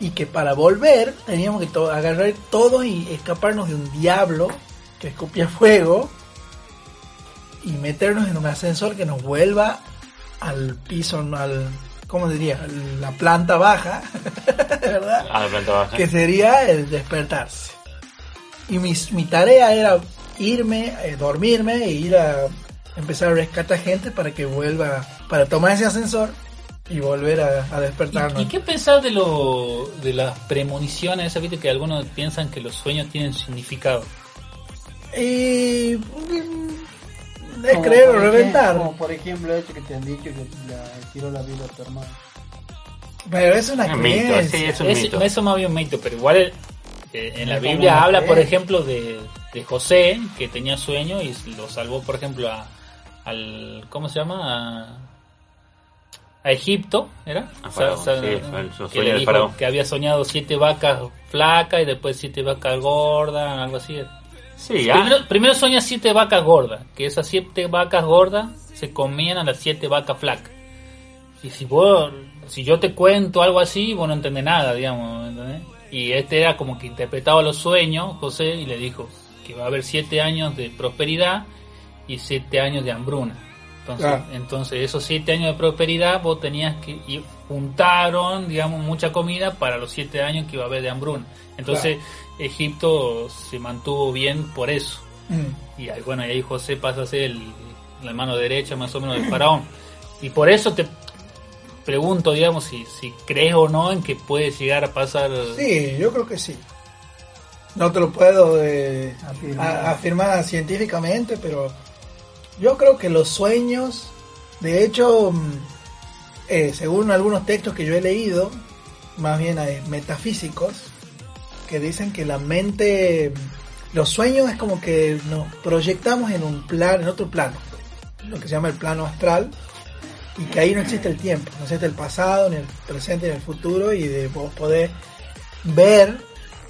[SPEAKER 4] Y que para volver teníamos que to- agarrar todos y escaparnos de un diablo que escupía [LAUGHS] fuego. Y meternos en un ascensor que nos vuelva al piso, al... ¿Cómo diría? A La planta baja. ¿Verdad?
[SPEAKER 3] A Ah, la planta baja.
[SPEAKER 4] que sería el despertarse. Y mis- mi, tarea era irme, eh, dormirme e ir a empezar a rescatar gente para que vuelva, para tomar ese ascensor y volver a, a despertarnos.
[SPEAKER 2] ¿Y, y qué pensás de lo de las premoniciones? esas, viste que algunos piensan que los sueños tienen significado?
[SPEAKER 4] Y, mm, es
[SPEAKER 5] Como
[SPEAKER 4] creer o
[SPEAKER 5] por ejem-
[SPEAKER 4] reventar.
[SPEAKER 5] Como por ejemplo, este que te han dicho que la tiró la vida a tu hermano.
[SPEAKER 4] [LAUGHS] Pero es una
[SPEAKER 3] Un mito, sí,
[SPEAKER 4] creencia.
[SPEAKER 3] es un
[SPEAKER 2] Es-
[SPEAKER 3] mito.
[SPEAKER 2] Eso más bien un mito, pero igual eh, en la
[SPEAKER 5] Como
[SPEAKER 2] Biblia
[SPEAKER 5] una
[SPEAKER 2] habla,
[SPEAKER 5] fe.
[SPEAKER 2] por ejemplo, de, de José, que tenía sueño y lo salvó, por ejemplo, a, al... ¿Cómo se llama? A, a Egipto, ¿era?
[SPEAKER 3] A Faraón, sí, el sueño
[SPEAKER 2] que, le
[SPEAKER 3] del
[SPEAKER 2] dijo
[SPEAKER 3] faraón.
[SPEAKER 2] que había soñado siete vacas flacas y después siete vacas gordas, algo así. era.
[SPEAKER 3] Sí, ah,
[SPEAKER 2] Primero, primero soña siete vacas gordas, que esas siete vacas gordas se comían a las siete vacas flacas. Y si vos, si yo te cuento algo así, vos no entendés nada, digamos, ¿entendés? Y este era como que interpretaba los sueños, José, y le dijo que va a haber siete años de prosperidad y siete años de hambruna. Entonces,
[SPEAKER 4] Ah.
[SPEAKER 2] entonces esos siete años de prosperidad vos tenías que y juntaron, digamos, mucha comida para los siete años que iba a haber de hambruna. Entonces Egipto se mantuvo bien por eso.
[SPEAKER 4] Mm.
[SPEAKER 2] Y ahí, bueno, ahí José pasa a ser el- la mano derecha más o menos
[SPEAKER 4] [LAUGHS]
[SPEAKER 2] del faraón. Y por eso te pregunto, digamos, si, si crees o no en que puede llegar a pasar...
[SPEAKER 4] Sí, yo creo que sí. No te lo puedo eh,
[SPEAKER 5] Afirmar.
[SPEAKER 4] a- afirmar científicamente, pero yo creo que los sueños, de hecho, mm, eh, según algunos textos que yo he leído, más bien eh, metafísicos, que dicen que la mente, los sueños es como que nos proyectamos en un plan, en otro plano, pues, lo que se llama el plano astral, y que ahí no existe el tiempo, no existe el pasado, ni el presente, ni el futuro, y de vos podés ver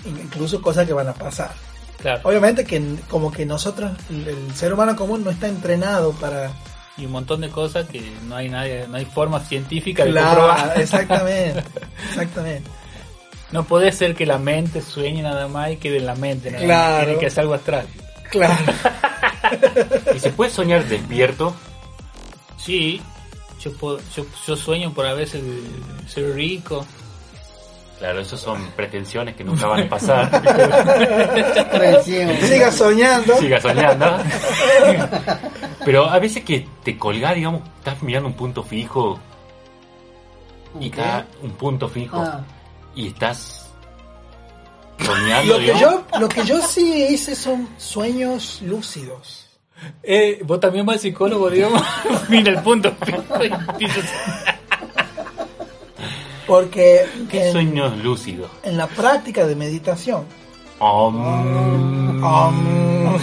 [SPEAKER 4] incluso cosas que van a pasar.
[SPEAKER 2] Claro.
[SPEAKER 4] Obviamente que n- como que nosotros, el- el ser humano común no está entrenado para...
[SPEAKER 2] Y un montón de cosas que no hay nadie, no hay forma científica de
[SPEAKER 4] Claro,
[SPEAKER 2] comprobar.
[SPEAKER 4] [LAUGHS] exactamente, exactamente.
[SPEAKER 2] No puede ser que la mente sueñe nada más y quede en la mente. nada más.
[SPEAKER 4] Claro.
[SPEAKER 2] Tiene que ser algo astral.
[SPEAKER 4] Claro.
[SPEAKER 3] ¿Y se puede soñar despierto?
[SPEAKER 2] Sí, yo, puedo- yo, yo sueño por a veces de ser rico,
[SPEAKER 3] Claro, esas son pretensiones que nunca van
[SPEAKER 4] [LAUGHS]
[SPEAKER 3] a pasar.
[SPEAKER 4] Siga soñando.
[SPEAKER 3] Siga soñando. Pero a veces que te colgás, digamos, estás mirando un punto fijo y cada un punto fijo
[SPEAKER 5] Ah.
[SPEAKER 3] y estás
[SPEAKER 4] Lo
[SPEAKER 3] soñando,
[SPEAKER 4] que,
[SPEAKER 3] digamos.
[SPEAKER 4] yo, lo que yo sí hice son sueños lúcidos.
[SPEAKER 2] Eh, vos también vas al psicólogo, digamos. [LAUGHS] Mira el punto. [LAUGHS] Y dices,
[SPEAKER 4] Porque
[SPEAKER 3] ¿Qué
[SPEAKER 4] en,
[SPEAKER 3] sueños lúcidos?
[SPEAKER 4] en la práctica de meditación Mm.
[SPEAKER 3] Om.
[SPEAKER 4] um,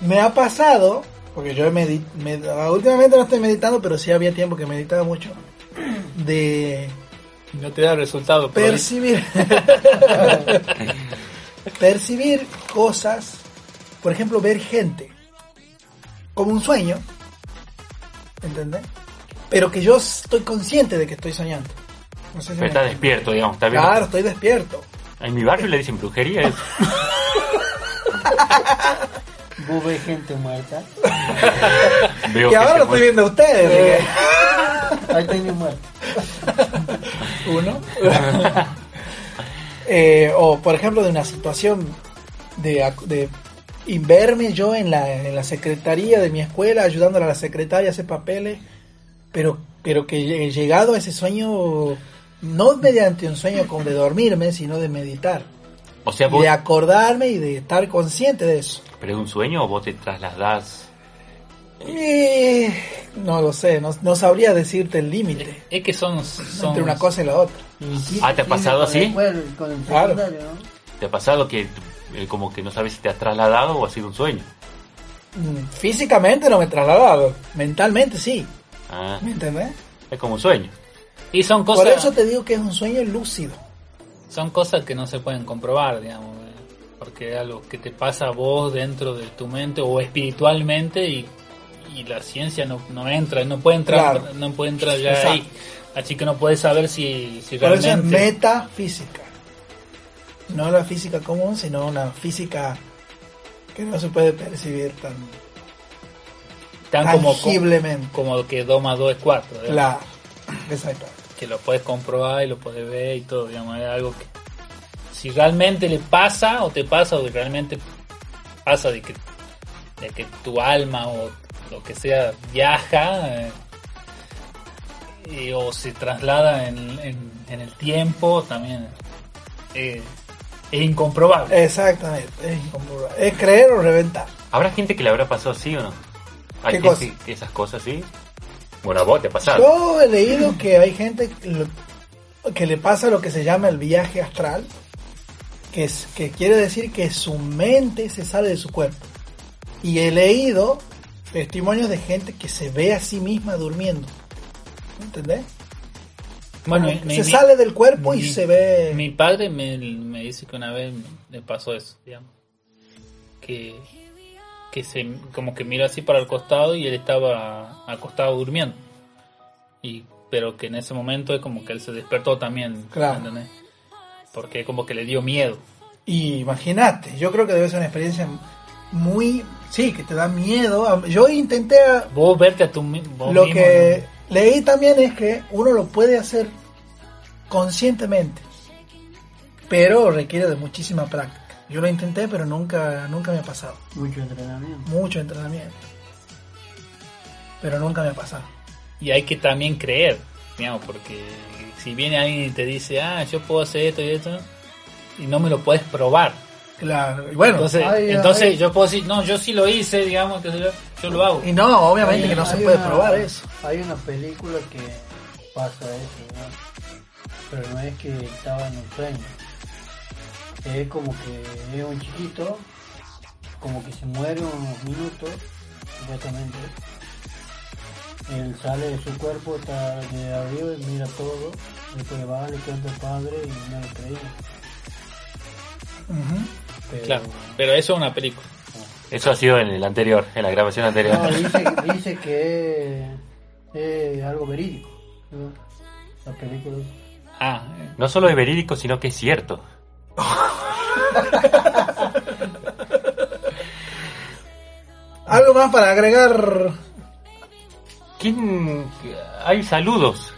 [SPEAKER 4] me ha pasado, porque yo he medi- med- últimamente no estoy meditando, pero sí había tiempo que meditaba mucho, de
[SPEAKER 2] no te da resultado. por ahí.
[SPEAKER 4] percibir percibir cosas por ejemplo ver gente como un sueño ¿entendés? pero que yo estoy consciente de que estoy soñando no sé si
[SPEAKER 3] Pero
[SPEAKER 4] me-
[SPEAKER 3] está despierto, digamos, está bien.
[SPEAKER 4] claro estoy despierto
[SPEAKER 3] En mi barrio le dicen brujería.
[SPEAKER 4] [LAUGHS]
[SPEAKER 3] eso.
[SPEAKER 5] Vos ves gente muerta.
[SPEAKER 3] Veo
[SPEAKER 4] que ahora
[SPEAKER 3] gente
[SPEAKER 4] lo estoy
[SPEAKER 3] muerta.
[SPEAKER 4] viendo a ustedes
[SPEAKER 5] Ahí tenés muerto.
[SPEAKER 4] uno Eh, o por ejemplo de una situación de, ac- de y verme yo en la, en la secretaría de mi escuela ayudándole a la secretaria a hacer papeles pero pero que he llegado a ese sueño no mediante un sueño como de dormirme sino de meditar
[SPEAKER 3] O sea,
[SPEAKER 4] y
[SPEAKER 3] vos,
[SPEAKER 4] de acordarme y de estar consciente de eso
[SPEAKER 3] pero es un sueño o vos te trasladás.
[SPEAKER 4] Eh, no lo sé no, no sabría decirte el límite
[SPEAKER 2] Es que son. son
[SPEAKER 4] entre una cosa y la otra
[SPEAKER 3] Ah, ¿te ha pasado así?
[SPEAKER 5] Bueno, con el
[SPEAKER 4] Claro.
[SPEAKER 5] secundario, ¿no?
[SPEAKER 3] ¿Te ha pasado que eh, como que no sabes si te has trasladado o ha sido un sueño?
[SPEAKER 4] Mm, físicamente no me he trasladado mentalmente sí
[SPEAKER 3] Ah,
[SPEAKER 4] ¿me entendés?
[SPEAKER 3] es como un sueño.
[SPEAKER 2] Y son
[SPEAKER 4] Por
[SPEAKER 2] cosas.
[SPEAKER 4] eso te digo que es un sueño lúcido.
[SPEAKER 2] son cosas que no se pueden comprobar, digamos, eh, porque es algo que te pasa a vos dentro de tu mente o espiritualmente y, y la ciencia no, no entra, no puede entrar,
[SPEAKER 4] Claro.
[SPEAKER 2] no puede entrar ya
[SPEAKER 4] Exacto.
[SPEAKER 2] ahí. Así que no puedes saber si, si
[SPEAKER 4] Por eso es
[SPEAKER 2] realmente...
[SPEAKER 4] metafísica. No la física común, sino una física que no se puede percibir tan
[SPEAKER 2] tan como,
[SPEAKER 4] tangiblemente.
[SPEAKER 2] como que 2 más 2 es 4, digamos,
[SPEAKER 4] La, exacto.
[SPEAKER 2] que lo puedes comprobar y lo puedes ver y todo, digamos, es algo que si realmente le pasa o te pasa o que realmente pasa de que, de que tu alma o lo que sea viaja eh, eh, o se traslada en, en- en el tiempo también eh, es incomprobable.
[SPEAKER 4] Exactamente. Es, incomprobable. Es creer o reventar.
[SPEAKER 3] ¿Habrá gente que le habrá pasado así o no? ¿Hay
[SPEAKER 4] ¿Qué
[SPEAKER 3] gente que esas cosas así? Bueno, a vos te ha pasado.
[SPEAKER 4] Yo he leído que hay gente que lo- que le pasa lo que se llama el viaje astral, que, es, que quiere decir que su mente se sale de su cuerpo. Y he leído testimonios de gente que se ve a sí misma durmiendo. ¿Entendés?
[SPEAKER 2] Bueno,
[SPEAKER 4] Como que
[SPEAKER 2] mi-
[SPEAKER 4] Eh, se
[SPEAKER 2] mi-
[SPEAKER 4] sale del cuerpo y
[SPEAKER 2] mi-
[SPEAKER 4] se ve...
[SPEAKER 2] Mi padre me, me dice que una vez le pasó eso, digamos. Que, que se, como que miró así para el costado y él estaba acostado durmiendo. Y, pero que en ese momento es como que él se despertó también.
[SPEAKER 4] Claro.
[SPEAKER 2] ¿entendés? Porque como que le dio miedo.
[SPEAKER 4] Y imagínate, yo creo que debe ser una experiencia muy... Sí, que te da miedo. Yo intenté a-
[SPEAKER 2] Vos verte a tu mi- vos
[SPEAKER 4] lo
[SPEAKER 2] mismo,
[SPEAKER 4] que leí también es que uno lo puede hacer conscientemente, pero requiere de muchísima práctica. Yo lo intenté, pero nunca, nunca me ha pasado.
[SPEAKER 5] Mucho entrenamiento.
[SPEAKER 4] Mucho entrenamiento. Pero nunca me ha pasado.
[SPEAKER 2] Y hay que también creer, digamos, porque si viene alguien y te dice, ah, yo puedo hacer esto y esto, y no me lo puedes probar.
[SPEAKER 4] Claro. Y bueno,
[SPEAKER 2] Entonces,
[SPEAKER 5] Ay,
[SPEAKER 2] entonces
[SPEAKER 5] ay.
[SPEAKER 2] yo puedo decir, no, yo sí lo hice, digamos, que yo, yo lo hago.
[SPEAKER 4] y no, obviamente
[SPEAKER 5] Hay-
[SPEAKER 4] que no se
[SPEAKER 5] hay
[SPEAKER 4] puede
[SPEAKER 5] una-
[SPEAKER 4] probar eso.
[SPEAKER 5] Hay una película que pasa eso, ¿no? Pero no es que estaba en un sueño. Es como que es un chiquito, como que se muere unos minutos, supuestamente. Él sale de su cuerpo, está de arriba y mira todo. Después va, le cuenta al padre y no le creía.
[SPEAKER 4] Ujú.
[SPEAKER 5] Pero...
[SPEAKER 2] Claro, pero eso es una película.
[SPEAKER 3] Eso ha sido en el anterior, en la grabación anterior.
[SPEAKER 5] No, dice, dice que es, es algo verídico. ¿no? La película.
[SPEAKER 2] Ah, eh,
[SPEAKER 3] No solo es verídico, sino que es cierto.
[SPEAKER 4] Algo más para agregar.
[SPEAKER 3] ¿Quién? Hay saludos.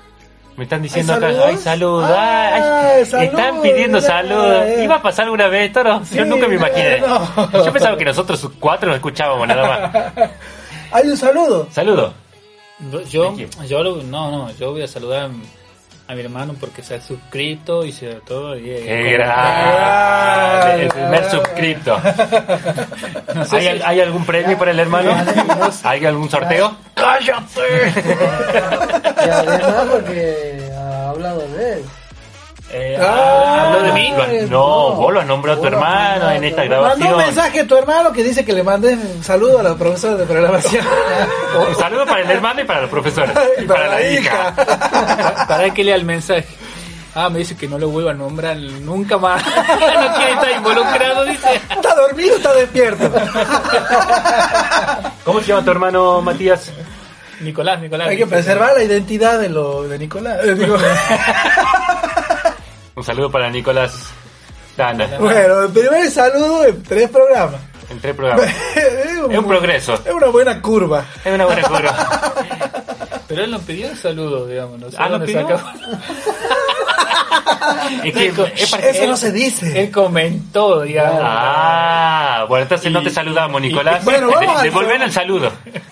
[SPEAKER 3] Me están diciendo acá,
[SPEAKER 4] saludos?
[SPEAKER 3] ay, salud,
[SPEAKER 4] Ah,
[SPEAKER 3] ay,
[SPEAKER 4] salud,
[SPEAKER 3] están pidiendo
[SPEAKER 4] mirá,
[SPEAKER 3] salud.
[SPEAKER 4] eh.
[SPEAKER 3] ¿Iba a pasar alguna vez esto? No, yo
[SPEAKER 4] Sí,
[SPEAKER 3] nunca me
[SPEAKER 4] mirá,
[SPEAKER 3] imaginé.
[SPEAKER 4] no.
[SPEAKER 3] Yo pensaba que nosotros cuatro no escuchábamos nada más.
[SPEAKER 4] Hay un saludo.
[SPEAKER 3] Saludos.
[SPEAKER 2] Yo,
[SPEAKER 3] ¿De quién?
[SPEAKER 2] yo lo- no, no, yo voy a saludar a mi, a mi hermano porque se ha suscrito y se todo. Y,
[SPEAKER 3] ¡Qué
[SPEAKER 4] Eh,
[SPEAKER 2] Ah,
[SPEAKER 4] Ah,
[SPEAKER 2] eh,
[SPEAKER 3] grande! El primer suscripto.
[SPEAKER 2] No sé
[SPEAKER 3] ¿Hay,
[SPEAKER 2] si-
[SPEAKER 3] hay algún premio para el hermano? ¿Hay algún sorteo? ¡Cállate!
[SPEAKER 5] Y además porque ha hablado de él.
[SPEAKER 3] [LAUGHS] Eh,
[SPEAKER 4] Ah,
[SPEAKER 3] ¿Habló de mí?
[SPEAKER 4] eh,
[SPEAKER 3] No,
[SPEAKER 5] no.
[SPEAKER 3] vos lo has nombrado a tu
[SPEAKER 5] Vos lo has
[SPEAKER 3] hermano
[SPEAKER 5] nombrado
[SPEAKER 3] en
[SPEAKER 5] a
[SPEAKER 2] eh,
[SPEAKER 3] esta
[SPEAKER 5] tu
[SPEAKER 4] Mandó un
[SPEAKER 3] grabación.
[SPEAKER 4] mensaje a tu hermano que dice que le mandes un saludo a los profesores de
[SPEAKER 2] [LAUGHS]
[SPEAKER 4] programación.
[SPEAKER 3] Un saludo para el hermano y para los profesores. Y para la hija.
[SPEAKER 2] ¿Para que lea el mensaje? Ah, me dice que no lo vuelva a nombrar nunca más. [LAUGHS] no quiere estar involucrado, dice.
[SPEAKER 4] ¿Está dormido o está despierto?
[SPEAKER 3] ¿Cómo se llama tu hermano, Matías?
[SPEAKER 2] Nicolás, Nicolás.
[SPEAKER 4] Hay que
[SPEAKER 2] dice.
[SPEAKER 4] preservar la identidad de lo de Nicolás. Eh,
[SPEAKER 3] [LAUGHS]
[SPEAKER 4] digo,
[SPEAKER 3] Un saludo para Nicolás Dana.
[SPEAKER 4] bueno, el primer saludo en tres programas.
[SPEAKER 3] En tres
[SPEAKER 4] [LAUGHS]
[SPEAKER 3] programas. Es un progreso.
[SPEAKER 4] es una buena curva.
[SPEAKER 3] Es una buena curva.
[SPEAKER 2] Pero él nos pidió un saludo, digamos. No sé
[SPEAKER 3] Ah, ¿lo
[SPEAKER 2] dónde
[SPEAKER 3] pidió?
[SPEAKER 2] sacó.
[SPEAKER 3] Es que es para-
[SPEAKER 4] Eso no se dice.
[SPEAKER 2] Él comentó, digamos.
[SPEAKER 3] Ah, bueno, entonces no te saludamos, Nicolás.
[SPEAKER 4] Bueno, vamos
[SPEAKER 3] [LAUGHS]
[SPEAKER 4] al-
[SPEAKER 3] Devolver el saludo.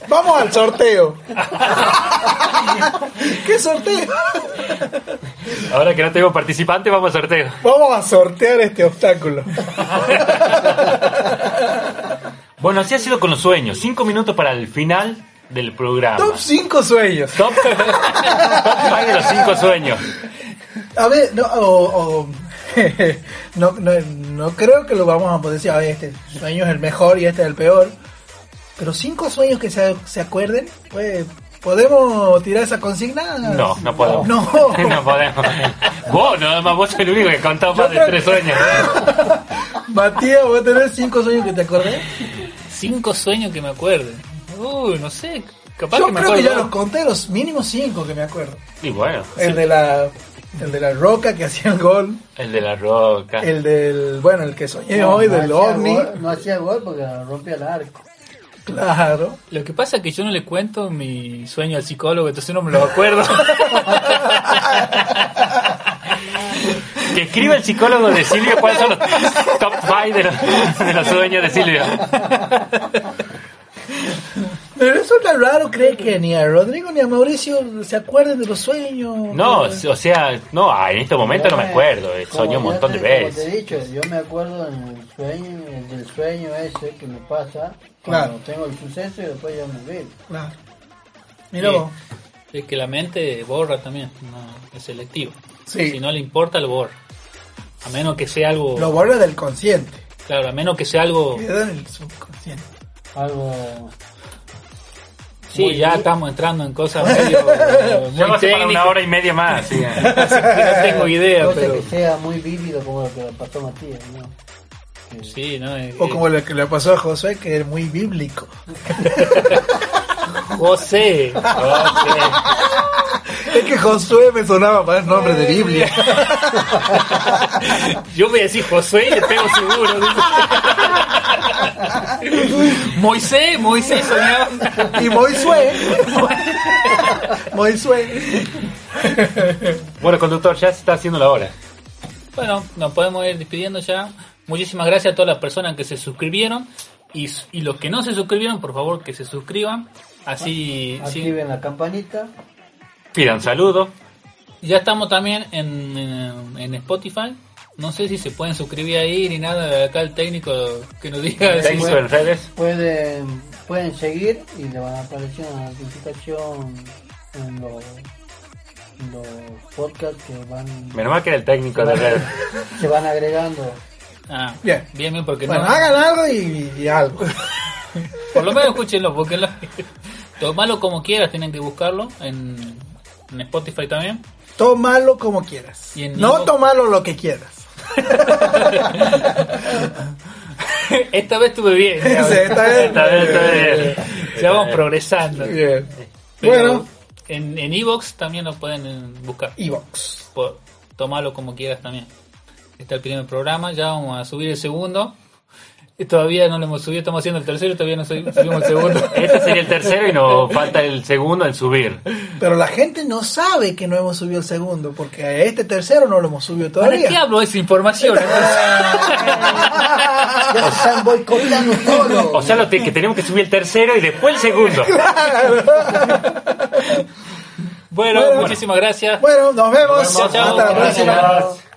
[SPEAKER 4] Vamos al sorteo.
[SPEAKER 3] [LAUGHS]
[SPEAKER 4] ¿Qué sorteo?
[SPEAKER 3] Ahora que no tengo participante, vamos a sorteo.
[SPEAKER 4] Vamos a sortear este
[SPEAKER 3] [LAUGHS]
[SPEAKER 4] obstáculo.
[SPEAKER 3] Bueno, así ha sido con los sueños. Cinco minutos para el final del programa.
[SPEAKER 4] Top 5 sueños.
[SPEAKER 3] Top, [LAUGHS] top five de los cinco sueños.
[SPEAKER 4] A ver, no, o- [LAUGHS] o- no, no, no creo que lo vamos a poder decir, "Ay, este sueño es el mejor y este es el peor. Pero cinco sueños que se, se acuerden, pues, ¿podemos tirar esa consigna?
[SPEAKER 3] No, no podemos.
[SPEAKER 4] No.
[SPEAKER 3] [LAUGHS] No podemos. Vos, nada más, vos sos el único que ha contado más de
[SPEAKER 4] creo
[SPEAKER 3] tres sueños.
[SPEAKER 4] Matías, ¿voy a tener cinco sueños que te acordé?
[SPEAKER 2] Cinco sueños que me acuerden. Uy, no sé. Capaz
[SPEAKER 4] Yo
[SPEAKER 2] que me
[SPEAKER 4] creo que ya los
[SPEAKER 2] acuerdo.
[SPEAKER 4] conté, los mínimos cinco que me acuerdo.
[SPEAKER 3] Y bueno,
[SPEAKER 4] El de la... El de la roca que [LAUGHS] hacía el gol,
[SPEAKER 3] el de la roca.
[SPEAKER 4] el del, bueno, el que soñé hoy, del
[SPEAKER 5] hacía
[SPEAKER 4] ovni,
[SPEAKER 5] gol- no hacía gol porque rompía el arco.
[SPEAKER 4] claro.
[SPEAKER 2] Lo que pasa es que yo no le cuento mi sueño al psicólogo, entonces no me lo
[SPEAKER 4] [LAUGHS]
[SPEAKER 2] acuerdo.
[SPEAKER 3] Que escriba el psicólogo de Silvio cuáles son los top 5 de los, de los sueños de Silvio.
[SPEAKER 4] Me resulta raro creer que ni a Rodrigo ni a Mauricio se acuerden de los sueños. Ah.
[SPEAKER 3] No, o sea, no, ah, en este momento no me acuerdo. eh,
[SPEAKER 5] Como
[SPEAKER 3] Soñé un
[SPEAKER 5] ya
[SPEAKER 3] montón de
[SPEAKER 5] te- Como te
[SPEAKER 3] veces.
[SPEAKER 5] he dicho, yo me acuerdo del sueño, el del sueño ese que me pasa
[SPEAKER 4] Claro.
[SPEAKER 5] cuando tengo el suceso y después ya me olvido.
[SPEAKER 4] Claro. Mira vos.
[SPEAKER 2] es que la mente borra también, no, es selectiva.
[SPEAKER 4] Sí.
[SPEAKER 2] Si no le importa, lo borra. A menos que sea algo...
[SPEAKER 4] Lo borra del consciente.
[SPEAKER 2] Claro, a menos que sea algo...
[SPEAKER 4] Queda en el subconsciente.
[SPEAKER 5] Algo
[SPEAKER 2] Sí,
[SPEAKER 5] Muy
[SPEAKER 2] ya
[SPEAKER 5] bien.
[SPEAKER 2] estamos entrando en
[SPEAKER 4] [LAUGHS]
[SPEAKER 2] cosas medio... eh,
[SPEAKER 3] Ya
[SPEAKER 2] muy
[SPEAKER 3] va a ser para una
[SPEAKER 2] técnicas,
[SPEAKER 3] hora y media más. sí.
[SPEAKER 2] así que no tengo
[SPEAKER 4] [LAUGHS]
[SPEAKER 2] idea,
[SPEAKER 5] cosa
[SPEAKER 2] pero...
[SPEAKER 5] que sea muy vívido como lo que le pasó a Matías, ¿no? Que-
[SPEAKER 2] Sí, no, Eh, es-
[SPEAKER 4] O como lo que le pasó a Josué, que es muy bíblico. [LAUGHS]
[SPEAKER 2] José.
[SPEAKER 4] Es que Josué me sonaba para el nombre de [LAUGHS] Biblia.
[SPEAKER 2] Yo voy a decir Josué y le pego seguro. Moisés, Moisés soñaba.
[SPEAKER 4] Y Moisés. [LAUGHS] Moisés.
[SPEAKER 3] Bueno, conductor, ya se está haciendo la hora.
[SPEAKER 2] Bueno, nos podemos ir despidiendo ya. Muchísimas gracias a todas las personas que se suscribieron y, y los que no se suscribieron, por favor, que se suscriban. Así, sí.
[SPEAKER 5] Activen la campanita.
[SPEAKER 3] Pidan saludos.
[SPEAKER 2] ya estamos también en, en- en Spotify. No sé si se pueden suscribir ahí ni nada. Acá el técnico que nos diga. si-
[SPEAKER 3] Técnico en redes.
[SPEAKER 5] Pueden, pueden seguir y le van a aparecer una notificación en los, en los podcasts que van,
[SPEAKER 3] Menos mal que era el técnico de redes.
[SPEAKER 5] se van agregando.
[SPEAKER 2] Ah, bien,
[SPEAKER 4] Bien.
[SPEAKER 2] bien, porque
[SPEAKER 4] Bueno,
[SPEAKER 2] no.
[SPEAKER 4] hagan algo y, y algo.
[SPEAKER 2] Por lo menos escúchenlo, porque lo, [LAUGHS] tomalo como quieras, tienen que buscarlo en, en Spotify también. [LAUGHS]
[SPEAKER 4] Tómalo como quieras.
[SPEAKER 2] Y en
[SPEAKER 4] No
[SPEAKER 2] Ivo-
[SPEAKER 4] tomalo lo que quieras.
[SPEAKER 2] Esta vez estuve bien. ya
[SPEAKER 4] Sí,
[SPEAKER 2] ves.
[SPEAKER 4] está bien.
[SPEAKER 3] Está bien, está bien.
[SPEAKER 2] Ya vamos progresando.
[SPEAKER 4] Bien.
[SPEAKER 2] Pero
[SPEAKER 4] Bueno,
[SPEAKER 2] En en Evox también lo pueden eh, buscar.
[SPEAKER 4] Evox.
[SPEAKER 2] Por, tomalo como quieras también. Este es el primer programa, ya vamos a subir el segundo. Todavía no lo hemos subido, estamos haciendo el tercero, todavía no sub- subimos el segundo.
[SPEAKER 3] Este sería el tercero y nos falta el segundo en subir.
[SPEAKER 4] Pero la gente no sabe que no hemos subido el segundo, porque a este tercero no lo hemos subido
[SPEAKER 2] ¿Para qué
[SPEAKER 4] todavía.
[SPEAKER 2] hablo de esa información?
[SPEAKER 5] Ya se están boicoteando todo.
[SPEAKER 3] [LAUGHS] O sea, lo te- que tenemos que subir el tercero y después el segundo.
[SPEAKER 2] bueno,
[SPEAKER 4] Bueno.
[SPEAKER 2] muchísimas gracias.
[SPEAKER 4] [LAUGHS] Bueno, nos vemos.
[SPEAKER 2] Nos vemos,
[SPEAKER 4] Hasta la
[SPEAKER 2] gracias.
[SPEAKER 4] próxima.
[SPEAKER 5] Gracias.